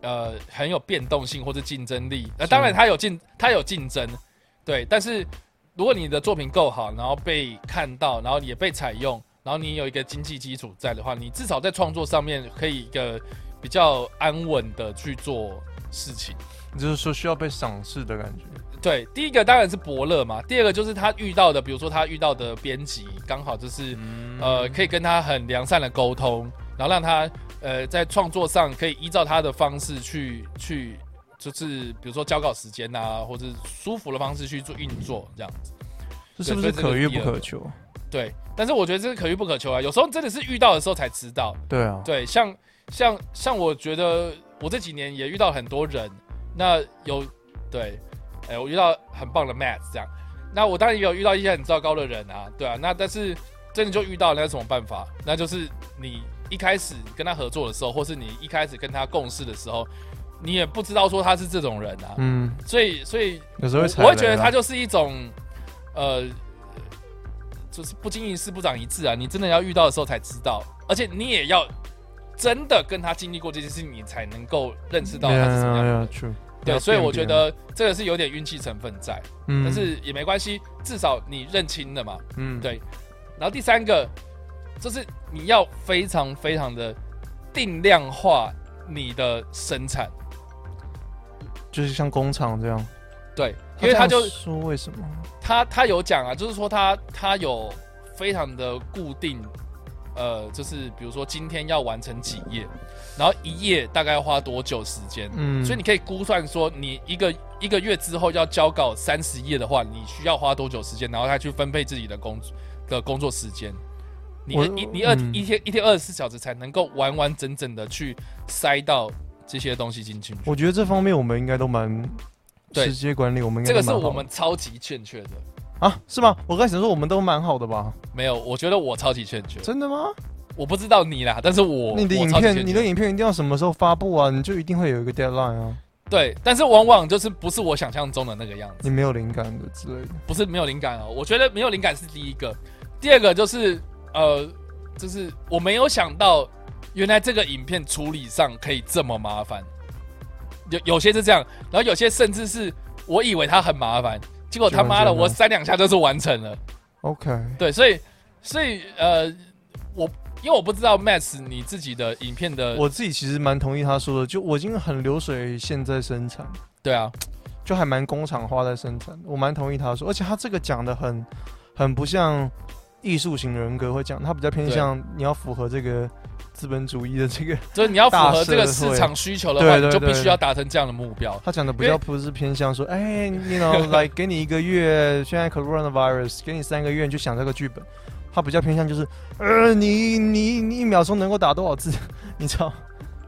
[SPEAKER 4] 呃，很有变动性或者竞争力。呃，
[SPEAKER 5] 是
[SPEAKER 4] 当然他有竞，他有竞争，对。但是如果你的作品够好，然后被看到，然后也被采用，然后你有一个经济基础在的话，你至少在创作上面可以一个比较安稳的去做事情。
[SPEAKER 5] 就是说需要被赏识的感觉，
[SPEAKER 4] 对，第一个当然是伯乐嘛，第二个就是他遇到的，比如说他遇到的编辑，刚好就是、呃，可以跟他很良善的沟通，然后让他呃在创作上可以依照他的方式去去，就是比如说交稿时间啊，或者是舒服的方式去做运作这样子。
[SPEAKER 5] 这是不
[SPEAKER 4] 所
[SPEAKER 5] 是
[SPEAKER 4] 以这个
[SPEAKER 5] 可遇
[SPEAKER 4] 第
[SPEAKER 5] 不
[SPEAKER 4] 二
[SPEAKER 5] 可
[SPEAKER 4] 个
[SPEAKER 5] 求？
[SPEAKER 4] 对，但是我觉得这是可遇不可求啊，有时候真的是遇到的时候才知道。
[SPEAKER 5] 对啊，
[SPEAKER 4] 对，像像像我觉得我这几年也遇到很多人，那有对，哎、我遇到很棒的 Matt 这样，那我当然也有遇到一些很糟糕的人啊，对啊，那但是真的就遇到了，那有什么办法？那就是你一开始跟他合作的时候，或是你一开始跟他共事的时候，你也不知道说他是这种人啊，
[SPEAKER 5] 嗯，
[SPEAKER 4] 所以所以
[SPEAKER 5] 有时
[SPEAKER 4] 我
[SPEAKER 5] 候
[SPEAKER 4] 我会觉得他
[SPEAKER 5] 就
[SPEAKER 4] 就是一种，呃，就是不经一事不长一智啊。你真的要遇到的时候才知道，而且你也要真的跟他经历过这件事，情，你才能够认识到他是什么样的人。
[SPEAKER 5] true，
[SPEAKER 4] 对，所以我觉，得这个是有点运气成分在，
[SPEAKER 5] 嗯
[SPEAKER 4] 但是也没关系，至少你认清了嘛。
[SPEAKER 5] 嗯
[SPEAKER 4] 对然后第三个就是你要非常非常的定量化你的生产，
[SPEAKER 5] 就是像工厂这样，
[SPEAKER 4] 对，因为他
[SPEAKER 5] 这
[SPEAKER 4] 就
[SPEAKER 5] 样说为什么？
[SPEAKER 4] 他他有讲啊，就是说他他有非常的固定，呃，就是比如说今天要完成几页，然后一页大概要花多久时间，
[SPEAKER 5] 嗯，
[SPEAKER 4] 所以你可以估算说，你一个一个月之后要交稿三十页的话，你需要花多久时间，然后他去分配自己的工作的工作时间。你
[SPEAKER 5] 我
[SPEAKER 4] 一你二、
[SPEAKER 5] 嗯
[SPEAKER 4] 一天一天二十四小时才能够完完整整的去塞到这些东西进去，
[SPEAKER 5] 我觉得这方面我们应该都蛮
[SPEAKER 4] 对
[SPEAKER 5] 时间管理，我们应该
[SPEAKER 4] 这个
[SPEAKER 5] 都
[SPEAKER 4] 是
[SPEAKER 5] 蛮好
[SPEAKER 4] 我们超级欠缺的。
[SPEAKER 5] 啊，是吗？我刚才想说我们都蛮好的吧？
[SPEAKER 4] 没有，我觉得我超级欠缺。
[SPEAKER 5] 真的吗？
[SPEAKER 4] 我不知道你啦，但是我
[SPEAKER 5] 你的
[SPEAKER 4] 我
[SPEAKER 5] 影
[SPEAKER 4] 超级
[SPEAKER 5] 片，
[SPEAKER 4] 欠
[SPEAKER 5] 你
[SPEAKER 4] 缺
[SPEAKER 5] 的影片一定要什么时候发布啊？你就一定会有一个 deadline 啊，
[SPEAKER 4] 对，但是往往就是不是我想象中的那个样子，
[SPEAKER 5] 你没有灵感的之类的。
[SPEAKER 4] 不是没有灵感哦。我觉得没有灵感是第一个，第二个就是呃，就是我没有想到，原来这个影片处理上可以这么麻烦。有有些是这样，然后有些甚至是我以为它很麻烦，结果他妈
[SPEAKER 5] 结果
[SPEAKER 4] 的
[SPEAKER 5] 真的
[SPEAKER 4] 我三两下就是完成了。
[SPEAKER 5] OK，
[SPEAKER 4] 对，所以所以呃，我因为我不知道 Max 你自己的影片的，
[SPEAKER 5] 我自己其实蛮同意他说的，就我已经很流水线在生产，
[SPEAKER 4] 对啊，
[SPEAKER 5] 就还蛮工厂化在生产，我蛮同意他说，而且他这个讲的很很不像艺术型人格会讲，他比较偏向你要符合这个资本主义的这个，
[SPEAKER 4] 就是你要符合这个
[SPEAKER 5] 大社会
[SPEAKER 4] 市场需求的话，
[SPEAKER 5] 对对
[SPEAKER 4] 你就
[SPEAKER 5] 对。
[SPEAKER 4] 必须要达成这样的目标
[SPEAKER 5] 他讲的比
[SPEAKER 4] 因
[SPEAKER 5] 较
[SPEAKER 4] 为
[SPEAKER 5] 不是偏向说，哎、你 you know like 给你一个月，现在 coronavirus 给你三个月你就想这个剧本，他比较偏向就是，呃，你你你一秒钟能够打多少字， 你知道？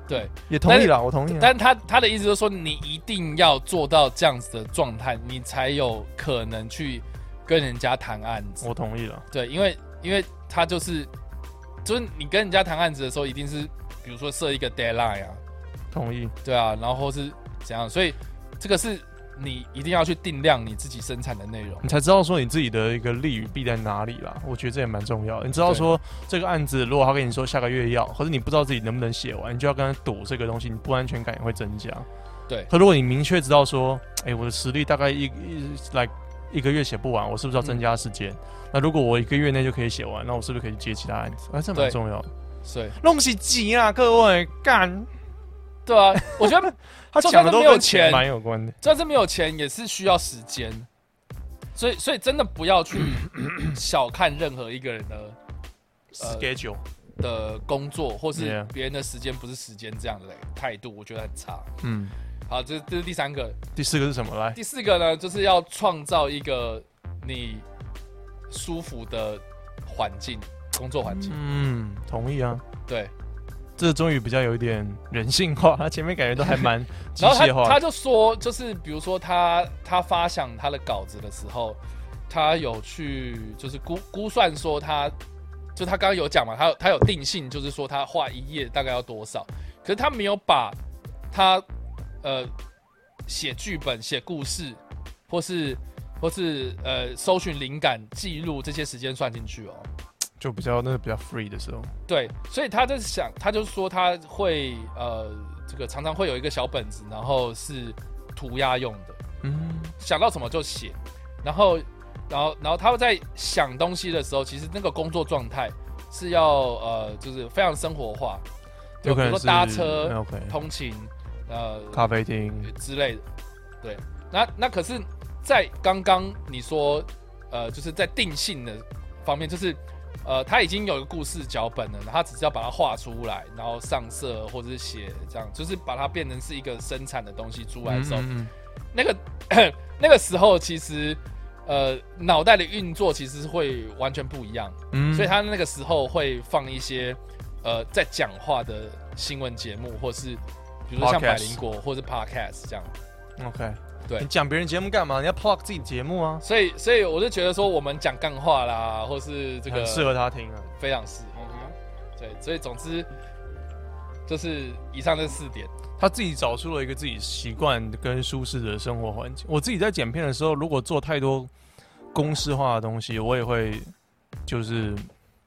[SPEAKER 4] 对，
[SPEAKER 5] 也同意啦，我同意啊啦。
[SPEAKER 4] 但他他的意思就是说，你一定要做到这样子的状态，你才有可能去跟人家谈案子。
[SPEAKER 5] 我同意了，
[SPEAKER 4] 对，因为因为他就是就是你跟人家谈案子的时候，一定是比如说设一个 deadline 啊，
[SPEAKER 5] 同意。
[SPEAKER 4] 对啊，然后是怎样，所以这个是你一定要去定量你自己生产的内容。
[SPEAKER 5] 你才知道说你自己的一个利与弊在哪里啦。我觉得这也蛮重要的。你知道
[SPEAKER 4] 对
[SPEAKER 5] 说这个案子，如果他跟你说下个月要，或者你不知道自己能不能写完，你就要跟他赌这个东西，你不安全感也会增加。
[SPEAKER 4] 对
[SPEAKER 5] 可如果你明确知道说，哎、我的实力大概一一来一个月写不完，我是不是要
[SPEAKER 4] 嗯
[SPEAKER 5] 增加时间？那如果我一个月内就可以写完，那我是不是可以接其他案子？啊，这蛮
[SPEAKER 4] 对
[SPEAKER 5] 重要的。
[SPEAKER 4] 所以
[SPEAKER 5] 弄起急啦，各位干，
[SPEAKER 4] 对啊，我觉得
[SPEAKER 5] 他
[SPEAKER 4] 就
[SPEAKER 5] 讲的
[SPEAKER 4] 算
[SPEAKER 5] 都
[SPEAKER 4] 没有
[SPEAKER 5] 跟钱
[SPEAKER 4] 钱
[SPEAKER 5] 蛮有关的。
[SPEAKER 4] 就算是没有钱，也是需要时间。所以所以真的不要 去小看任何一个人的呃
[SPEAKER 5] Schedule，
[SPEAKER 4] 的工作，或是
[SPEAKER 5] Yeah
[SPEAKER 4] 别人的时间不是时间这样的态度，我觉得很差。
[SPEAKER 5] 嗯，
[SPEAKER 4] 好，这这是第三个，
[SPEAKER 5] 第四个是什么？来，
[SPEAKER 4] 第四个呢，就是要创造一个你舒服的环境，工作环境。
[SPEAKER 5] 嗯，同意啊。
[SPEAKER 4] 对，
[SPEAKER 5] 这终于比较有一点人性化，他前面感觉都还 蛮机
[SPEAKER 4] 然后他
[SPEAKER 5] 械化
[SPEAKER 4] 他
[SPEAKER 5] 的。
[SPEAKER 4] 就说，就是比如说他他发想他的稿子的时候，他有去就是估估算说他，就他刚刚有讲嘛，他有他有定性，就是说他画一页大概要多少，可是他没有把他呃写剧本、写故事，或是或是呃搜寻灵感、记录这些时间算进去哦。
[SPEAKER 5] 就比较那个比较 free 的时候，
[SPEAKER 4] 对，所以他在想，他就说他会呃，这个常常会有一个小本子，然后是涂鸦用的，
[SPEAKER 5] 嗯，
[SPEAKER 4] 想到什么就写，然后，然后，然后他会在想东西的时候，其实那个工作状态是要呃，就是非常生活化，就
[SPEAKER 5] 有
[SPEAKER 4] 比
[SPEAKER 5] 可
[SPEAKER 4] 如说
[SPEAKER 5] 能是
[SPEAKER 4] 搭
[SPEAKER 5] 嗯
[SPEAKER 4] 车、
[SPEAKER 5] ，OK，
[SPEAKER 4] 通勤，呃，
[SPEAKER 5] 咖啡厅，
[SPEAKER 4] 之类的。对，那那可是，在刚刚你说，呃，就是在定性的方面，就是呃，他已经有一个故事脚本了，然后他只是要把它画出来，然后上色或者是写这样，就是把它变成是一个生产的东西出来的时候，
[SPEAKER 5] 嗯
[SPEAKER 4] 那个 那个时候其实。呃，脑袋的运作其实会完全不一样，
[SPEAKER 5] 嗯
[SPEAKER 4] 所以他那个时候会放一些呃在讲话的新闻节目，或是比如说像
[SPEAKER 5] Podcast
[SPEAKER 4] 百灵果或是 podcast 这样。
[SPEAKER 5] 嗯 OK，
[SPEAKER 4] 对
[SPEAKER 5] 你讲别人节目干嘛？你要 plug 自己节目啊，
[SPEAKER 4] 所以，所以我就觉得说，我们讲干话啦，或是这个
[SPEAKER 5] 很适合他听啊。
[SPEAKER 4] 非常适合。对，所以总之就是以上这四点，
[SPEAKER 5] 他自己找出了一个自己习惯跟舒适的生活环境。我自己在剪片的时候，如果做太多公式化的东西，我也会就是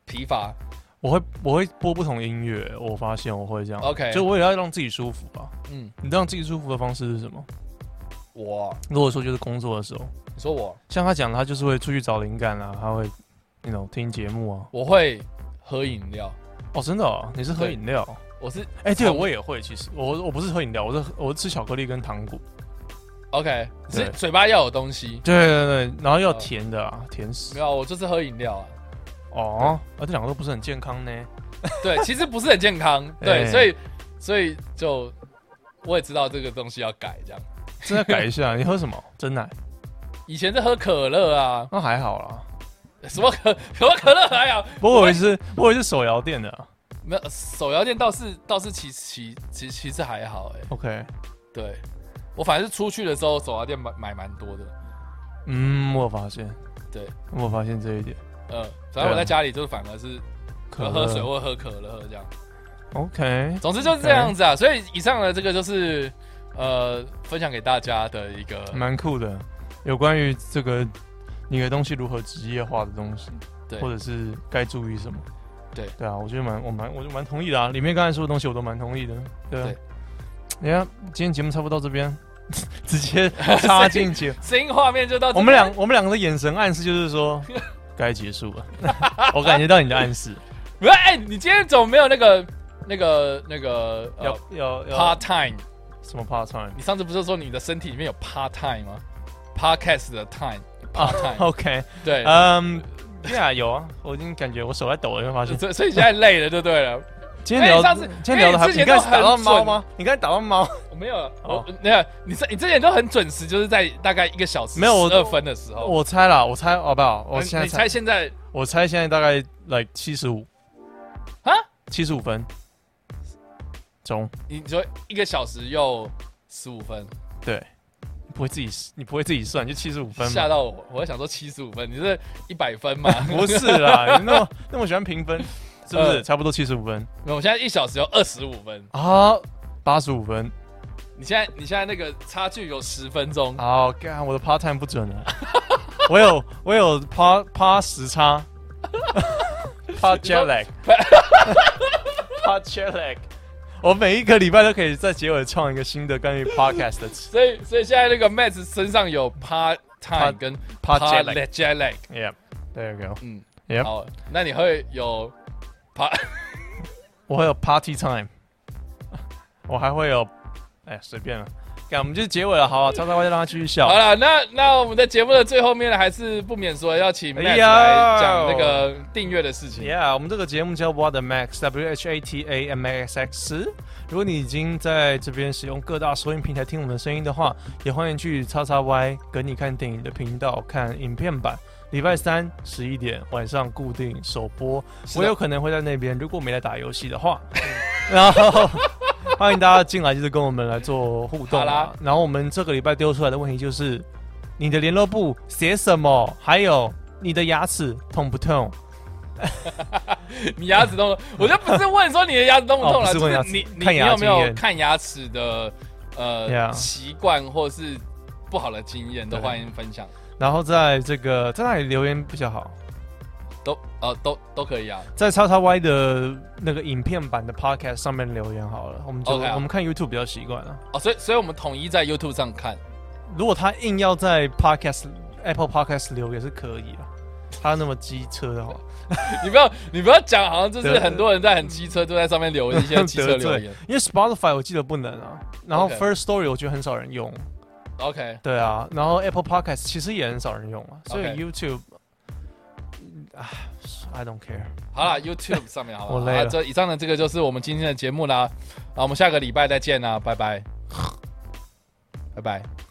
[SPEAKER 4] 疲乏
[SPEAKER 5] 我会我会播不同音乐，我发现我会这样
[SPEAKER 4] OK
[SPEAKER 5] 就我也要让自己舒服吧。
[SPEAKER 4] 嗯，
[SPEAKER 5] 你让自己舒服的方式是什么？
[SPEAKER 4] 我，啊
[SPEAKER 5] 如果说就是工作的时候，
[SPEAKER 4] 你说我，啊
[SPEAKER 5] 像他讲的，他就是会出去找灵感啊，他会那种听节目啊。
[SPEAKER 4] 我会喝饮料，
[SPEAKER 5] 哦，真的、哦，你是喝饮料？
[SPEAKER 4] 我是
[SPEAKER 5] 哎，对，
[SPEAKER 4] 从
[SPEAKER 5] 我也会。其实我我不是喝饮料，我是喝我是吃巧克力跟糖果。
[SPEAKER 4] OK，
[SPEAKER 5] 对
[SPEAKER 4] 是嘴巴要有东西，
[SPEAKER 5] 对对对，然后要甜的啊，甜
[SPEAKER 4] 没
[SPEAKER 5] 食。
[SPEAKER 4] 有，我就是喝饮料啊。
[SPEAKER 5] 哦，啊，这两个都不是很健康 呢。
[SPEAKER 4] 对，其实不是很健康，
[SPEAKER 5] 哎
[SPEAKER 4] 对，所以，所以就我也知道这个东西要改，这样。
[SPEAKER 5] 真的改一下，你喝什么？真奶？
[SPEAKER 4] 以前是喝可乐啊，
[SPEAKER 5] 那还好啦。
[SPEAKER 4] 什么可什么可乐还好，
[SPEAKER 5] 不过我也是，我也是手摇店的啊。
[SPEAKER 4] 没有手摇店倒是倒是其其其其实还好哎、
[SPEAKER 5] OK，
[SPEAKER 4] 对我反正是出去的时候手摇店买买蛮多的，
[SPEAKER 5] 嗯，我有发现，
[SPEAKER 4] 对，
[SPEAKER 5] 我有发现这一点。
[SPEAKER 4] 嗯，反正我
[SPEAKER 5] 对啊
[SPEAKER 4] 在家里就是反而是
[SPEAKER 5] 可
[SPEAKER 4] 喝
[SPEAKER 5] 乐
[SPEAKER 4] 喝水或喝可乐这样，
[SPEAKER 5] OK，
[SPEAKER 4] 总之就是这样子啊。所以以上的这个就是呃分享给大家的一个，
[SPEAKER 5] 蛮酷的，有关于这个你的东西如何职业化的东西，
[SPEAKER 4] 对
[SPEAKER 5] 或者是该注意什么。
[SPEAKER 4] 对
[SPEAKER 5] 对啊，我觉得蛮我蛮我就蛮同意的啊，里面刚才说的东西我都蛮同意的。对啊
[SPEAKER 4] 对，
[SPEAKER 5] 你看今天节目差不多到这边， 直接插进去。
[SPEAKER 4] 声音画面就到这边
[SPEAKER 5] 我们两我们两个的眼神暗示就是说，该结束了。 我感觉到你的暗示，
[SPEAKER 4] 不是，哎、你今天怎么没有那个、那个、那个
[SPEAKER 5] 要
[SPEAKER 4] 呃
[SPEAKER 5] 要要
[SPEAKER 4] part time？
[SPEAKER 5] 什么 part time
[SPEAKER 4] 你上次不是说你的身体里面有 part time 吗？Podcast 的 time
[SPEAKER 5] 啊
[SPEAKER 4] part time，、
[SPEAKER 5] ？OK，
[SPEAKER 4] 对，
[SPEAKER 5] 嗯，Yeah，有啊，我已经感觉我手在抖了，有没有发现？
[SPEAKER 4] 所以所以现在累了就对了。
[SPEAKER 5] 今天聊，
[SPEAKER 4] 哎上次
[SPEAKER 5] 今天聊的还，
[SPEAKER 4] 哎你之
[SPEAKER 5] 你
[SPEAKER 4] 前都
[SPEAKER 5] 刚才打到
[SPEAKER 4] 很
[SPEAKER 5] 猫
[SPEAKER 4] 准
[SPEAKER 5] 吗？你刚才打到猫？
[SPEAKER 4] 我没有，
[SPEAKER 5] 哦
[SPEAKER 4] 我没有，你是你之前都很准时，就是在大概一个小时
[SPEAKER 5] 没有我
[SPEAKER 4] 二分的时候。
[SPEAKER 5] 我猜啦，我猜好不好？我
[SPEAKER 4] 你
[SPEAKER 5] 现在
[SPEAKER 4] 你
[SPEAKER 5] 猜
[SPEAKER 4] 猜，现在
[SPEAKER 5] 我猜现在大概 like 七十五
[SPEAKER 4] 啊？
[SPEAKER 5] 七十五分钟，
[SPEAKER 4] 你说一个小时又十五分，
[SPEAKER 5] 对，你不会自己你不会自己算，就七十五分
[SPEAKER 4] 吓
[SPEAKER 5] 嘛？
[SPEAKER 4] 到我，我还想说七十五分，你是一百分吗？
[SPEAKER 5] 不是啦，你那么那么喜欢评分，是不是？
[SPEAKER 4] 呃
[SPEAKER 5] 差不多七十五分
[SPEAKER 4] 没有，我现在一小时有二十五分，
[SPEAKER 5] 啊，八十五分。
[SPEAKER 4] 你现在你现在那个差距有十分钟，
[SPEAKER 5] 好，干我的 part time 不准了， 我有我有 part part 时差 ，part jet lag，part jet lag，我每一个礼拜都可以在结尾创一个新的关于 podcast 的词
[SPEAKER 4] 所以所以现在那个 Max 身上有 part time 跟
[SPEAKER 5] part jet lag。
[SPEAKER 4] jet jet lag，
[SPEAKER 5] Yeah，there you go。
[SPEAKER 4] 嗯
[SPEAKER 5] Yep
[SPEAKER 4] 好，那你会有 part
[SPEAKER 5] 我还有 party time，我还会有，哎，随便了。干，我们就结尾了，好啊，叉叉 Y 就让他继续笑
[SPEAKER 4] 好。了，那那我们在节目的最后面呢，还是不免说要请 Max
[SPEAKER 5] 哎呀
[SPEAKER 4] 来讲那个订阅的事情。
[SPEAKER 5] Yeah，我们这个节目叫 What the Max W H A T A M A X X。如果你已经在这边使用各大收音平台听我们的声音的话，也欢迎去叉叉 Y 跟你看电影的频道看影片版。礼拜三十一点晚上固定首播，
[SPEAKER 4] 是的
[SPEAKER 5] 我有可能会在那边，如果没来打游戏 的话，然后欢迎大家进来，就是跟我们来做互
[SPEAKER 4] 好
[SPEAKER 5] 动、啊
[SPEAKER 4] 啦。
[SPEAKER 5] 然后我们这个礼拜丢出来的问题就是，你的联络部写什么？还有你的牙齿痛不痛？
[SPEAKER 4] 你牙齿 痛，我就不是问说你的牙齿痛不痛
[SPEAKER 5] 哦
[SPEAKER 4] 了，
[SPEAKER 5] 不是问牙
[SPEAKER 4] 就
[SPEAKER 5] 齿
[SPEAKER 4] 是你你
[SPEAKER 5] 看
[SPEAKER 4] 你
[SPEAKER 5] 牙
[SPEAKER 4] 有没
[SPEAKER 5] 经
[SPEAKER 4] 有
[SPEAKER 5] 验
[SPEAKER 4] 看牙齿的
[SPEAKER 5] Yeah
[SPEAKER 4] 呃习惯或是不好的经验，都
[SPEAKER 5] 对
[SPEAKER 4] 欢迎分享，
[SPEAKER 5] 然后在这个在那里留言比较好，
[SPEAKER 4] 都呃都都可以啊。
[SPEAKER 5] 在叉叉 Y 的那个影片版的 Podcast 上面留言好了，我们就
[SPEAKER 4] OK 啊
[SPEAKER 5] 我们看 YouTube 比较习惯了。啊
[SPEAKER 4] 哦，所以所以我们统一在 YouTube 上看，
[SPEAKER 5] 如果他硬要在 Podcast Apple Podcast 留也是可以的，他那么机车的话，
[SPEAKER 4] 你不要你不要讲，好像就是
[SPEAKER 5] 得
[SPEAKER 4] 很多人在很机车，都在上面留一些机车
[SPEAKER 5] 得
[SPEAKER 4] 留
[SPEAKER 5] 罪
[SPEAKER 4] 言。，
[SPEAKER 5] 因为 Spotify 我记得不能啊，然后
[SPEAKER 4] OK
[SPEAKER 5] First Story 我觉得很少人用，
[SPEAKER 4] OK，
[SPEAKER 5] 对啊，然后 Apple Podcast 其实也很少人用啊，所以
[SPEAKER 4] OK
[SPEAKER 5] YouTube，啊，I don't care。
[SPEAKER 4] 好啦 y o u t u b e 上面好了。
[SPEAKER 5] 我
[SPEAKER 4] 好
[SPEAKER 5] 累
[SPEAKER 4] 啦
[SPEAKER 5] 了
[SPEAKER 4] 这以上的这个就是我们今天的节目啦，啊，我们下个礼拜再见啦，拜拜，拜拜。